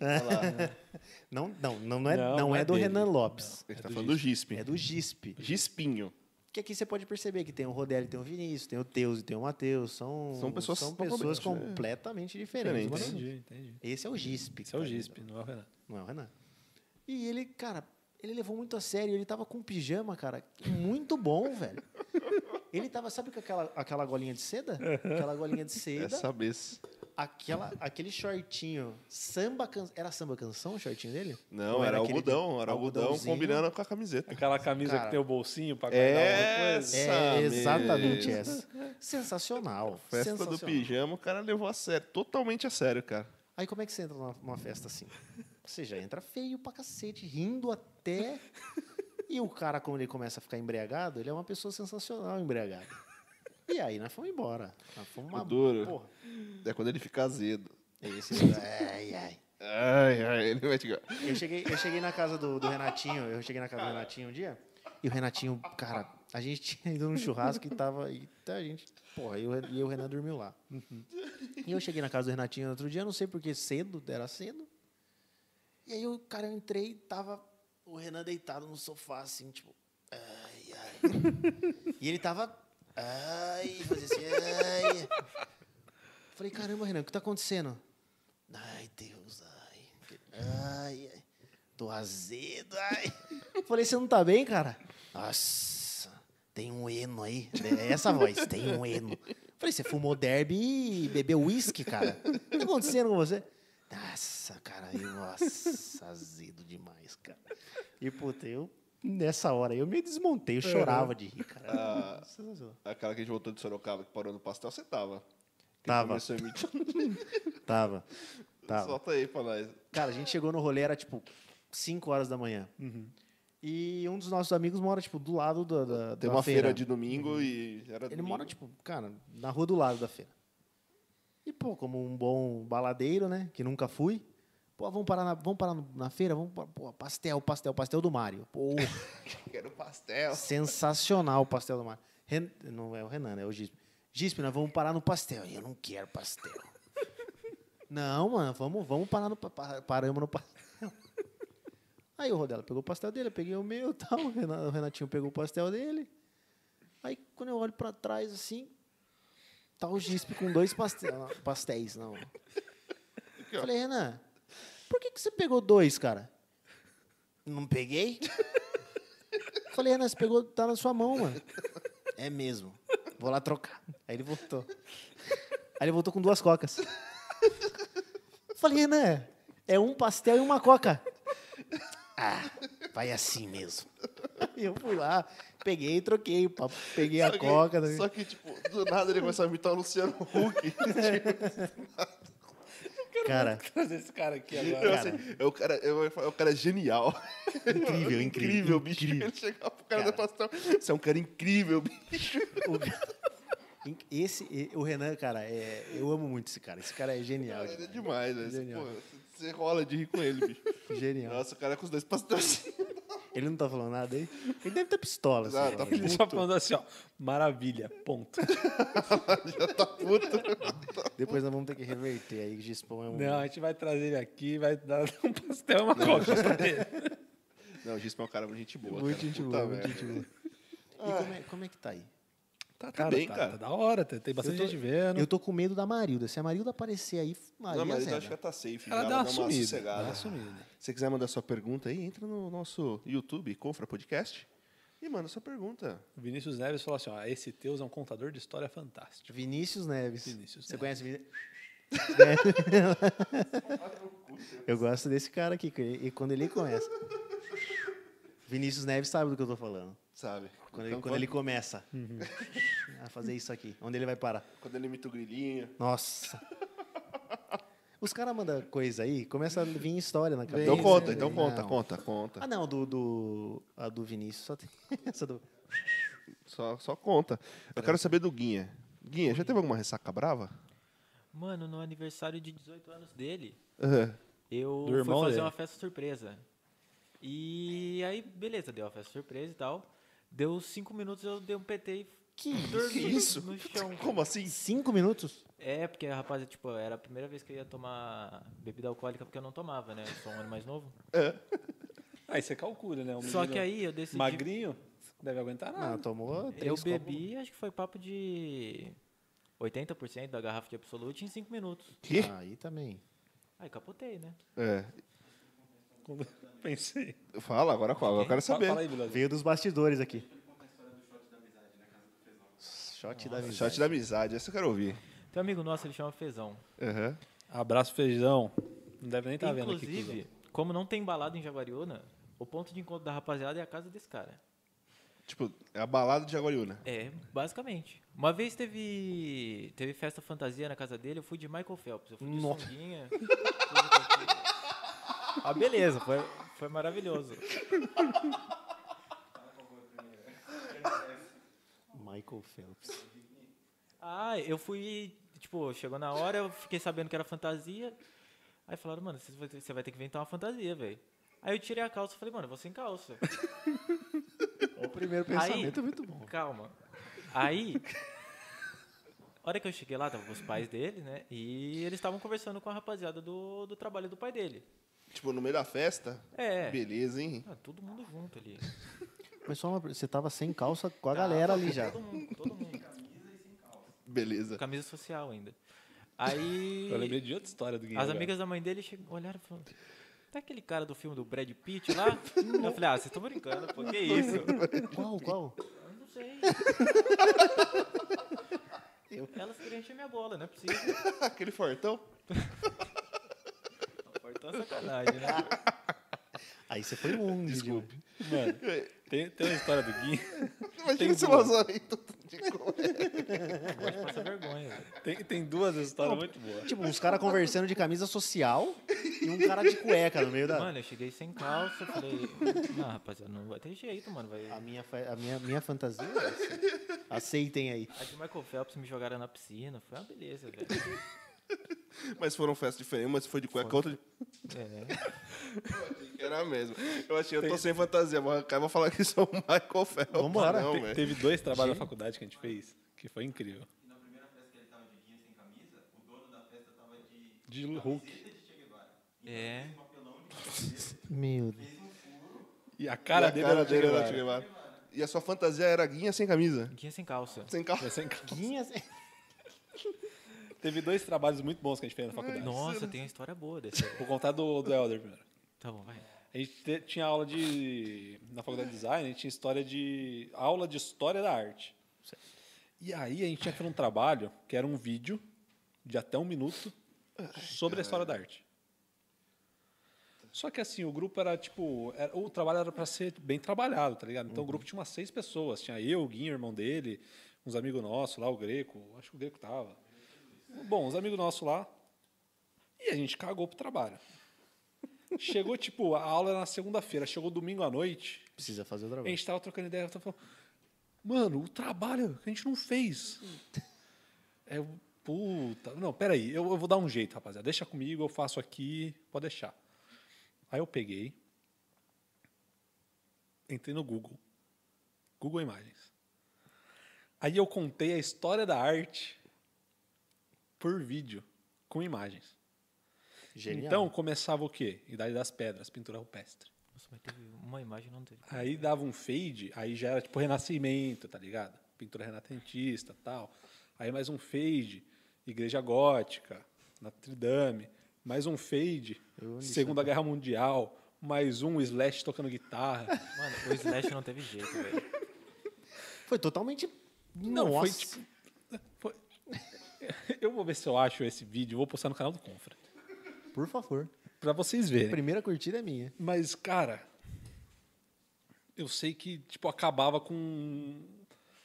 Speaker 3: Não, não, não é,
Speaker 2: Não,
Speaker 3: não,
Speaker 2: não
Speaker 3: é,
Speaker 2: é
Speaker 3: do
Speaker 2: dele.
Speaker 3: Renan Lopes.
Speaker 1: Ele
Speaker 2: É
Speaker 1: tá
Speaker 2: do
Speaker 1: falando do Gispe.
Speaker 3: É do Gispe.
Speaker 1: Gispinho.
Speaker 3: Porque aqui você pode perceber que tem o Rodelli, tem o Vinícius, tem o Teus e tem o Matheus. São,
Speaker 1: São pessoas
Speaker 3: pessoas
Speaker 1: completamente-
Speaker 3: completamente
Speaker 1: Diferentes.
Speaker 3: diferentes. Mas não-
Speaker 2: Entendi, entendi.
Speaker 3: Esse é o Gispe.
Speaker 2: Esse é o Gispe, não é o Renan.
Speaker 3: Não é o Renan. E ele, cara, ele levou muito a sério. Ele tava com um pijama, cara, muito bom, velho. Ele tava, sabe com aquela, aquela golinha de seda? Aquela golinha de seda.
Speaker 1: Essa vez.
Speaker 3: Aquela, aquele shortinho samba canção. Era samba canção o shortinho dele?
Speaker 1: Não,
Speaker 3: Ou
Speaker 1: era
Speaker 3: aquele
Speaker 1: algodão. Era algodão
Speaker 3: algodãozinho?
Speaker 1: combinando com a camiseta.
Speaker 2: Aquela camisa
Speaker 3: Cara,
Speaker 2: que tem o bolsinho pra guardar alguma coisa.
Speaker 1: Essa
Speaker 3: É,
Speaker 1: mesmo.
Speaker 3: exatamente essa. Sensacional.
Speaker 1: Festa do
Speaker 3: sensacional.
Speaker 1: pijama, o cara levou a sério. Totalmente a sério, cara.
Speaker 3: Aí como é que você entra numa, numa festa assim? Você já entra feio pra cacete, rindo até. E o cara, quando ele começa a ficar embriagado, ele é uma pessoa sensacional embriagado. E aí nós fomos embora. Nós fomos uma
Speaker 1: Duro.
Speaker 3: Porra. É
Speaker 1: É quando ele fica azedo.
Speaker 3: Esse... Ai, ai.
Speaker 1: Ai, ai, ele vai te...
Speaker 3: Eu cheguei, eu cheguei na casa do, do Renatinho, eu cheguei na casa do Renatinho um dia, e o Renatinho, cara, a gente tinha ido num churrasco e tava. E a gente. Porra, e o, Ren- e o Renan dormiu lá. E eu cheguei na casa do Renatinho outro dia, não sei porque cedo, era cedo. E aí, eu, cara, eu entrei e tava o Renan deitado no sofá, assim, tipo. Ai, ai. E ele tava. Ai, fazia assim. Ai. Falei, caramba, Renan, o que tá acontecendo? Ai, Deus, ai. Ai, ai. Tô azedo, ai. Falei, você não tá bem, cara? Nossa, tem um eno aí. É essa a voz, tem um eno. Falei, você fumou derby e bebeu uísque, cara? O que tá acontecendo com você? Nossa, cara, eu, nossa, azedo demais, cara. E, puta, eu, nessa hora, eu me desmontei, eu chorava de rir, cara.
Speaker 1: Ah.
Speaker 3: Sensacional.
Speaker 1: Aquela que a gente voltou de Sorocaba, que parou no pastel, você tava. Que
Speaker 3: Tava.
Speaker 1: Começou a emitir...
Speaker 3: Tava, tava.
Speaker 1: Solta aí pra nós.
Speaker 3: Cara, a gente chegou no rolê, era tipo 5 horas da manhã. E um dos nossos amigos mora, tipo, do lado da, da,
Speaker 1: Tem
Speaker 3: da
Speaker 1: uma feira de domingo e era
Speaker 3: Ele
Speaker 1: domingo.
Speaker 3: mora, tipo, cara, na rua do lado da feira. E, pô, como um bom baladeiro, né? Que nunca fui. Pô, vamos parar na, vamos parar no- na feira? Vamos, pa- pô, pastel, pastel, pastel do Mário. Pô,
Speaker 1: Quero pastel.
Speaker 3: É sensacional o pastel do Mário. Ren- não é o Renan, né? É o Gispe. Gispe, nós vamos parar no pastel. Eu não quero pastel. não, mano, vamos, vamos parar no... pa- pa- Paramos no pastel. Aí o Rodela pegou o pastel dele, eu peguei o meu e tal. O Rena- o Renatinho pegou o pastel dele. Aí quando eu olho pra trás assim, tá o Gispe com dois pastel, não, pastéis, não. Eu falei, Renan, por que, que você pegou dois, cara? Não peguei? Eu falei, Renan, você pegou, tá na sua mão, mano. É mesmo. Vou lá trocar. Aí ele voltou. Aí ele voltou com duas cocas. Eu Falei, Renan, é um pastel e uma coca. Ah, vai assim mesmo. Aí eu fui lá, peguei, troquei, pá, peguei a
Speaker 1: Só que-
Speaker 3: coca. né?
Speaker 1: Só que, tipo, do nada ele começa a imitar o Luciano Huck.
Speaker 3: Cara,
Speaker 2: Trazer esse cara aqui
Speaker 1: Eu,
Speaker 2: agora.
Speaker 1: assim, é o cara, eu ia falar, é o cara genial.
Speaker 3: Incrível, incrível,
Speaker 1: Incrível, bicho.
Speaker 3: incrível.
Speaker 1: Ele chegava pro cara, da pastel. Você é um cara incrível, bicho.
Speaker 3: In- Esse, e- o Renan, cara, é- eu amo muito esse cara. Esse cara é genial.
Speaker 1: Cara, ele é
Speaker 3: demais.
Speaker 1: demais, velho. Você,
Speaker 3: Genial.
Speaker 1: pô, você rola de rir com ele, bicho.
Speaker 3: Genial.
Speaker 1: Nossa, o cara é com os dois pastéis.
Speaker 3: Ele não tá falando nada aí? Ele deve estar pistola.
Speaker 1: Ah,
Speaker 3: assim,
Speaker 1: tá
Speaker 3: né?
Speaker 2: Ele só falando assim, ó. Maravilha, ponto.
Speaker 1: Já tá puto.
Speaker 3: Depois nós vamos ter que reverter aí, que Gispão é um...
Speaker 2: Não, a gente vai trazer ele aqui, vai dar um pastel e uma coca pra ele.
Speaker 1: Não, o Gispa é um cara muito gente boa.
Speaker 3: Muito
Speaker 1: cara.
Speaker 3: gente
Speaker 1: Puta
Speaker 3: boa, é muito
Speaker 1: merda.
Speaker 3: gente boa. E como é, como é que tá aí?
Speaker 2: Tá,
Speaker 1: bem, cara.
Speaker 2: Tá da hora, tem, tem bastante
Speaker 3: Eu tô-
Speaker 2: gente vendo.
Speaker 3: Eu tô com medo da Marilda. Se a Marilda aparecer aí, Maria
Speaker 1: Não, mas eu
Speaker 3: zebra.
Speaker 1: acho que tá ela tá safe. já,
Speaker 2: Ela dá uma sumida. Dá
Speaker 1: sossegada.
Speaker 2: uma sumida.
Speaker 1: Se você quiser mandar sua pergunta aí, entra no nosso YouTube, Confra Podcast, e manda sua pergunta.
Speaker 2: O Vinícius Neves falou assim, ó. Esse Teus é um contador de história fantástico.
Speaker 3: Vinícius Neves.
Speaker 2: Vinícius
Speaker 3: Você
Speaker 2: Neves.
Speaker 3: conhece Vinícius? eu gosto desse cara aqui, que- e quando ele começa. Vinícius Neves sabe do que eu tô falando.
Speaker 1: Sabe?
Speaker 3: Quando, ele,
Speaker 1: Então,
Speaker 3: quando ele começa a fazer isso aqui, onde ele vai parar?
Speaker 1: quando ele imita o grilinho.
Speaker 3: Nossa. Os caras mandam coisa aí, começa a vir história na cabeça.
Speaker 1: Então conta,
Speaker 3: né?
Speaker 1: então conta,
Speaker 3: Não.
Speaker 1: conta, conta.
Speaker 3: Ah, não, do, do, a do Vinícius só tem essa do...
Speaker 1: Só, só conta. Eu quero saber do Guinha. Guinha, já teve alguma ressaca brava?
Speaker 4: Mano, no aniversário de 18 anos dele,
Speaker 1: Aham.
Speaker 4: eu
Speaker 2: Do
Speaker 4: fui
Speaker 2: irmão
Speaker 4: fazer
Speaker 2: dele.
Speaker 4: uma festa surpresa. E aí, beleza, deu a festa surpresa e tal. Deu cinco minutos, eu dei um PT e
Speaker 3: Que
Speaker 4: dormi
Speaker 1: Que isso?
Speaker 4: no chão.
Speaker 1: Como assim?
Speaker 3: Cinco minutos?
Speaker 4: É, porque, rapaz, tipo, era a primeira vez que eu ia tomar bebida alcoólica porque eu não tomava, né? Eu sou um ano mais novo.
Speaker 2: Aí você calcula, né? Um
Speaker 3: Então,
Speaker 4: Só
Speaker 2: menino
Speaker 4: que aí eu decidi.
Speaker 2: Magrinho, deve aguentar
Speaker 3: Ah,
Speaker 2: nada.
Speaker 3: tomou três
Speaker 4: Eu
Speaker 3: copos.
Speaker 4: bebi, acho que foi papo de 80% da garrafa de Absolute em 5 minutos.
Speaker 1: Que?
Speaker 3: Aí também.
Speaker 4: Aí capotei, né?
Speaker 1: É.
Speaker 2: Como eu Pensei.
Speaker 1: Fala, agora qual? Eu quero
Speaker 2: Fala- Fala
Speaker 1: saber.
Speaker 2: aí, Vilas.
Speaker 3: Veio dos bastidores aqui. né, Shot da amizade.
Speaker 1: Chat da amizade, essa eu quero ouvir.
Speaker 4: Tem um amigo nosso, ele chama Fezão.
Speaker 1: Aham.
Speaker 2: Abraço, feijão. Não deve nem estar
Speaker 4: Tá
Speaker 2: vendo aqui.
Speaker 4: Inclusive, como não tem balada em Jaguariúna, o ponto de encontro da rapaziada é a casa desse cara.
Speaker 1: Tipo, é a balada de Jaguariúna.
Speaker 4: É, basicamente. Uma vez teve teve festa fantasia na casa dele, eu fui de Michael Phelps, eu fui de
Speaker 3: Nossa.
Speaker 4: sunguinha. fui de- ah, beleza, foi, foi maravilhoso.
Speaker 3: Michael Phelps.
Speaker 4: Ah, eu fui, tipo, chegou na hora, eu fiquei sabendo que era fantasia. Aí falaram, mano, você vai ter- você vai ter que inventar uma fantasia, velho. Aí eu tirei a calça e falei, mano, eu vou sem calça.
Speaker 3: O primeiro
Speaker 4: pensamento
Speaker 3: pensamento
Speaker 4: é
Speaker 3: é muito bom.
Speaker 4: Calma. Aí, a hora que eu cheguei lá, tava com os pais dele, né? E eles estavam conversando com a rapaziada do, do trabalho do pai dele.
Speaker 1: Tipo, no meio da festa.
Speaker 4: É.
Speaker 1: Beleza, hein?
Speaker 4: Ah, todo mundo junto ali.
Speaker 3: Mas só uma, você tava sem calça com a galera ali já.
Speaker 4: Todo mundo, todo mundo.
Speaker 1: Beleza.
Speaker 4: Camisa social ainda. Aí.
Speaker 2: Eu lembrei de outra história do Guilherme.
Speaker 4: As amigas da mãe dele chegam, olharam e falaram: Tá aquele cara do filme do Brad Pitt lá? eu falei: Ah, vocês estão brincando, pô, que isso?
Speaker 3: Qual, qual?
Speaker 4: Eu não sei. Elas queriam encher minha bola, não é possível.
Speaker 1: Ah, Aquele fortão.
Speaker 4: Portão é sacanagem, né?
Speaker 3: Aí você foi longe. Desculpe.
Speaker 2: Mano, tem, tem uma história do Gui.
Speaker 1: É. Imagina esse vazamento de coisa.
Speaker 4: Pode passar vergonha. velho.
Speaker 2: Tem, tem duas histórias muito boas.
Speaker 3: Tipo, uns caras conversando de camisa social e um cara de cueca no meio da...
Speaker 4: Mano, eu cheguei sem calça, falei: Não, rapaziada, não vai ter jeito, mano. Vai...
Speaker 3: A minha, fa- a minha, minha fantasia é essa. Aceitem aí.
Speaker 4: Aí que o Michael Phelps me jogaram na piscina, foi uma beleza, velho.
Speaker 1: Mas foram festas diferentes, mas foi de cueca, outra de
Speaker 4: É.
Speaker 1: Era mesmo. Eu achei, eu tô sem fantasia, vou arrancar e vou falar que sou o Michael Phelps.
Speaker 3: Vambora.
Speaker 1: Não,
Speaker 2: Te-
Speaker 1: velho.
Speaker 2: teve dois trabalhos da faculdade que a gente fez, que foi incrível. De Hulk.
Speaker 4: É.
Speaker 3: Meu Deus.
Speaker 2: E a cara
Speaker 1: e a
Speaker 2: dele
Speaker 1: cara
Speaker 2: era
Speaker 1: dele era Che
Speaker 2: Che Guevara.
Speaker 1: Guevara. E a sua fantasia era guinha sem camisa.
Speaker 4: Guia sem calça.
Speaker 1: Sem calça.
Speaker 2: Sem calça.
Speaker 3: Guinhas.
Speaker 2: Teve dois trabalhos muito bons que a gente fez na faculdade.
Speaker 4: Nossa, tem uma história boa desse. aí.
Speaker 2: Vou contar do, do Elder primeiro.
Speaker 4: Tá bom, vai.
Speaker 2: A gente te- tinha aula de. Na faculdade de design, a gente tinha história de. aula de história da arte. E aí a gente tinha que fazer um trabalho que era um vídeo de até um minuto sobre a história da arte. Só que assim, o grupo era tipo. era- o trabalho era para ser bem trabalhado, tá ligado? Então o grupo tinha umas seis pessoas. Tinha eu, o Guinho, o irmão dele, uns amigos nossos lá, o Greco. Acho que o Greco tava. Bom, uns amigos nossos lá. E a gente cagou pro trabalho. Chegou, tipo, a aula era na segunda-feira, chegou domingo à noite,
Speaker 3: Precisa fazer o
Speaker 2: a
Speaker 3: trabalho.
Speaker 2: gente tava trocando ideia, tava falando, mano, o trabalho que a gente não fez. É, o- puta, não, peraí, eu, eu vou dar um jeito, rapaziada, deixa comigo, eu faço aqui, pode deixar. Aí eu peguei, entrei no Google, Google Imagens. Aí eu contei a história da arte por vídeo, com imagens.
Speaker 3: Genial.
Speaker 2: Então começava o quê? Idade das Pedras, pintura rupestre.
Speaker 4: Nossa, mas teve uma imagem não teve.
Speaker 2: Aí dava um fade, aí já era tipo renascimento, tá ligado? Pintura renatentista tal. Aí mais um fade, igreja gótica, Notre Dame. Mais um fade,
Speaker 3: Eu li isso
Speaker 2: Segunda Guerra Mundial. Mais um Slash tocando guitarra.
Speaker 4: Mano, o Slash não teve jeito, velho.
Speaker 3: Foi totalmente.
Speaker 2: Não, foi
Speaker 3: Nossa.
Speaker 2: tipo- foi- Eu vou ver se eu acho esse vídeo, vou postar no canal do Confra.
Speaker 3: Por favor.
Speaker 2: Pra vocês verem.
Speaker 3: Primeira curtida é minha.
Speaker 2: Mas, cara, eu sei que, tipo, acabava com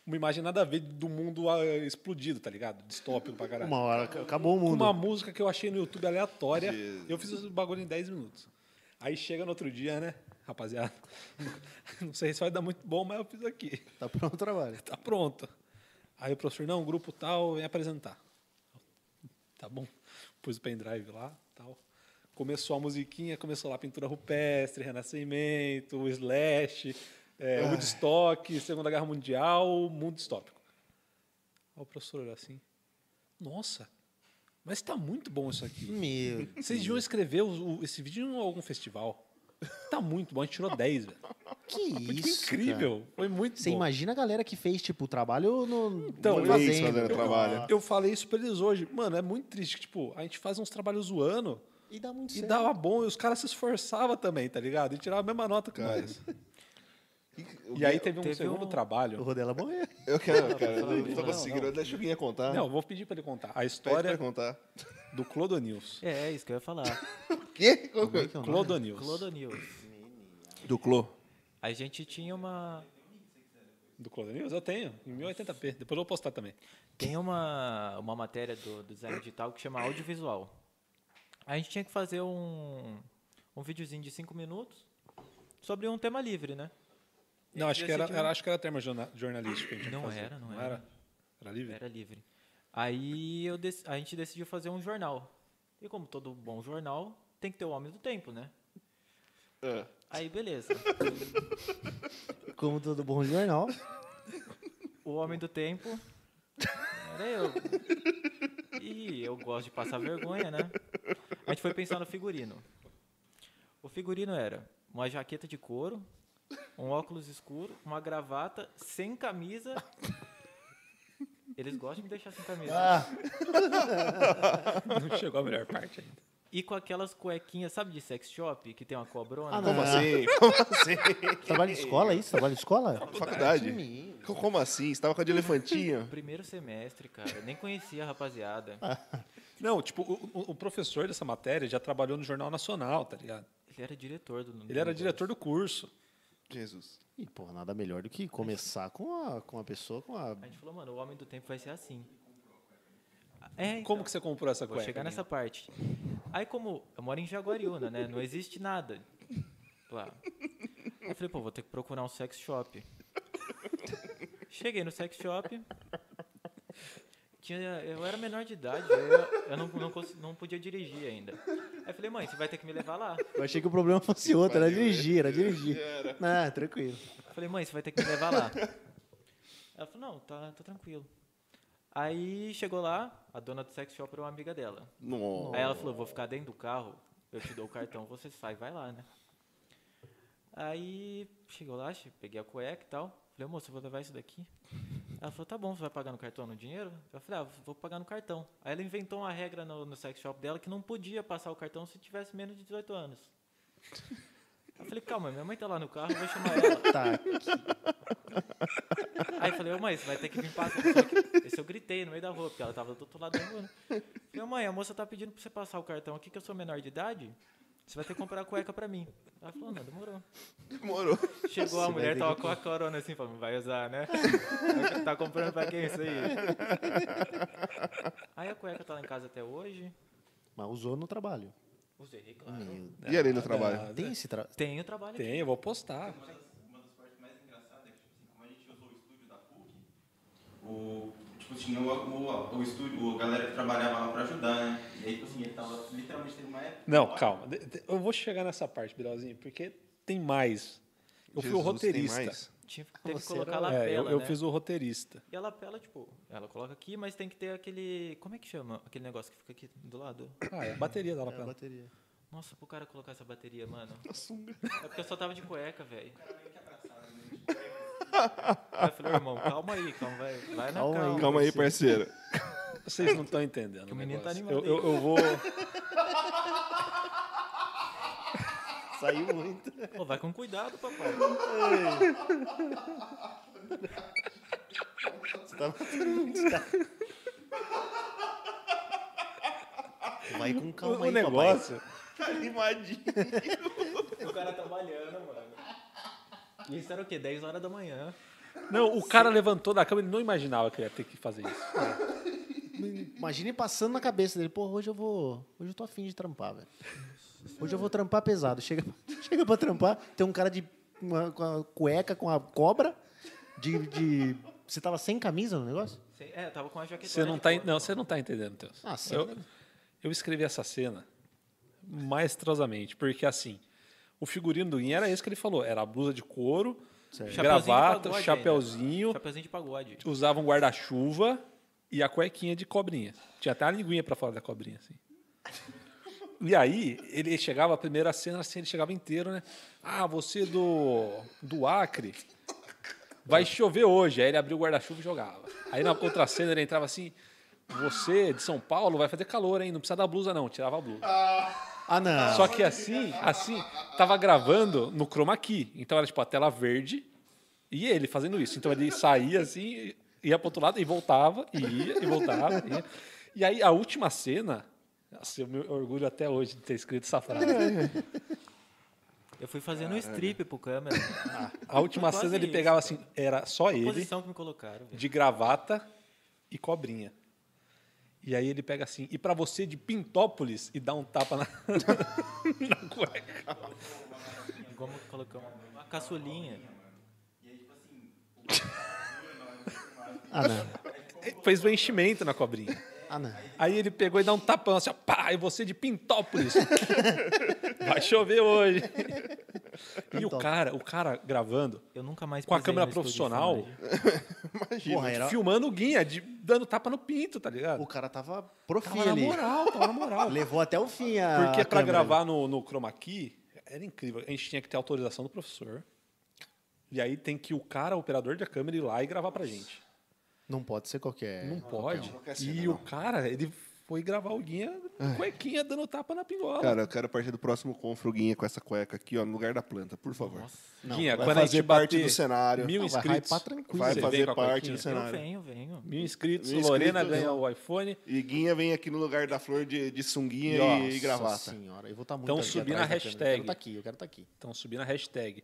Speaker 2: uma imagem nada a ver do mundo ah, explodido, tá ligado? Distópico pra caralho.
Speaker 3: Uma hora, ac- acabou o
Speaker 2: Com
Speaker 3: mundo.
Speaker 2: uma música que eu achei no YouTube aleatória.
Speaker 1: Jesus.
Speaker 2: Eu fiz esse bagulho em 10 minutos. Aí chega no outro dia, né? Rapaziada, não sei se vai dar muito bom, mas eu fiz aqui.
Speaker 3: Tá pronto o trabalho.
Speaker 2: Tá pronto. Aí o professor, não, grupo tal, vem apresentar. Tá bom. Pus o pendrive lá, tal. Começou a musiquinha, começou lá pintura rupestre, renascimento, o slash, é, Woodstock, Segunda Guerra Mundial, mundo distópico. Aí o professor olhou assim, nossa, mas tá muito bom isso aqui.
Speaker 3: Meu.
Speaker 2: Vocês deviam escrever o- o- esse vídeo em algum festival. Tá muito bom, a gente tirou 10, velho.
Speaker 3: Que
Speaker 2: Foi
Speaker 3: isso?
Speaker 2: tipo, incrível, foi muito
Speaker 3: Você
Speaker 2: bom.
Speaker 3: imagina a galera que fez, tipo, o trabalho no.
Speaker 2: Então,
Speaker 3: no
Speaker 2: eu-
Speaker 3: fazendo.
Speaker 1: Isso, fazendo trabalho.
Speaker 2: Eu falei isso pra eles hoje. Mano, é muito triste. que, Tipo, a gente faz uns trabalhos zoando
Speaker 3: E dá muito
Speaker 2: e
Speaker 3: certo.
Speaker 2: dava bom. E os caras se esforçavam também, tá ligado? E tirava a mesma nota que
Speaker 1: Cara.
Speaker 2: nós.
Speaker 1: E,
Speaker 2: E aí teve um
Speaker 4: Teve
Speaker 2: segundo
Speaker 4: um-
Speaker 3: O é
Speaker 2: trabalho.
Speaker 3: Rodela morreu.
Speaker 1: Eu quero, cara. Eu
Speaker 4: Não,
Speaker 1: não tô
Speaker 4: não,
Speaker 1: conseguindo.
Speaker 4: não.
Speaker 1: Deixa o Guinha contar.
Speaker 2: Não, vou pedir pra ele contar.
Speaker 1: Uhum.
Speaker 2: A
Speaker 1: Pede pra
Speaker 2: história
Speaker 1: ele contar.
Speaker 2: do Clodonils.
Speaker 4: É, é isso que eu ia falar.
Speaker 1: O quê? Qual que é?
Speaker 3: que é o nome?
Speaker 2: Clodonils.
Speaker 4: Clodonews.
Speaker 1: Do Clô.
Speaker 4: A gente tinha uma.
Speaker 2: Do Clodonils? Eu tenho, em 1080p. Depois eu vou postar também.
Speaker 4: Tem uma, uma matéria do, do design digital que chama audiovisual. A gente tinha que fazer um, um videozinho de 5 minutos sobre um tema livre, né?
Speaker 2: Não, acho que era,
Speaker 4: Esse aqui não-
Speaker 2: era- acho que era termo jorna- jornalístico. que a gente
Speaker 4: Não
Speaker 2: fazia.
Speaker 4: era, não
Speaker 2: não
Speaker 4: era.
Speaker 2: era. Era livre?
Speaker 4: Era livre. Aí eu dec- a gente decidiu fazer um jornal. E como todo bom jornal, tem que ter o homem do tempo, né?
Speaker 1: É.
Speaker 4: Aí beleza.
Speaker 3: Como todo bom jornal.
Speaker 4: O homem do tempo era eu. E eu gosto de passar vergonha, né? A gente foi pensar no figurino. O figurino era uma jaqueta de couro, um óculos escuro, uma gravata, sem camisa. Eles gostam de me deixar sem camisa.
Speaker 3: Ah,
Speaker 2: Não chegou a melhor parte ainda.
Speaker 4: E com aquelas cuequinhas, sabe de sex shop, que tem uma cobrona?
Speaker 3: Ah, não.
Speaker 1: Como assim? Como assim?
Speaker 3: trabalho de escola, é isso? Trabalho de escola?
Speaker 1: Faculdade?
Speaker 3: Menino.
Speaker 1: Como assim? Você tava com a de elefantinho?
Speaker 4: Primeiro semestre, cara. Nem conhecia a rapaziada.
Speaker 3: Ah.
Speaker 2: Não, tipo, o- o- o professor dessa matéria já trabalhou no Jornal Nacional, tá ligado?
Speaker 4: Ele era diretor do.
Speaker 2: Ele era diretor do curso.
Speaker 1: Jesus.
Speaker 3: E, pô, nada melhor do que começar com a, com a pessoa, com a.
Speaker 4: A gente falou, mano, o homem do tempo vai ser assim. É,
Speaker 2: Como
Speaker 4: então.
Speaker 2: que você comprou essa
Speaker 4: Vou
Speaker 2: cueca?
Speaker 4: chegar
Speaker 2: Nina?
Speaker 4: nessa parte. Aí, como eu moro em Jaguariúna, né? Não existe nada lá. Aí eu falei, pô, vou ter que procurar um sex shop. Cheguei no sex shop. Tinha, eu era menor de idade, eu, eu não, não, cons- não podia dirigir ainda. Aí eu falei, mãe, você vai ter que me levar lá.
Speaker 3: Eu achei que o problema fosse outro,
Speaker 2: é.
Speaker 3: era dirigir, era dirigir. Ah, tranquilo.
Speaker 4: Eu Falei, mãe, você vai ter que me levar lá. Ela falou, não, tá, tá tranquilo. Aí chegou lá, a dona do sex shop era uma amiga dela.
Speaker 1: Nossa.
Speaker 4: Aí ela falou, vou ficar dentro do carro, eu te dou o cartão, você sai, vai lá, né? Aí chegou lá, che- peguei a cueca e tal. Falei, moço, eu vou levar isso daqui. Ela falou, tá bom, você vai pagar no cartão no dinheiro? Eu falei, ah, vou pagar no cartão. Aí ela inventou uma regra no, no sex shop dela que não podia passar o cartão se tivesse menos de 18 anos. Eu falei, calma, minha mãe tá lá no carro, eu vou chamar ela.
Speaker 3: Tá.
Speaker 4: Aí eu falei, ô mãe, você vai ter que vir passar. Só que- Esse eu gritei no meio da rua, porque ela tava do outro lado da rua. né? Falei, ô mãe, a moça tá pedindo pra você passar o cartão aqui, que eu sou menor de idade. Você vai ter que comprar a cueca pra mim. Ela falou, não, demorou.
Speaker 1: Demorou.
Speaker 4: Chegou a
Speaker 3: Você vai
Speaker 4: mulher,
Speaker 3: ter
Speaker 4: tava
Speaker 3: que-
Speaker 4: com a corona assim, falando, vai usar, né? tá comprando pra quem isso aí? Aí a cueca tá lá em casa até hoje.
Speaker 3: Mas usou no trabalho.
Speaker 4: Usei, é claro.
Speaker 1: E ali no trabalho?
Speaker 2: Ah,
Speaker 3: Tem esse trabalho.
Speaker 4: Tenho trabalho aqui.
Speaker 2: Hum. Tem, eu vou postar.
Speaker 5: Uma das partes mais engraçadas é que, tipo assim, como a gente usou o estúdio da PUC, o, tipo, tinha o, o, o estúdio, a galera que trabalhava lá pra ajudar, né? E aí, tipo assim, ele tava literalmente teve uma época.
Speaker 2: Não, calma. De- de- Eu vou chegar nessa parte, Birozinho, porque tem mais. Eu fui o
Speaker 1: Jesus, tem
Speaker 2: roteirista.
Speaker 1: mais?
Speaker 4: Tinha, teve que
Speaker 3: Você
Speaker 4: colocar
Speaker 3: era-
Speaker 4: a lapela,
Speaker 2: É, eu, eu
Speaker 4: né?
Speaker 2: fiz o roteirista.
Speaker 4: E a lapela, tipo, ela coloca aqui, mas tem que ter aquele... Como é que chama aquele negócio que fica aqui do lado?
Speaker 2: Ah, é a bateria da
Speaker 3: É a
Speaker 2: lapela.
Speaker 3: bateria.
Speaker 4: Nossa, pro cara colocar essa bateria, mano.
Speaker 1: A sunga.
Speaker 4: É porque eu só tava de cueca, velho. né? Aí eu falei, irmão, calma aí, calma, vai, vai na
Speaker 3: Calma aí.
Speaker 4: calma.
Speaker 1: Calma aí, parceiro.
Speaker 2: Vocês não estão entendendo.
Speaker 4: Que
Speaker 2: o
Speaker 4: o menino tá
Speaker 2: negócio.
Speaker 4: animado
Speaker 2: eu, eu, eu vou.
Speaker 3: Saiu muito.
Speaker 4: Pô, vai com cuidado, papai.
Speaker 3: Você tava... Vai com calma
Speaker 2: o
Speaker 3: aí,
Speaker 2: negócio.
Speaker 1: Tá animadinho.
Speaker 4: O cara trabalhando, mano. Isso era o quê? 10 horas da manhã.
Speaker 2: Não, o cara levantou da cama, ele não imaginava que ele ia ter que fazer isso.
Speaker 3: papai. Imagine passando na cabeça dele. Pô, hoje eu vou... Hoje eu tô afim de trampar, velho. Hoje eu vou trampar pesado. Chega, chega pra trampar, tem um cara de... Uma, com a cueca, com a cobra. De, de... Você tava sem camisa no negócio?
Speaker 4: Sei- É, eu tava com a jaqueta.
Speaker 2: Você não
Speaker 4: de
Speaker 2: tá, en-
Speaker 4: couro,
Speaker 2: não,
Speaker 4: mano.
Speaker 2: você não tá entendendo, Teus.
Speaker 3: Ah, sim.
Speaker 2: eu, eu escrevi essa cena maestrosamente, porque assim, o figurino do Guin era esse que ele falou, era a blusa de couro,
Speaker 3: Certo.
Speaker 4: Chapeuzinho de
Speaker 2: gravata,
Speaker 4: pagode
Speaker 2: chapeuzinho,
Speaker 4: Chapeuzinho de pagode.
Speaker 2: usava um guarda-chuva e a cuequinha de cobrinha. Tinha até a linguinha pra fora da cobrinha, assim. E aí, ele chegava, a primeira cena, assim, ele chegava inteiro, né? Ah, você do, do Acre, vai chover hoje. Aí ele abria o guarda-chuva e jogava. Aí na outra cena ele entrava assim, você de São Paulo vai fazer calor, hein? Não precisa da blusa, não. Tirava a blusa.
Speaker 3: Ah, não.
Speaker 2: Só que assim, assim, tava gravando no chroma key. Então era tipo a tela verde e ele fazendo isso. Então ele saía assim, ia pro outro lado e voltava, e ia e voltava. e ia. E aí a última cena, nossa, eu me orgulho até hoje de ter escrito essa frase.
Speaker 4: É, Eu fui fazendo um strip pro câmera.
Speaker 2: A última
Speaker 4: Quase
Speaker 2: cena ele
Speaker 4: isso,
Speaker 2: pegava assim, era só
Speaker 4: A
Speaker 2: Ah, ele,
Speaker 4: posição que me colocaram, velho.
Speaker 2: de gravata e cobrinha. E aí ele pega assim, e pra você de Pintópolis e dá um tapa na, na cueca.
Speaker 4: Igual me colocamos uma caçulinha.
Speaker 3: Ah, não.
Speaker 2: Fez o enchimento na cobrinha.
Speaker 3: Ah, não.
Speaker 2: Aí ele pegou e dá um tapão assim, ó, pá, e você de Pintópolis. Vai chover hoje. E o
Speaker 3: Pintópolis.
Speaker 2: cara, o cara gravando,
Speaker 4: Eu nunca mais
Speaker 2: Com a
Speaker 4: pisei
Speaker 2: câmera
Speaker 4: no estúdio de
Speaker 2: profissional?
Speaker 4: filmagem.
Speaker 1: Imagina.
Speaker 3: Porra, era...
Speaker 2: filmando o Guinha, de- dando tapa no pinto, tá ligado?
Speaker 3: O cara tava profi
Speaker 2: tava na
Speaker 3: ali.
Speaker 2: moral, tava na moral.
Speaker 3: Levou até o fim a
Speaker 2: Porque pra
Speaker 3: câmera. né?
Speaker 2: gravar no, no chroma key, era incrível. A gente tinha que ter autorização do professor. E aí tem que o cara, o operador da câmera, ir lá e gravar pra gente.
Speaker 3: Não pode ser qualquer...
Speaker 2: Não pode.
Speaker 1: qualquer cena,
Speaker 2: E
Speaker 1: não.
Speaker 2: o cara, ele foi gravar o Guinha, cuequinha, dando tapa na pingola.
Speaker 1: Cara, eu quero partir do próximo confruguinha com essa cueca aqui, ó, no lugar da planta, por favor.
Speaker 3: Não,
Speaker 2: Guinha,
Speaker 1: vai
Speaker 2: quando a
Speaker 1: fazer
Speaker 2: gente
Speaker 1: parte
Speaker 2: bater
Speaker 1: do cenário.
Speaker 2: Mil
Speaker 3: Não, vai
Speaker 2: inscritos.
Speaker 3: hypar tranquilo.
Speaker 1: Vai
Speaker 2: Você
Speaker 1: fazer
Speaker 2: vem com a
Speaker 1: parte
Speaker 2: coquinha?
Speaker 1: do cenário.
Speaker 4: Eu venho, venho.
Speaker 2: Mil inscritos.
Speaker 1: Mil
Speaker 2: Lorena
Speaker 1: inscritos,
Speaker 2: ganha
Speaker 1: não.
Speaker 2: o iPhone.
Speaker 1: E Guinha vem aqui no lugar da flor de, de sunguinha
Speaker 3: Nossa
Speaker 1: e gravata.
Speaker 3: senhora, eu vou estar muito
Speaker 2: Então
Speaker 3: aqui
Speaker 2: subir
Speaker 3: atrás
Speaker 2: na
Speaker 3: da câmera.
Speaker 2: hashtag.
Speaker 3: Eu quero tá aqui, eu quero tá aqui.
Speaker 2: Então, subindo a hashtag.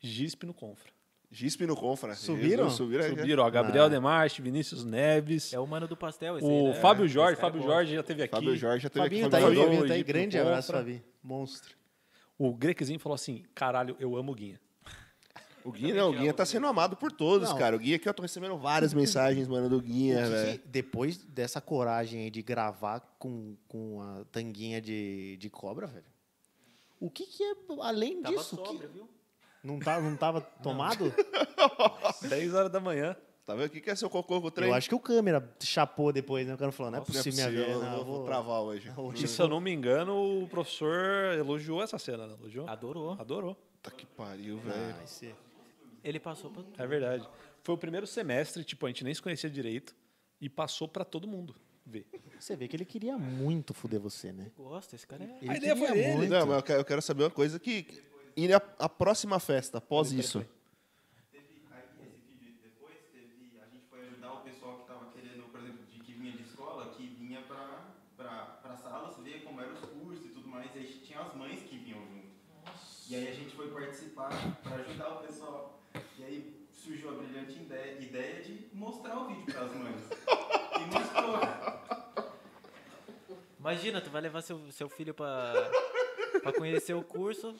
Speaker 2: Gispe no Confra.
Speaker 1: Gispe no confra.
Speaker 3: Subiram?
Speaker 1: Jesus, Subiram. né?
Speaker 2: Subiram, ó. Gabriel Demarche, Vinícius Neves.
Speaker 4: É o mano do pastel esse aí,
Speaker 2: o
Speaker 4: né?
Speaker 2: Fábio
Speaker 4: Esse
Speaker 2: Jorge.
Speaker 4: cara é
Speaker 2: Fábio
Speaker 4: bom.
Speaker 2: Jorge já teve aqui.
Speaker 1: Fabio Jorge já teve
Speaker 3: Fabinho
Speaker 1: aqui.
Speaker 3: tá aí,
Speaker 1: Fabinho
Speaker 2: falou,
Speaker 3: Fabinho tá aí.
Speaker 2: Egito
Speaker 3: Grande
Speaker 2: contra.
Speaker 3: abraço, Fabinho. Monstro.
Speaker 2: O Grequezinho falou assim: caralho, eu amo o Guinha.
Speaker 1: O Guinha, não, o Guinha tá sendo amado por todos,
Speaker 3: Não.
Speaker 1: cara. O Guinha aqui, eu tô recebendo várias mensagens, mano, do Guinha,
Speaker 3: Que-
Speaker 1: velho.
Speaker 3: que depois dessa coragem aí de gravar com, com a tanguinha de, de cobra, velho. O que que é, além
Speaker 4: Tava
Speaker 3: disso, o que-
Speaker 4: sobra, viu?
Speaker 3: não, tá, não tava tomado?
Speaker 2: 10 horas da manhã.
Speaker 1: Tá vendo? O que, que é seu cocô com o trem?
Speaker 3: Eu acho que o câmera chapou depois, né? O cara falou, não é
Speaker 1: Não é
Speaker 3: possível minha
Speaker 1: possível,
Speaker 3: vez.
Speaker 1: eu
Speaker 3: Não,
Speaker 1: vou,
Speaker 3: eu vou
Speaker 1: travar hoje.
Speaker 2: E se eu não me engano, o professor elogiou essa cena, né? Elogiou?
Speaker 4: Adorou.
Speaker 2: Adorou.
Speaker 1: Puta que pariu,
Speaker 3: Ah,
Speaker 1: velho.
Speaker 3: vai ser.
Speaker 4: Ele passou pra
Speaker 2: É verdade. Foi o primeiro semestre, tipo, a gente nem se conhecia direito e passou pra todo mundo ver.
Speaker 3: Você vê que ele queria muito fuder você, né?
Speaker 4: Gosta, esse cara é.
Speaker 3: Ele
Speaker 2: A ideia
Speaker 3: queria
Speaker 2: foi dele.
Speaker 3: muito.
Speaker 1: Não, mas eu quero, eu quero saber uma coisa que... E a, a próxima festa, após isso?
Speaker 5: Teve, aí, esse vídeo depois, teve, a gente foi ajudar o pessoal que estava querendo, por exemplo, de, que vinha de escola, que vinha para para salas ver como eram os cursos e tudo mais. E aí tinha as mães que vinham junto. E aí a gente foi participar para ajudar o pessoal. E aí surgiu a brilhante ideia, ideia de mostrar o vídeo para as mães. E mostrou.
Speaker 4: Imagina, tu vai levar seu, seu filho pra, pra conhecer o curso,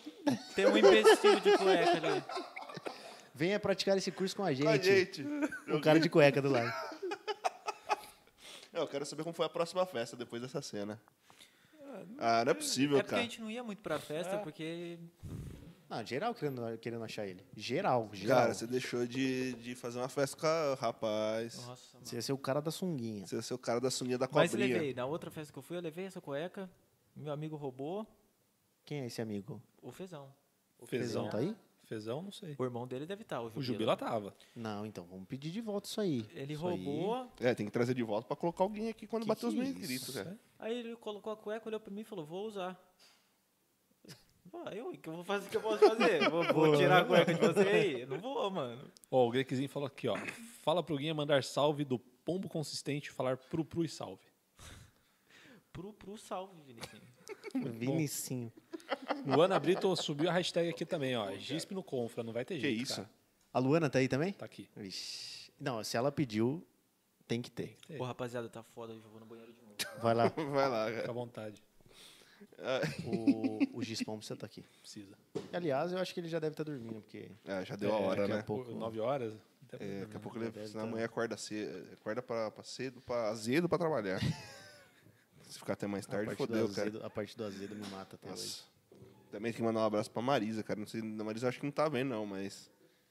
Speaker 4: tem um imbecil de cueca ali. É
Speaker 3: Venha praticar esse curso com a gente.
Speaker 1: Com a gente.
Speaker 3: O cara de cueca do lado.
Speaker 1: Eu quero saber como foi a próxima festa depois dessa cena. Ah, não é possível,
Speaker 4: É porque a
Speaker 1: cara.
Speaker 4: gente não ia muito pra festa,
Speaker 3: É.
Speaker 4: porque
Speaker 3: Não, geral querendo, querendo achar ele. Geral, geral.
Speaker 1: Cara, você deixou de, de fazer uma festa com a rapaz.
Speaker 4: Nossa, mano.
Speaker 3: Você ia ser o cara da sunguinha.
Speaker 1: Você ia ser o cara da sunguinha da
Speaker 4: Mas
Speaker 1: é cobrinha.
Speaker 4: levei, na outra festa que eu fui, eu levei essa cueca, meu amigo roubou
Speaker 3: Quem é esse amigo?
Speaker 4: o fezão.
Speaker 2: O
Speaker 3: Fezão
Speaker 2: Fezão.
Speaker 3: tá aí?
Speaker 2: Fezão, não sei.
Speaker 4: O irmão dele deve estar, o Jubila.
Speaker 2: O Jubila tava.
Speaker 3: Não, então, vamos pedir de volta isso aí.
Speaker 4: Ele
Speaker 3: Isso
Speaker 4: roubou,
Speaker 3: Aí.
Speaker 1: É, tem que trazer de volta pra colocar alguém aqui quando
Speaker 3: Que
Speaker 1: bater os
Speaker 3: que é
Speaker 1: mil
Speaker 3: isso,
Speaker 1: inscritos, cara.
Speaker 4: aí ele colocou a cueca, olhou pra mim e falou, vou usar. Ah, eu, o que eu vou fazer, o que eu posso fazer? Vou, vou tirar a cueca de você aí? Eu Não vou, mano.
Speaker 2: Ó, o Grequezinho falou aqui, ó. Fala pro Guinha mandar salve do pombo consistente falar pro pro e salve.
Speaker 4: Pro, pro salve, Vinicius.
Speaker 3: Vinicinho.
Speaker 2: O Ana Brito subiu a hashtag aqui também, ó. Gispe no Confra, não vai ter
Speaker 1: Que
Speaker 2: jeito.
Speaker 1: isso?
Speaker 2: cara.
Speaker 3: A Luana tá aí também?
Speaker 2: Tá aqui.
Speaker 3: Vixe. Não, se ela pediu, tem que ter.
Speaker 1: É.
Speaker 4: Pô, rapaziada, tá foda, eu vou no banheiro de novo.
Speaker 3: Vai lá.
Speaker 1: Vai lá, é. cara.
Speaker 2: Fica à vontade.
Speaker 3: O, o Gispão precisa estar aqui.
Speaker 2: Precisa.
Speaker 3: Aliás, eu acho que ele já deve estar dormindo, porque
Speaker 1: É, já deu a hora,
Speaker 3: daqui
Speaker 1: né?
Speaker 3: a pouco.
Speaker 2: Pô, Nove horas. Até
Speaker 1: É, daqui a pouco ele,
Speaker 3: deve
Speaker 1: senão
Speaker 3: tá.
Speaker 1: amanhã acorda cedo, acorda pra, pra cedo, pra azedo pra trabalhar. Se ficar até mais
Speaker 3: a
Speaker 1: tarde,
Speaker 3: parte,
Speaker 1: fodeu,
Speaker 3: do
Speaker 1: cara.
Speaker 3: azedo, é a parte do azedo me mata até hoje.
Speaker 1: Nossa. Também tem que mandar um abraço pra Marisa, cara. Não sei, a Marisa acho que não tá vendo, não, mas.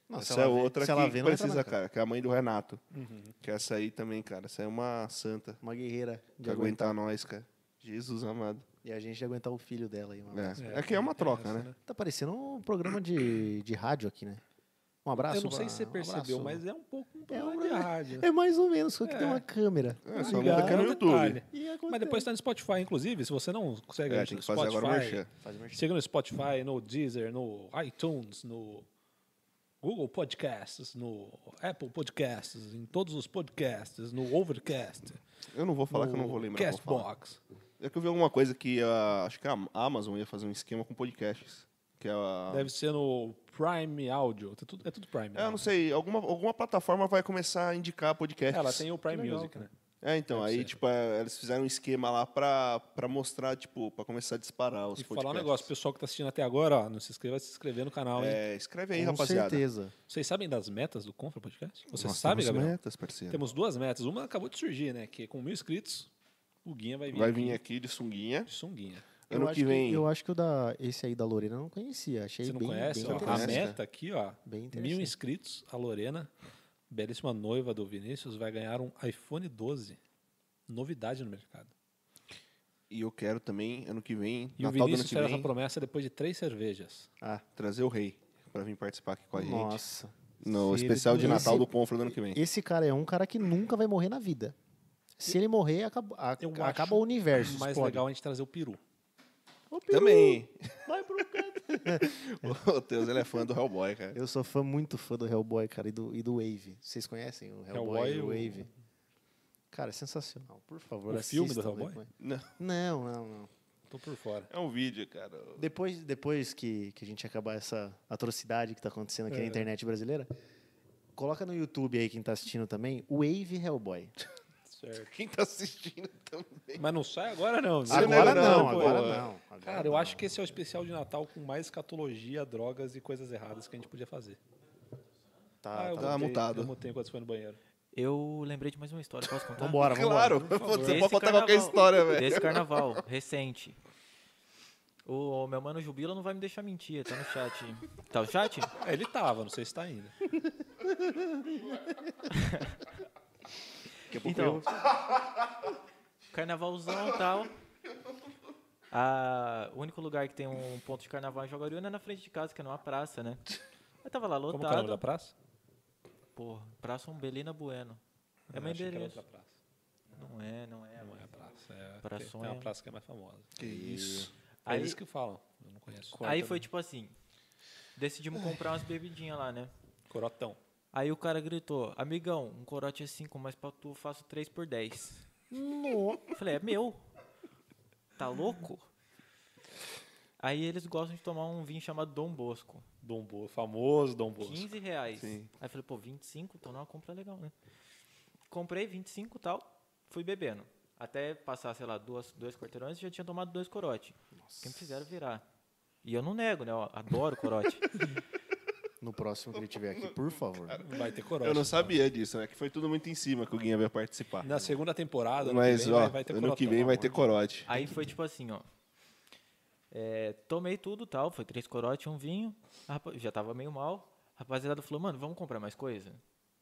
Speaker 3: Não, se
Speaker 1: essa é
Speaker 3: ela vê-
Speaker 1: outra
Speaker 3: se ela
Speaker 1: que
Speaker 3: vê, não vai
Speaker 1: precisa,
Speaker 3: trabalhar,
Speaker 1: cara, que é a mãe do Renato.
Speaker 3: Uhum.
Speaker 1: Que essa aí também, cara. Essa é uma santa.
Speaker 3: Uma guerreira
Speaker 1: De
Speaker 3: de aguentar.
Speaker 1: aguentar nós, cara. Jesus amado.
Speaker 3: E a gente de aguentar o filho dela aí. Um abraço.
Speaker 1: É, é que é uma troca, né?
Speaker 3: Tá parecendo um programa de, de rádio aqui, né? Um abraço.
Speaker 2: Eu não sei
Speaker 3: pra-
Speaker 2: se você
Speaker 3: um
Speaker 2: percebeu,
Speaker 3: abraço.
Speaker 2: mas é um pouco um
Speaker 3: um
Speaker 2: programa de rádio. né?
Speaker 3: É mais ou menos, só que tem
Speaker 2: É.
Speaker 3: uma câmera.
Speaker 1: É, só
Speaker 2: Ligado.
Speaker 1: muda que é no
Speaker 2: É um
Speaker 1: YouTube.
Speaker 2: detalhe.
Speaker 3: E acontece.
Speaker 2: Mas depois tá no Spotify, inclusive, se você não consegue
Speaker 1: É,
Speaker 2: a gente
Speaker 1: tem
Speaker 2: no
Speaker 1: que fazer agora o
Speaker 2: Spotify,
Speaker 1: merchan.
Speaker 3: Faz merchan.
Speaker 2: Chega no Spotify, no Deezer, no iTunes, no Google Podcasts, no Apple Podcasts, em todos os podcasts, no Overcast.
Speaker 1: Eu não vou falar que eu
Speaker 2: no
Speaker 1: não vou lembrar. eu vou falar.
Speaker 2: Castbox.
Speaker 1: É que eu vi alguma coisa que a- acho que a Amazon ia fazer um esquema com podcasts. Que é a,
Speaker 2: Deve ser no Prime Audio. É tudo, é tudo Prime.
Speaker 1: Ah. É,
Speaker 2: né?
Speaker 1: eu não sei, alguma, alguma plataforma vai começar a indicar podcasts.
Speaker 2: Ela É, tem o Prime Music, né?
Speaker 1: É, então,
Speaker 2: Deve
Speaker 1: aí,
Speaker 2: ser.
Speaker 1: tipo, é, eles fizeram um esquema lá pra, pra mostrar, tipo, pra começar a disparar os
Speaker 2: E
Speaker 1: podcasts.
Speaker 2: falar um negócio, pessoal que tá assistindo até agora, ó, não se inscreva, se inscrever no canal, hein?
Speaker 1: É, escreve aí,
Speaker 3: Com
Speaker 1: rapaziada.
Speaker 3: certeza.
Speaker 2: Vocês sabem das metas do Confra Podcast? Você
Speaker 1: Nós
Speaker 2: sabe,
Speaker 1: temos
Speaker 2: Gabriel?
Speaker 1: metas, parceiro.
Speaker 2: Temos duas metas. Uma acabou de surgir, né? Que com mil inscritos, o Guinha vai vir.
Speaker 1: Vai
Speaker 2: aqui
Speaker 1: vir aqui de sunguinha.
Speaker 2: de sunguinha.
Speaker 3: Eu
Speaker 1: ano
Speaker 3: acho
Speaker 1: que vem.
Speaker 3: eu acho que o da, esse aí da Lorena eu não conhecia. Achei
Speaker 2: Você não
Speaker 3: bem,
Speaker 2: conhece?
Speaker 3: bem
Speaker 2: ó, a
Speaker 3: interessante.
Speaker 1: conhece,
Speaker 2: meta aqui, ó.
Speaker 3: Bem
Speaker 2: Mil
Speaker 3: interessante.
Speaker 2: inscritos, a Lorena, belíssima noiva do Vinícius, vai ganhar um iPhone 12. Novidade no mercado.
Speaker 1: E eu quero também, ano que vem, Natal
Speaker 2: E o
Speaker 1: do ano
Speaker 2: Vinícius
Speaker 1: que
Speaker 2: fez essa
Speaker 1: vem,
Speaker 2: promessa depois de três cervejas.
Speaker 3: Ah,
Speaker 1: trazer o rei pra vir participar aqui com a gente.
Speaker 3: nossa.
Speaker 1: No
Speaker 3: Se ele-
Speaker 1: especial de
Speaker 3: esse-
Speaker 1: Natal do Confra do ano que vem.
Speaker 3: Esse cara é um cara que nunca vai morrer na vida. Se ele morrer, acaba, a-
Speaker 2: Eu acho
Speaker 3: acaba o universo.
Speaker 2: Mais
Speaker 3: explode.
Speaker 2: legal a gente trazer o peru.
Speaker 3: Ô, Peru,
Speaker 1: Também.
Speaker 3: Vai pro canto.
Speaker 1: O Teus, ele é fã do Hellboy, cara.
Speaker 3: Eu sou fã, muito fã do Hellboy, cara, e do, e do Wave. Vocês conhecem o Hellboy,
Speaker 2: Hellboy,
Speaker 3: e o
Speaker 2: o-
Speaker 3: Wave? Cara, é sensacional. Por favor,
Speaker 2: O filme do
Speaker 3: assistam
Speaker 2: Hellboy?
Speaker 3: depois.
Speaker 1: Não,
Speaker 3: Não, não, não.
Speaker 2: Tô por fora.
Speaker 1: é um vídeo, cara.
Speaker 3: Depois, depois que, que a gente acabar essa atrocidade que tá acontecendo aqui na
Speaker 2: É.
Speaker 3: internet brasileira, coloca no YouTube aí quem tá assistindo também, Wave Hellboy.
Speaker 2: Certo.
Speaker 1: Quem tá assistindo também.
Speaker 2: Mas não sai agora, não. viu?
Speaker 1: Você não
Speaker 3: Agora
Speaker 1: lembra
Speaker 3: não,
Speaker 1: não, pô.
Speaker 3: agora não. agora
Speaker 2: Cara, eu
Speaker 3: não.
Speaker 2: acho que esse é o especial de Natal com mais escatologia, drogas e coisas erradas que a gente podia fazer. Ah,
Speaker 3: Tá,
Speaker 2: eu
Speaker 3: tá.
Speaker 1: tá
Speaker 2: mutei-
Speaker 1: mutado.
Speaker 2: Eu mutei enquanto foi no banheiro.
Speaker 4: Eu lembrei de mais uma história, posso contar?
Speaker 3: Vambora,
Speaker 1: Claro,
Speaker 3: vambora.
Speaker 1: você pode contar qualquer história, velho.
Speaker 4: Desse carnaval, recente. O meu mano Jubila não vai me deixar mentir, tá no chat. Tá no chat?
Speaker 2: É, ele tava, não sei se tá ainda.
Speaker 3: Daqui a pouco
Speaker 4: Então,
Speaker 3: eu-
Speaker 4: carnavalzão e tal. Ah, o único lugar que tem um ponto de carnaval em Jaguariúna é na frente de casa, que é numa praça, né? Eu tava lá
Speaker 2: Como que é o nome
Speaker 4: lotado.
Speaker 2: da praça?
Speaker 4: Porra, Praça Umbelina Bueno. É
Speaker 2: Eu
Speaker 4: meu
Speaker 2: achei que era
Speaker 4: endereço.
Speaker 2: outra praça.
Speaker 4: Não é, não é.
Speaker 2: Não é a praça. É,
Speaker 4: Pra
Speaker 2: tem, tem
Speaker 4: sonho.
Speaker 2: uma praça que é mais famosa.
Speaker 1: Que isso.
Speaker 2: Aí,
Speaker 4: Aí-
Speaker 2: eles é que falam. Eu não conheço.
Speaker 4: Aí foi tipo assim, decidimos comprar umas bebidinhas lá, né?
Speaker 2: Corotão.
Speaker 4: Aí o cara gritou, amigão, um corote é 5, mas pra tu eu faço 3 por 10. Eu Falei, é meu. Tá louco? Aí eles gostam de tomar um vinho chamado Dom Bosco.
Speaker 2: Dom Bosco. Famoso Dom Bosco.
Speaker 4: 15 reais.
Speaker 1: Sim.
Speaker 4: Aí eu falei, pô, 25, então não é uma compra legal, né? Comprei 25 e tal, fui bebendo. Até passar, sei lá, duas, dois quarteirões, já tinha tomado dois corote. Que me fizeram virar. E eu não nego, né? Eu adoro corote.
Speaker 3: No próximo que ele tiver aqui, por favor.
Speaker 2: Não vai ter corote.
Speaker 1: Eu não sabia disso, é que foi tudo muito em cima que o Guinha vai participar.
Speaker 2: Na segunda temporada, ano
Speaker 1: Mas,
Speaker 2: que vem,
Speaker 1: ó,
Speaker 2: vai, vai ter
Speaker 1: ano que
Speaker 2: corotão,
Speaker 1: vem vai
Speaker 2: amor.
Speaker 1: ter corote.
Speaker 4: Aí foi tipo assim, ó. É, tomei tudo tal, foi três corote, um vinho. A rapa- já tava meio mal. A rapaziada falou, mano, vamos comprar mais coisa?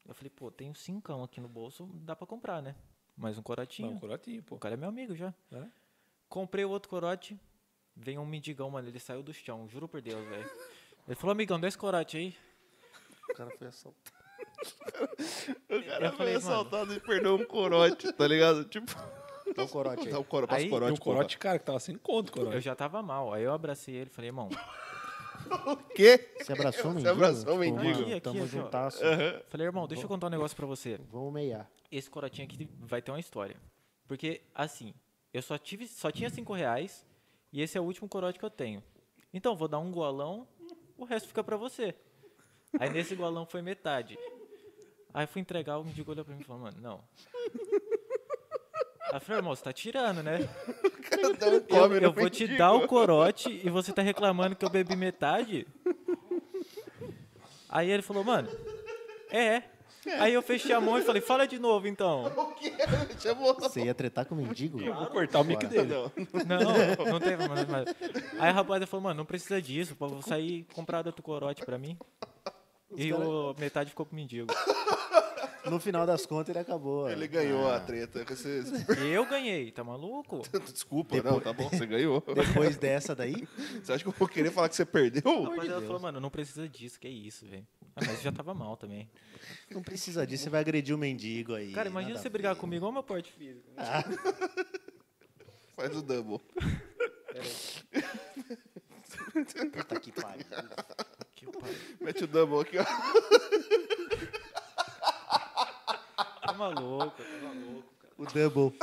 Speaker 4: Eu falei, pô, tenho cincão aqui no bolso, dá pra comprar, né? Mais um corotinho.
Speaker 2: Não, corotinho,
Speaker 4: O
Speaker 2: pô.
Speaker 4: cara é meu amigo já.
Speaker 2: É?
Speaker 4: Comprei o outro corote, vem um mendigão, mano, ele saiu do chão, juro por Deus, velho. Ele falou, amigão, dá esse corote aí.
Speaker 3: O cara foi assaltado.
Speaker 1: O cara
Speaker 4: eu falei,
Speaker 1: foi assaltado e perdeu um corote, tá ligado? Tipo,
Speaker 3: Dá um corote aí.
Speaker 1: dá um coro, passa
Speaker 4: Aí,
Speaker 1: o
Speaker 2: Tem
Speaker 1: corote.
Speaker 2: um corote, cara, que tava sem conto,
Speaker 4: Eu
Speaker 2: corote.
Speaker 4: já tava mal, aí eu abracei ele, falei, irmão,
Speaker 1: O quê?
Speaker 3: Você abraçou o
Speaker 1: Você
Speaker 3: mendigo? Tipo,
Speaker 1: abraçou o mendigo.
Speaker 3: mano,
Speaker 4: Aqui, aqui,
Speaker 3: tamo
Speaker 4: aqui, ó.
Speaker 3: juntasso.
Speaker 4: falei, irmão, deixa eu contar um negócio pra você.
Speaker 3: Vamos meiar.
Speaker 4: esse corotinho aqui vai ter uma história. Porque, assim, eu só tive, só tinha cinco reais e esse é o último corote que eu tenho. Então, vou dar um golão, o resto fica pra você. Aí nesse golão foi metade. Aí eu fui entregar, o mendigo olhou pra mim e falou, mano, não. Aí eu falei, irmão, você tá tirando, né?
Speaker 1: Não
Speaker 4: Eu,
Speaker 1: come,
Speaker 4: eu
Speaker 1: não
Speaker 4: vou te dar o corote e você tá reclamando que eu bebi metade? Aí ele falou, mano, é. Aí eu fechei a mão e falei, fala de novo então.
Speaker 1: O quê? Chamou.
Speaker 3: Você ia tretar com o mendigo?
Speaker 2: Vou cortar o mic
Speaker 3: Fora.
Speaker 2: dele.
Speaker 1: Não,
Speaker 4: Não, não, não teve mais. mais. Aí a rapaziada falou, mano, não precisa disso, pô, vou sair comprar outro corote pra mim. E o metade ficou pro mendigo.
Speaker 3: No final das contas, ele acabou.
Speaker 1: ele
Speaker 3: né?
Speaker 1: ganhou a treta. com esse-
Speaker 4: Eu ganhei, tá maluco?
Speaker 1: Desculpa, não, tá bom, você ganhou.
Speaker 3: Depois dessa daí,
Speaker 1: Você acha que eu vou querer falar que você
Speaker 4: A
Speaker 1: perdeu?
Speaker 4: rapaziada falou, mano, não precisa disso, que isso, velho. Ah, mas já tava mal também.
Speaker 3: não precisa disso, você vai agredir o mendigo aí.
Speaker 4: Cara, imagina
Speaker 3: nada
Speaker 4: você
Speaker 3: a
Speaker 4: brigar
Speaker 3: ver.
Speaker 4: comigo, olha o meu porte físico.
Speaker 1: Faz o double.
Speaker 3: Puta que pariu.
Speaker 4: Que pariu.
Speaker 1: Mete o double aqui, ó.
Speaker 4: Tá maluco, tá maluco.
Speaker 3: O double.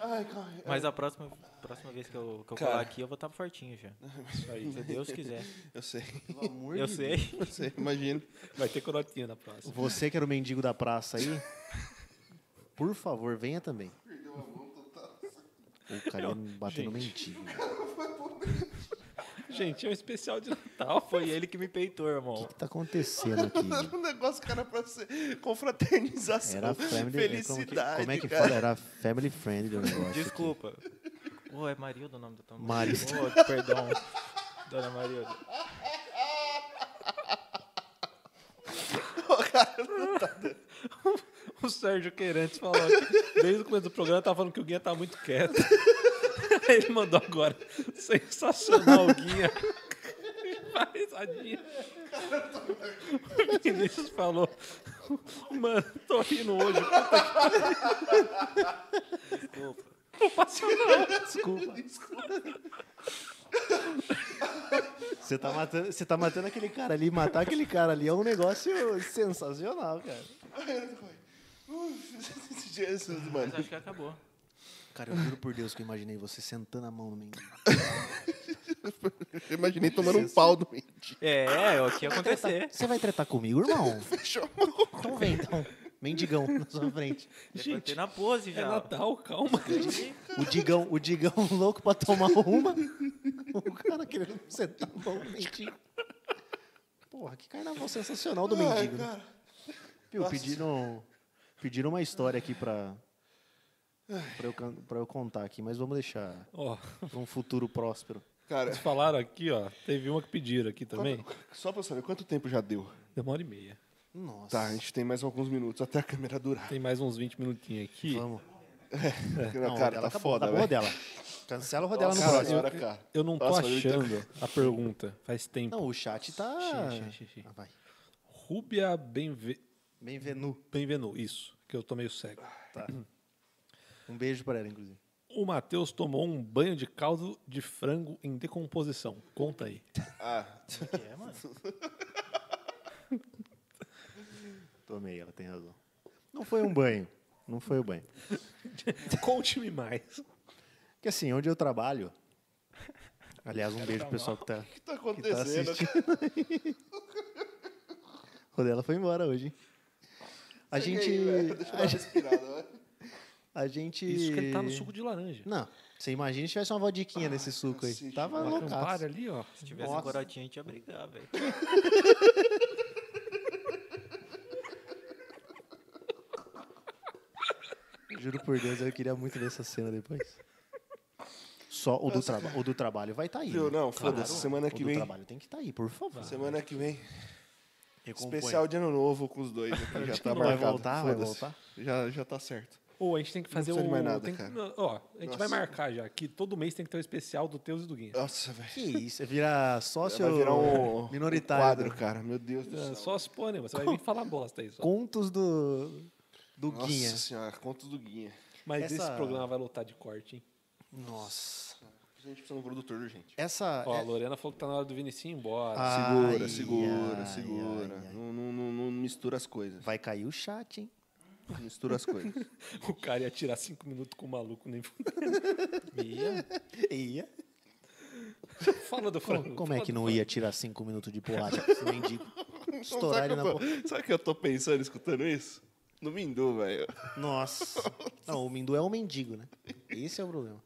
Speaker 1: Ai, calma.
Speaker 4: Mas a próxima, próxima vez que eu, que eu
Speaker 1: Cara.
Speaker 4: colar aqui, eu vou estar fortinho já.
Speaker 2: Isso aí.
Speaker 4: Se Deus quiser.
Speaker 1: Eu sei,
Speaker 3: Pelo amor
Speaker 4: Eu
Speaker 3: de
Speaker 4: sei.
Speaker 1: eu sei, imagino.
Speaker 2: Vai ter corotinha na próxima.
Speaker 3: Você que era o mendigo da praça aí, por favor, venha também. O cara ia me bater no mendigo. O
Speaker 2: Gente, é um especial de Natal.
Speaker 4: Foi ele que me peitou, irmão.
Speaker 3: que tá acontecendo aqui?
Speaker 1: O um negócio, cara, pra ser confraternização,
Speaker 3: Era family... né? como que-
Speaker 1: felicidade,
Speaker 3: Como é que
Speaker 1: cara.
Speaker 3: fala? Era family friendly o negócio.
Speaker 4: Desculpa. Ô, é Marilda o nome da tua mãe.
Speaker 3: Marilda.
Speaker 4: Ô, perdão. Dona Marilda.
Speaker 2: O Sérgio Queirantes falou que desde o começo do programa tava falando que o Guinha tá muito quieto. Aí Ele mandou agora. Sensacional, Guinha. Uma risadinha. O Vinícius falou. Mano, tô rindo hoje. Puta que... Desculpa. Não passou não.
Speaker 3: Desculpa. Você tá, matando, você tá matando aquele cara ali. Matar aquele cara ali é um negócio sensacional, cara.
Speaker 1: Jesus, mano.
Speaker 4: Mas acho que acabou.
Speaker 3: Cara, eu juro por Deus que eu imaginei você sentando a mão no mendigo.
Speaker 1: Eu imaginei tomando um pau do mendigo.
Speaker 4: É, é o que ia acontecer.
Speaker 3: Você vai tretar comigo, irmão?
Speaker 1: Fechou a mão.
Speaker 3: Então vem, então. Mendigão na sua frente.
Speaker 4: Gente, na pose
Speaker 2: É
Speaker 4: já.
Speaker 2: Natal, calma.
Speaker 3: O Digão, o Digão louco pra tomar uma. O cara querendo sentar a mão no mendigo. Porra, que carnaval sensacional do mendigo. né?
Speaker 1: cara.
Speaker 3: Viu, pediram, pediram uma história aqui pra, pra, eu, can- pra eu contar aqui, mas vamos deixar
Speaker 2: Ó,
Speaker 3: pra um futuro próspero.
Speaker 1: Cara,
Speaker 2: Eles falaram aqui, ó. Teve uma que pediram aqui também.
Speaker 1: quanto- só pra eu saber, quanto tempo já deu?
Speaker 2: Deu uma hora e meia.
Speaker 3: Nossa.
Speaker 1: Tá, a gente tem mais alguns minutos até a câmera durar.
Speaker 2: Tem mais uns 20 minutinhos aqui.
Speaker 3: Vamos.
Speaker 1: Porque,
Speaker 3: É. Não,
Speaker 1: cara,
Speaker 3: ela
Speaker 1: tá
Speaker 3: acabou,
Speaker 1: foda, velho.
Speaker 3: acabou dela. Cancela o rodela no
Speaker 1: Nossa
Speaker 3: próximo.
Speaker 1: senhora, cara.
Speaker 2: Eu não tô
Speaker 1: Nossa, mas eu-
Speaker 2: achando a pergunta. Faz tempo.
Speaker 3: Não, o chat tá.
Speaker 2: Xixi, xixi, xixi.
Speaker 3: Ah, vai.
Speaker 2: Rúbia Benve...
Speaker 3: Bem venu.
Speaker 2: Benvenu, isso. Que eu tô meio cego.
Speaker 3: Tá. Um beijo pra ela, inclusive.
Speaker 2: O Matheus tomou um banho de caldo de frango em decomposição. Conta aí.
Speaker 1: Ah,
Speaker 4: que é, mano?
Speaker 3: Tomei, ela tem razão. Não foi um banho. Não foi um banho.
Speaker 2: Conte-me mais.
Speaker 3: Porque assim, onde eu trabalho. Aliás, um beijo pro pessoal que tá.
Speaker 1: o que tá
Speaker 3: que tá
Speaker 1: acontecendo?
Speaker 3: assistindo aí. Rodela foi embora hoje. hein? A gente,
Speaker 1: Deixa eu dar
Speaker 3: a,
Speaker 1: uma
Speaker 3: gente-
Speaker 1: respirada. né?
Speaker 3: a gente.
Speaker 2: Isso que ele tá no suco de laranja.
Speaker 3: Não, você imagina se tivesse uma vodiquinha nesse suco aí.
Speaker 1: cacete,
Speaker 3: Tava
Speaker 2: Uma
Speaker 3: loucaço.
Speaker 2: campara ali, ó.
Speaker 4: Se tivesse
Speaker 3: Nossa.
Speaker 4: um corotinho, a gente ia brigar, velho.
Speaker 3: Juro por Deus, eu queria muito ver essa cena depois. Só o do, traba o do trabalho vai estar tá aí.
Speaker 1: Viu?
Speaker 3: né?
Speaker 1: Não, foda-se, semana que
Speaker 3: o
Speaker 1: vem.
Speaker 3: do trabalho tem que estar tá aí, por favor.
Speaker 1: Semana que vem,
Speaker 3: Recompõe.
Speaker 1: especial de ano novo com os dois aqui. Já tá
Speaker 3: Vai
Speaker 1: marcado.
Speaker 3: voltar, vai
Speaker 1: foda-se.
Speaker 3: voltar?
Speaker 1: Já, já tá certo.
Speaker 2: Ou a gente tem que fazer
Speaker 1: precisa de mais
Speaker 2: o-
Speaker 1: nada,
Speaker 2: tem que-
Speaker 1: cara.
Speaker 2: não, Ó, a gente vai
Speaker 1: Nossa.
Speaker 2: marcar já que todo mês tem que ter um especial do Teus e do Guinha.
Speaker 1: Nossa, velho.
Speaker 3: Que isso, você vira sócio
Speaker 1: Vai virar um um
Speaker 3: minoritário.
Speaker 1: quadro, cara. Meu Deus do
Speaker 2: É,
Speaker 1: céu.
Speaker 2: Só se pô, né? Você vai vir falar bosta aí. Só.
Speaker 3: Contos do, do
Speaker 1: Nossa
Speaker 3: Guinha.
Speaker 1: senhora, contos do Guinha.
Speaker 2: Mas
Speaker 3: essa-
Speaker 2: esse programa vai lotar de corte, hein?
Speaker 3: Nossa.
Speaker 1: A gente precisa de um produtor urgente.
Speaker 3: Essa.
Speaker 2: Ó, a
Speaker 3: é-
Speaker 2: Lorena falou que tá na hora do Vinicius ir embora.
Speaker 3: Ah.
Speaker 1: Segura,
Speaker 3: Ai,
Speaker 1: segura,
Speaker 3: ai,
Speaker 1: segura.
Speaker 3: ai, ai.
Speaker 1: Não, não, não, não mistura as coisas.
Speaker 3: Vai cair o chat, hein?
Speaker 1: Não Mistura as coisas. Então,
Speaker 2: O cara ia tirar cinco minutos com o maluco. Nem...
Speaker 4: Ia.
Speaker 3: Ia.
Speaker 2: Fala do
Speaker 3: Como,
Speaker 2: frango.
Speaker 3: como é
Speaker 2: fala
Speaker 3: que
Speaker 2: do
Speaker 3: não
Speaker 2: frango.
Speaker 3: ia tirar cinco minutos de porrada com esse mendigo? Estourar
Speaker 1: sabe,
Speaker 3: ele
Speaker 1: que
Speaker 3: na
Speaker 1: eu
Speaker 3: porra.
Speaker 1: tô, sabe que eu tô pensando, escutando isso? No Mindu, velho.
Speaker 3: Nossa. Não, o Mindu é um mendigo, né? Esse é o problema.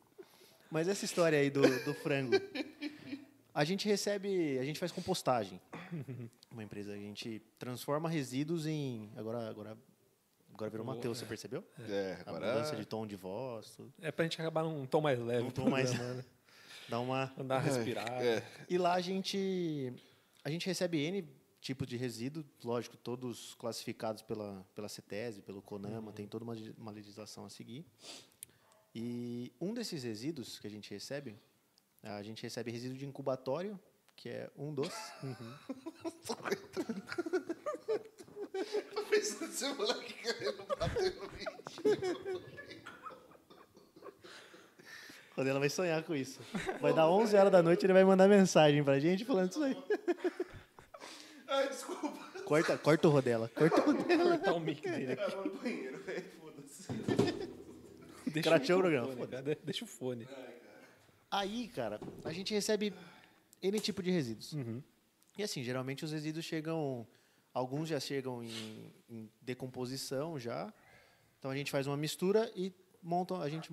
Speaker 3: Mas essa história aí do, do frango. A gente recebe, a gente faz compostagem. Uma empresa, a gente transforma resíduos em. Agora, agora, agora virou
Speaker 2: Boa,
Speaker 3: Matheus, você
Speaker 2: é.
Speaker 3: percebeu?
Speaker 1: É,
Speaker 3: A
Speaker 1: agora.
Speaker 3: mudança de tom de voz, tudo.
Speaker 2: É pra gente acabar num tom mais leve. né,
Speaker 3: Não tô mais. Dá uma.
Speaker 2: Andar respirar.
Speaker 1: É,
Speaker 3: E lá a gente, a gente recebe N tipos de resíduo, lógico, todos classificados pela, pela CETESB, pelo CONAMA, tem toda uma, le- uma legislação a seguir. E um desses resíduos que a gente recebe, a gente recebe resíduo de incubatório, que é um dos.
Speaker 1: Tô pensando nesse moleque querendo bater no vídeo.
Speaker 3: Quando ela vai sonhar com isso. Vai dar 11 horas da noite, ele vai mandar mensagem pra gente falando isso aí.
Speaker 1: Ai, desculpa.
Speaker 3: Corta, corta o rodela. Corta o rodela.
Speaker 2: Cortar o mic dele.
Speaker 1: Cara, no banheiro, velho. Foda-se.
Speaker 2: Deixa
Speaker 3: Crateou o
Speaker 2: fone,
Speaker 3: um programa,
Speaker 2: cara. De- Deixa o fone.
Speaker 3: Aí, cara, a gente recebe N tipo de resíduos. E assim, geralmente os resíduos chegam. Alguns já chegam em, em decomposição já. Então a gente faz uma mistura e monta, a gente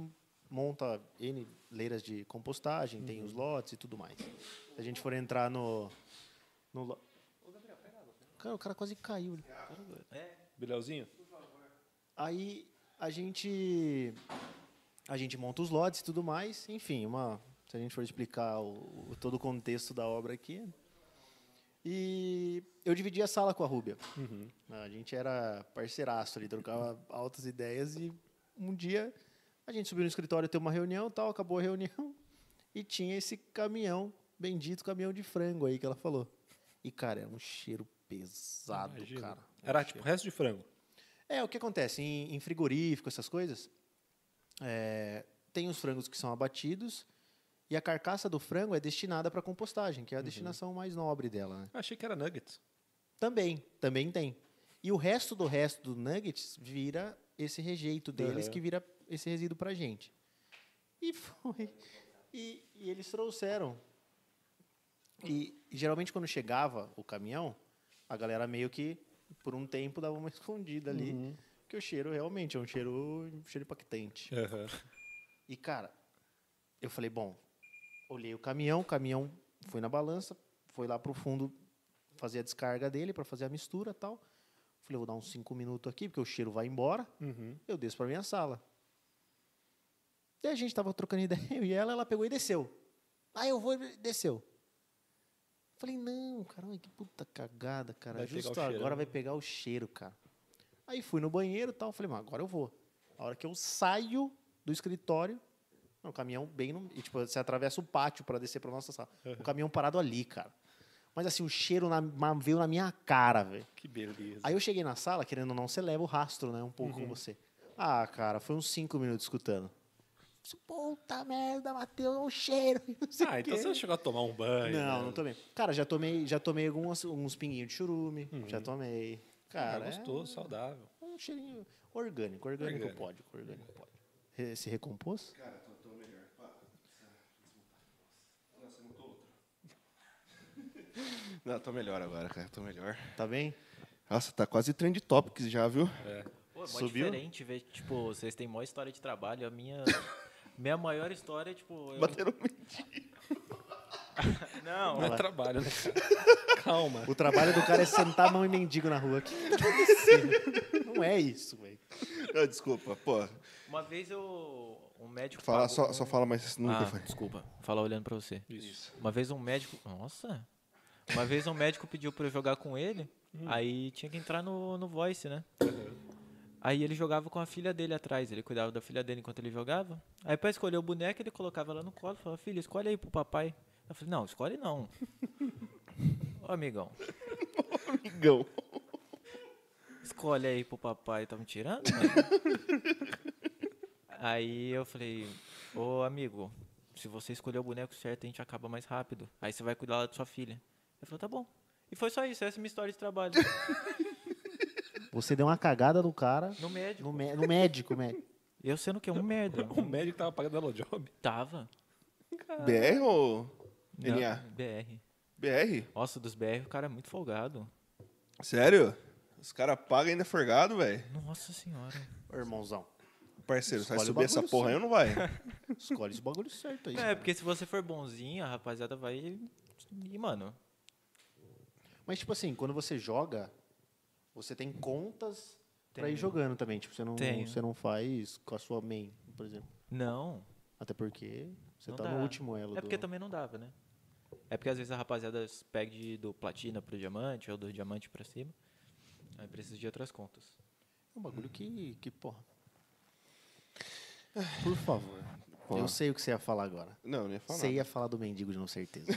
Speaker 3: monta N leiras de compostagem, tem os lotes e tudo mais. Se a gente for entrar no. no lo- Cara, o cara quase caiu. né?
Speaker 2: Bilhãozinho?
Speaker 3: Aí a gente a gente monta os lotes e tudo mais, enfim, uma se a gente for explicar o, o- todo o contexto da obra aqui. E eu dividi a sala com a Rúbia. A gente era parceiraço ali, trocava altas ideias e um dia a gente subiu no escritório ter uma reunião, e tal, acabou a reunião e tinha esse caminhão, bendito caminhão de frango aí que ela falou. E cara, é um cheiro pesado,
Speaker 2: Imagino.
Speaker 3: cara.
Speaker 2: Era tipo resto de frango.
Speaker 3: É, o que acontece? Em, em frigorífico, essas coisas, é, tem os frangos que são abatidos e a carcaça do frango é destinada para compostagem, que é a destinação mais nobre dela. Né?
Speaker 2: Achei que era nuggets.
Speaker 3: Também, também tem. E o resto do resto do nuggets vira esse rejeito deles,
Speaker 2: Aham.
Speaker 3: que vira esse resíduo pra gente. E foi. E, e eles trouxeram. E geralmente quando chegava o caminhão, a galera meio que, por um tempo, dava uma escondida ali. Porque o cheiro realmente é um cheiro, um cheiro impactante. E, cara, eu falei, bom, olhei o caminhão, o caminhão foi na balança, foi lá pro fundo fazer a descarga dele para fazer a mistura e tal. Falei, vou dar uns cinco minutos aqui, porque o cheiro vai embora.
Speaker 2: Uhum.
Speaker 3: Eu desço pra minha sala. E a gente tava trocando ideia, eu e ela, ela pegou e desceu. Ah, eu vou e desceu. Falei, não, caramba, que puta cagada, cara.
Speaker 2: Vai pegar o
Speaker 3: Justo
Speaker 2: cheirão,
Speaker 3: agora vai
Speaker 2: né?
Speaker 3: pegar o cheiro, cara. Aí fui no banheiro e tal. Falei, mas agora eu vou. A hora que eu saio do escritório, não, o caminhão bem no. E, tipo, você atravessa o pátio para descer pra nossa sala. O caminhão parado ali, cara. Mas assim, o cheiro na- ma- veio na minha cara, velho.
Speaker 2: Que beleza.
Speaker 3: Aí eu cheguei na sala, querendo ou não, você leva o rastro, né? Um
Speaker 2: Uhum.
Speaker 3: pouco com você. Ah, cara, foi uns cinco minutos escutando. Puta merda, Matheus, olha o cheiro. Não sei
Speaker 2: ah,
Speaker 3: o
Speaker 2: então
Speaker 3: quê.
Speaker 2: você não chegou a tomar um banho.
Speaker 3: Não,
Speaker 2: né?
Speaker 3: não tomei. Cara, já tomei, já tomei alguns, alguns pinguinhos de churume. Já tomei.
Speaker 2: Uhum.
Speaker 3: Cara,
Speaker 2: Ah, gostoso, saudável.
Speaker 3: é um cheirinho orgânico, orgânico
Speaker 2: Orgânico.
Speaker 3: pode, orgânico pode. Re- Se recompôs?
Speaker 5: Cara, tô, tô melhor. Pá. Nossa, eu não tô outro.
Speaker 1: Não, tô melhor agora, cara. Tô melhor.
Speaker 3: Tá bem?
Speaker 1: Nossa, tá quase trend topics já, viu?
Speaker 2: É.
Speaker 4: Pô, é mó
Speaker 1: Subiu?
Speaker 4: diferente ver, tipo, vocês têm maior história de trabalho. A minha. Minha maior história é, tipo. eu-
Speaker 1: Bateram
Speaker 4: Não,
Speaker 2: Não é trabalho, né? Calma.
Speaker 3: O trabalho do cara é sentar a mão e mendigo na rua. O que que tá acontecendo? Não é isso, velho.
Speaker 1: Não, Ah, desculpa, pô.
Speaker 4: uma vez eu. Um médico.
Speaker 1: Fala,
Speaker 4: pagou
Speaker 1: só,
Speaker 4: um-
Speaker 1: só fala mais no
Speaker 4: Ah,
Speaker 1: microfone.
Speaker 4: desculpa. Falar olhando pra você.
Speaker 2: Isso.
Speaker 4: Uma vez um médico. Nossa! Uma vez um médico pediu pra eu jogar com ele, aí tinha que entrar no, no voice, né? Aí ele jogava com a filha dele atrás, ele cuidava da filha dele enquanto ele jogava. Aí pra escolher o boneco, ele colocava ela no colo e falava, filha, escolhe aí pro papai. Eu falei, não, escolhe não. Ô amigão,
Speaker 1: Amigão.
Speaker 4: escolhe aí pro papai, tá me tirando? mano?" aí eu falei, ô amigo, se você escolher o boneco certo, a gente acaba mais rápido. Aí você vai cuidar lá da sua filha. Ele falou, tá bom. E foi só isso, essa é a minha história de trabalho.
Speaker 3: Você deu uma cagada no cara,
Speaker 4: No médico.
Speaker 3: no, mé- no médico, médico.
Speaker 4: Eu sendo que é um merda.
Speaker 2: O médico tava pagando hello job.
Speaker 4: Tava.
Speaker 1: BR ou
Speaker 4: Não,
Speaker 1: NA?
Speaker 4: BR.
Speaker 1: BR?
Speaker 4: Nossa, dos BR o cara é muito folgado.
Speaker 1: Sério? Os caras pagam ainda forgado, velho.
Speaker 4: Nossa senhora.
Speaker 3: Ô, irmãozão,
Speaker 1: Parceiro, vai
Speaker 3: Escolhe o
Speaker 1: subir essa
Speaker 3: bagulho,
Speaker 1: porra aí ou não vai?
Speaker 3: escolhe esse bagulho certo aí.
Speaker 4: É, porque se você for bonzinho, a rapaziada vai. E, mano,
Speaker 3: Mas, tipo assim, quando você joga, você tem contas pra ir
Speaker 4: Tenho.
Speaker 3: jogando também. Tipo, você não,
Speaker 4: Tenho.
Speaker 3: você não faz com a sua main, por exemplo.
Speaker 4: não.
Speaker 3: Até porque você
Speaker 4: Não
Speaker 3: tá
Speaker 4: dá.
Speaker 3: no último elo
Speaker 4: É porque
Speaker 3: do...
Speaker 4: também não dava, né? É porque às vezes a rapaziada pega de- do platina pro diamante ou do diamante pra cima. Aí precisa de outras contas.
Speaker 3: É um bagulho que, que porra. Por favor. Eu sei o que você ia falar agora.
Speaker 1: Não, não ia falar.
Speaker 3: Você ia falar do mendigo de não certeza.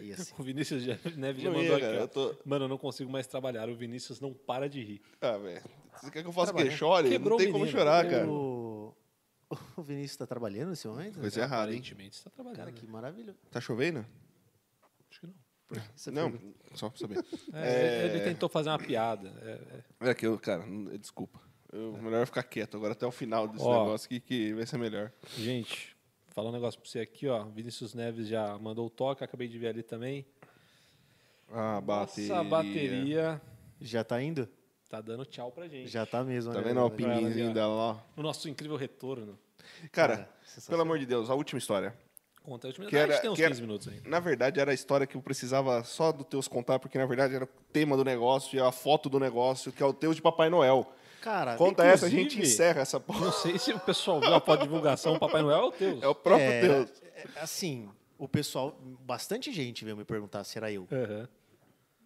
Speaker 3: ia ser.
Speaker 2: O Vinícius já- Neves já
Speaker 1: Não
Speaker 2: mandou
Speaker 1: ia, cara,
Speaker 2: aqui. ó.
Speaker 1: eu
Speaker 2: Mano, eu não consigo mais trabalhar. O Vinícius não para de rir.
Speaker 1: Ah, velho. Você quer que eu faça o quê?
Speaker 3: Trabalhar.
Speaker 1: Chore?
Speaker 2: Quebrou o
Speaker 1: não tem como
Speaker 2: menino.
Speaker 1: chorar, Ah, cara.
Speaker 3: o... o Vinícius tá trabalhando nesse momento?
Speaker 1: Coisa errada, hein?
Speaker 2: Aparentemente você tá trabalhando.
Speaker 3: Cara, que maravilha.
Speaker 1: Tá chovendo?
Speaker 2: Acho que não.
Speaker 3: Você
Speaker 1: não,
Speaker 3: foi-
Speaker 1: só pra saber.
Speaker 2: É, Ele tentou fazer uma piada. É, é.
Speaker 1: É que eu, cara, n- desculpa. Eu, melhor eu ficar quieto agora até o final desse
Speaker 2: Ó.
Speaker 1: negócio aqui, que vai ser melhor.
Speaker 2: Gente, falar um negócio pra você aqui, ó. Vinícius Neves já mandou o toque, acabei de ver ali também.
Speaker 1: Ah, bateria.
Speaker 2: Nossa, a bateria
Speaker 3: Já tá indo?
Speaker 2: tá dando tchau pra gente.
Speaker 3: Já tá mesmo.
Speaker 1: Tá
Speaker 3: né?
Speaker 1: vendo ó, o pinguinzinho dela lá?
Speaker 2: O nosso incrível retorno.
Speaker 1: Cara, pelo
Speaker 3: É, sensacional.
Speaker 1: amor de Deus, a última história.
Speaker 2: Conta a última.
Speaker 1: Que
Speaker 2: Ah, a
Speaker 1: era-
Speaker 2: gente tem uns
Speaker 1: que era-
Speaker 2: 15 minutos ainda.
Speaker 1: Na verdade, era a história que eu precisava só do Teus contar, porque na verdade era o tema do negócio e a foto do negócio, que é o Teus de Papai Noel.
Speaker 3: Cara,
Speaker 1: Conta
Speaker 2: inclusive-
Speaker 1: essa, a gente encerra essa porra.
Speaker 2: Não sei se o pessoal viu a foto de divulgação, Papai Noel é o teu.
Speaker 1: É o próprio
Speaker 3: é,
Speaker 1: Teus.
Speaker 3: é, assim, o pessoal, bastante gente veio me perguntar se era eu.
Speaker 2: Aham.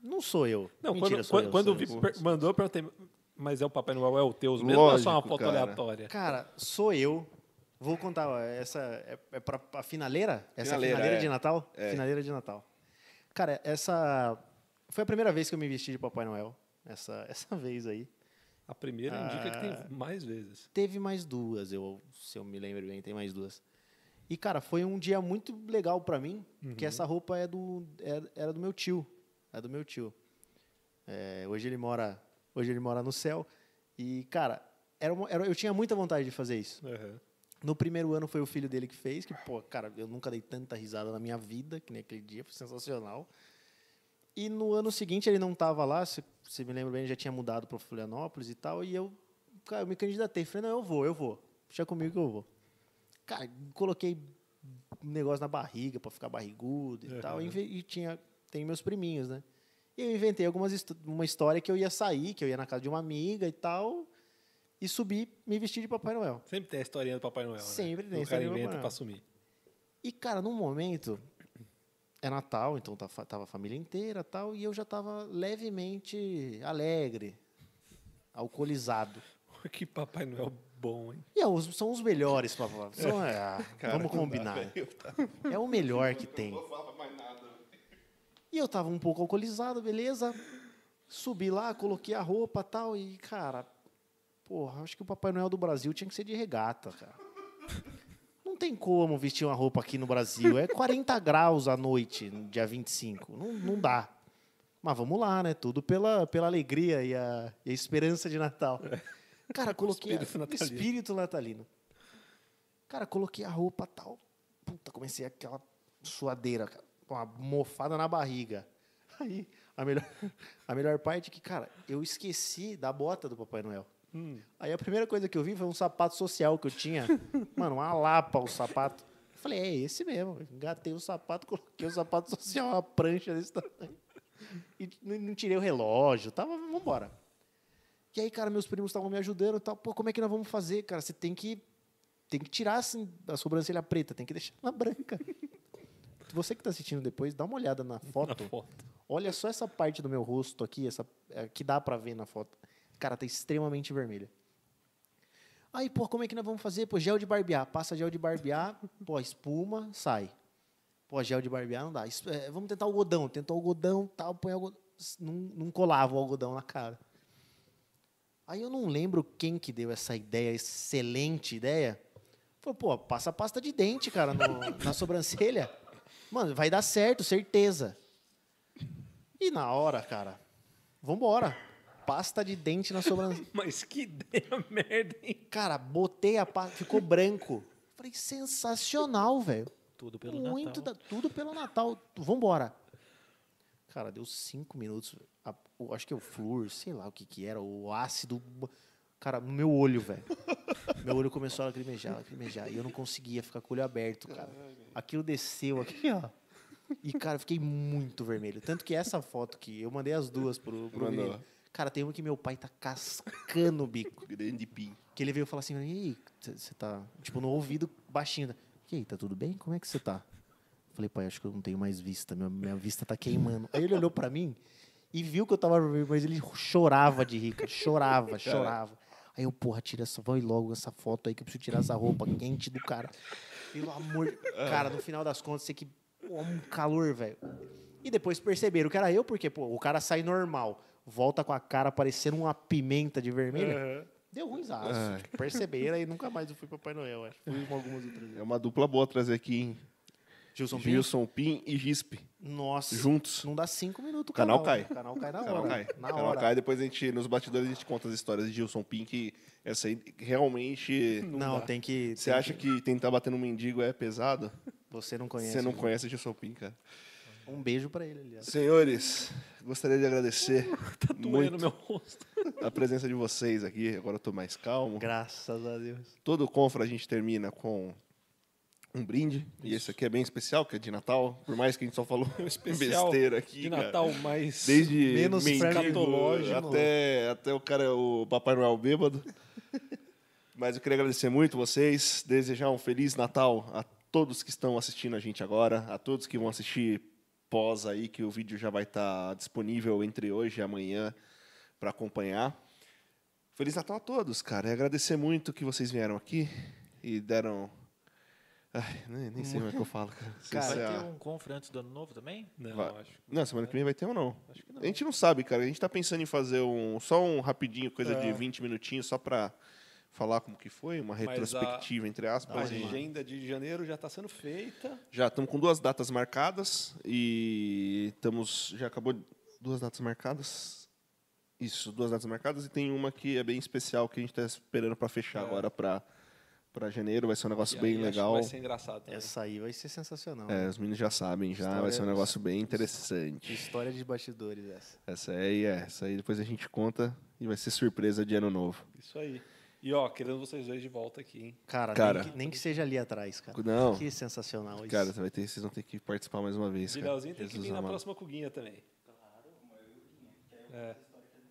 Speaker 3: Não sou eu.
Speaker 2: Não,
Speaker 3: Mentira,
Speaker 2: quando,
Speaker 3: sou
Speaker 2: quando,
Speaker 3: eu.
Speaker 2: quando
Speaker 3: sou
Speaker 2: o
Speaker 3: eu,
Speaker 2: Vipo
Speaker 3: sou
Speaker 2: per-
Speaker 3: eu.
Speaker 2: mandou, eu perguntei, mas é o Papai Noel, é o teu mesmo? ou é só uma
Speaker 1: Lógico,
Speaker 2: foto
Speaker 1: cara.
Speaker 2: aleatória?
Speaker 3: Cara, sou eu. Vou contar, ó, essa é, é pra a finaleira? Essa é a
Speaker 1: Finaleira,
Speaker 3: finaleira
Speaker 1: é.
Speaker 3: de Natal?
Speaker 1: É.
Speaker 3: Finaleira de Natal. Cara, essa foi a primeira vez que eu me vesti de Papai Noel. Essa, essa vez aí.
Speaker 2: A primeira indica que
Speaker 3: Ah.
Speaker 2: tem mais vezes.
Speaker 3: Teve mais duas, eu, se eu me lembro bem, tem mais duas. E, cara, foi um dia muito legal pra mim, porque essa roupa é do, é- era do meu tio. É do meu tio. É, hoje, ele mora, hoje ele mora no céu. E, cara, era uma- era- eu tinha muita vontade de fazer isso.
Speaker 2: Aham.
Speaker 3: No primeiro ano foi o filho dele que fez, que, pô, cara, eu nunca dei tanta risada na minha vida, que nem aquele dia, foi sensacional. E no ano seguinte ele não tava lá, se, se me lembro bem, ele já tinha mudado para Florianópolis e tal, e eu, cara, eu me candidatei, falei, não, eu vou, eu vou, deixa comigo que eu vou. Cara, coloquei um negócio na barriga para ficar barrigudo e
Speaker 2: Uhum.
Speaker 3: tal, e, inve- e tinha, tem meus priminhos, né? E eu inventei algumas histó- uma história que eu ia sair, que eu ia na casa de uma amiga e tal, e subi me vestir de Papai Noel.
Speaker 2: Sempre tem a historinha do Papai Noel, né?
Speaker 3: Sempre tem
Speaker 2: O cara
Speaker 3: a historinha do
Speaker 2: inventa
Speaker 3: Papai Noel.
Speaker 2: pra sumir.
Speaker 3: E, cara, num momento, é Natal, então tá fa- tava a família inteira tal, e eu já tava levemente alegre, alcoolizado.
Speaker 2: Que Papai Noel bom, hein?
Speaker 3: E é, os- são os melhores, pra falar. São, é, ah, vamos combinar. é o melhor que tem.
Speaker 5: Não falava mais nada.
Speaker 3: E eu tava um pouco alcoolizado, beleza? Subi lá, coloquei a roupa tal, e, cara, porra, acho que o Papai Noel do Brasil tinha que ser de regata, cara. Não tem como vestir uma roupa aqui no Brasil. É 40 graus à noite, no dia 25. Não, não dá. Mas vamos lá, né? Tudo pela, pela alegria e a, e a esperança de Natal. Cara, coloquei.
Speaker 2: É. espírito
Speaker 3: a- o
Speaker 2: natalino.
Speaker 3: espírito natalino. Cara, coloquei a roupa tal. Puta, comecei aquela suadeira, cara, com uma mofada na barriga. Aí, a melhor, a melhor parte é que, cara, eu esqueci da bota do Papai Noel. Aí a primeira coisa que eu vi foi um sapato social que eu tinha. Mano, uma lapa o sapato. Eu Falei, é esse mesmo. Engatei o sapato, coloquei o sapato social, uma prancha desse tamanho. E não não tirei o relógio, tava, vambora. E aí, cara, meus primos estavam me ajudando e tal. Pô, como é que nós vamos fazer, cara? Você tem que, tem que tirar assim, a sobrancelha preta, tem que deixar ela branca. Você que tá assistindo depois, dá uma olhada na
Speaker 2: Na
Speaker 3: foto.
Speaker 2: foto.
Speaker 3: Olha só essa parte do meu rosto aqui, essa é, que dá pra ver na foto. Cara, tá extremamente vermelha. Aí, pô, como é que nós vamos fazer? Pô, gel de barbear. Passa gel de barbear, pô, espuma, sai. Pô, gel de barbear não dá. Es- é, vamos tentar algodão. Tentou algodão, tal, põe algodão. Não, não colava o algodão na cara. Aí eu não lembro quem que deu essa ideia, excelente ideia. Falou, pô, passa pasta de dente, cara, no- na sobrancelha. Mano, vai dar certo, certeza. E na hora, cara, vambora. Pasta de dente na sobrancelha.
Speaker 2: Mas que ideia merda, hein?
Speaker 3: Cara, botei a pasta, ficou branco. Falei, sensacional, velho.
Speaker 4: Tudo pelo
Speaker 3: Muito
Speaker 4: Natal.
Speaker 3: da- tudo pelo Natal. Vambora. Cara, deu cinco minutos. A- o- acho que é o flúor, sei lá o que que era, o ácido. Cara, no meu olho, velho. Meu olho começou a lacrimejar, lacrimejar. E eu não conseguia ficar com o olho aberto, cara. Aquilo desceu aqui, ó. E, cara, eu fiquei muito vermelho. Tanto que essa foto que eu mandei as duas pro, pro
Speaker 1: Mandou.
Speaker 3: menino. Cara, tem uma que meu pai tá cascando o bico.
Speaker 1: Grande pin.
Speaker 3: Que ele veio falar assim, e aí, você tá, tipo, no ouvido baixinho. E aí, tá tudo bem? Como é que você tá? Eu Falei, pai, acho que eu não tenho mais vista, minha, minha vista tá queimando. Aí ele olhou pra mim e viu que eu tava vermelho, mas ele chorava de rica, chorava, chorava. Aí eu, porra, tira essa, vai logo essa foto aí que eu preciso tirar essa roupa quente do cara. Pelo amor de... Cara, no final das contas, sei que... Pô, um calor, velho. E depois perceberam que era eu, porque, pô, o cara sai normal, volta com a cara parecendo uma pimenta de vermelho. Deu ruim
Speaker 1: Ai.
Speaker 3: tipo, perceberam e nunca mais eu fui Papai Noel, acho. Fui em algumas outras
Speaker 1: É uma dupla boa trazer aqui, hein?
Speaker 3: Gilson Pinto?
Speaker 1: Gilson Pin e Gispe.
Speaker 3: Nossa.
Speaker 1: Juntos.
Speaker 3: Não dá cinco minutos o
Speaker 1: Canal
Speaker 3: canal.
Speaker 1: cai.
Speaker 3: O canal cai na
Speaker 1: O
Speaker 3: hora.
Speaker 1: canal cai. O
Speaker 3: Na
Speaker 1: canal
Speaker 3: hora.
Speaker 1: cai, depois a gente, nos bastidores, a gente conta as histórias de Gilson Pin, que essa aí realmente.
Speaker 3: Não, tem que...
Speaker 1: Você
Speaker 3: tem
Speaker 1: acha que tentar bater num mendigo é pesado?
Speaker 3: Você não conhece.
Speaker 1: Você não
Speaker 3: né?
Speaker 1: conhece Gilson Pin, cara.
Speaker 3: Um beijo pra ele, aliás.
Speaker 1: Senhores, gostaria de agradecer
Speaker 2: Tá doendo
Speaker 1: muito
Speaker 2: meu rosto.
Speaker 1: a presença de vocês aqui. Agora eu tô mais calmo.
Speaker 3: Graças a Deus.
Speaker 1: Todo confra a gente termina com um brinde. E esse aqui é bem especial, que é de Natal. Por mais que a gente só falou
Speaker 2: É um especial
Speaker 1: besteira aqui.
Speaker 2: de
Speaker 1: cara.
Speaker 2: Natal mais...
Speaker 1: Desde
Speaker 3: Menos
Speaker 1: mendigo
Speaker 3: escatológico.
Speaker 1: até, até o cara, o Papai Noel bêbado. Mas eu queria agradecer muito vocês, desejar um feliz Natal a todos que estão assistindo a gente agora, a todos que vão assistir pós aí, que o vídeo já vai estar disponível entre hoje e amanhã para acompanhar. Feliz Natal a todos, cara. E agradecer muito que vocês vieram aqui e deram. Ai, nem, nem sei como é que eu falo, cara.
Speaker 3: Cara,
Speaker 4: Vai
Speaker 1: Isso é
Speaker 4: ter
Speaker 1: a-
Speaker 4: um confra antes do ano novo também?
Speaker 2: Não,
Speaker 1: Vai.
Speaker 2: acho.
Speaker 1: não, semana que vem vai ter ou não? A gente não sabe, cara. A gente tá pensando em fazer um só um rapidinho, coisa de 20 minutinhos, só pra falar como que foi, uma
Speaker 2: a-
Speaker 1: retrospectiva, entre
Speaker 2: A
Speaker 1: aspas. e-
Speaker 2: agenda de janeiro já está sendo feita.
Speaker 1: Já estamos com duas datas marcadas e estamos. Já acabou. Duas datas marcadas? Isso, duas datas marcadas e tem uma que é bem especial que a gente tá esperando pra fechar agora pra, pra janeiro. Vai ser um negócio
Speaker 2: É. E
Speaker 1: bem
Speaker 2: aí acho que
Speaker 1: legal.
Speaker 2: Vai ser engraçado. também.
Speaker 3: Essa aí vai ser sensacional.
Speaker 1: É, os meninos já sabem, já. vai ser um
Speaker 3: Histórias-
Speaker 1: negócio bem interessante.
Speaker 3: História de bastidores essa.
Speaker 1: Essa aí é, essa aí depois a gente conta e vai ser surpresa de ano novo.
Speaker 2: Isso aí. E ó, querendo vocês dois de volta aqui, hein?
Speaker 3: Cara,
Speaker 1: Cara.
Speaker 3: Nem, que, nem que seja ali atrás, cara.
Speaker 1: Não.
Speaker 3: Que sensacional isso.
Speaker 1: Cara, você vai ter, vocês vão ter que é participar mais uma vez. cara.
Speaker 2: Vidalzinho tem que
Speaker 1: Jesus
Speaker 2: vir na
Speaker 1: amado.
Speaker 2: próxima Cuguinha também. Claro, mas É.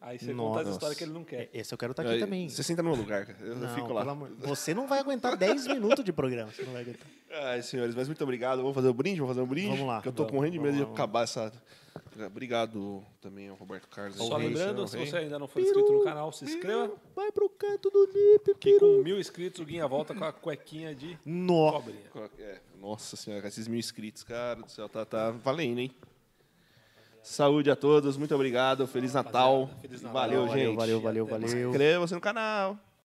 Speaker 2: Aí você
Speaker 3: Nossa.
Speaker 2: conta as histórias que ele não
Speaker 1: É,
Speaker 2: quer.
Speaker 3: É, Esse eu quero estar Tá aqui
Speaker 1: Aí,
Speaker 3: também.
Speaker 1: Você senta no meu lugar, cara. Eu
Speaker 3: Não,
Speaker 1: fico lá.
Speaker 3: pelo amor- Você não vai aguentar 10 minutos de programa. Você não vai aguentar.
Speaker 1: Ai, senhores, mas muito obrigado. Vamos fazer o brinde? Vamos fazer um brinde?
Speaker 3: Vamos lá.
Speaker 1: Que eu tô
Speaker 3: Vamos,
Speaker 1: correndo de medo
Speaker 3: vamos
Speaker 1: de
Speaker 3: lá, vamos.
Speaker 1: acabar essa. Obrigado também ao Roberto Carlos.
Speaker 2: Só
Speaker 1: ao é rei,
Speaker 2: lembrando,
Speaker 1: ao
Speaker 2: se
Speaker 1: rei.
Speaker 2: você ainda não for inscrito no canal, se inscreva.
Speaker 3: Vai pro canto do Nip,
Speaker 2: Que
Speaker 3: peru.
Speaker 2: com mil inscritos o Guinha volta com a cuequinha de
Speaker 3: Nó.
Speaker 2: cobrinha.
Speaker 1: É, nossa senhora, com esses mil inscritos, cara do céu, tá, tá valendo, hein? Saúde a todos, muito obrigado. Feliz Natal.
Speaker 2: Feliz
Speaker 1: E
Speaker 2: Natal.
Speaker 1: Valeu,
Speaker 3: Valeu,
Speaker 1: gente.
Speaker 3: valeu, valeu,
Speaker 2: Até mais.
Speaker 3: valeu.
Speaker 1: Inscreva-se no canal.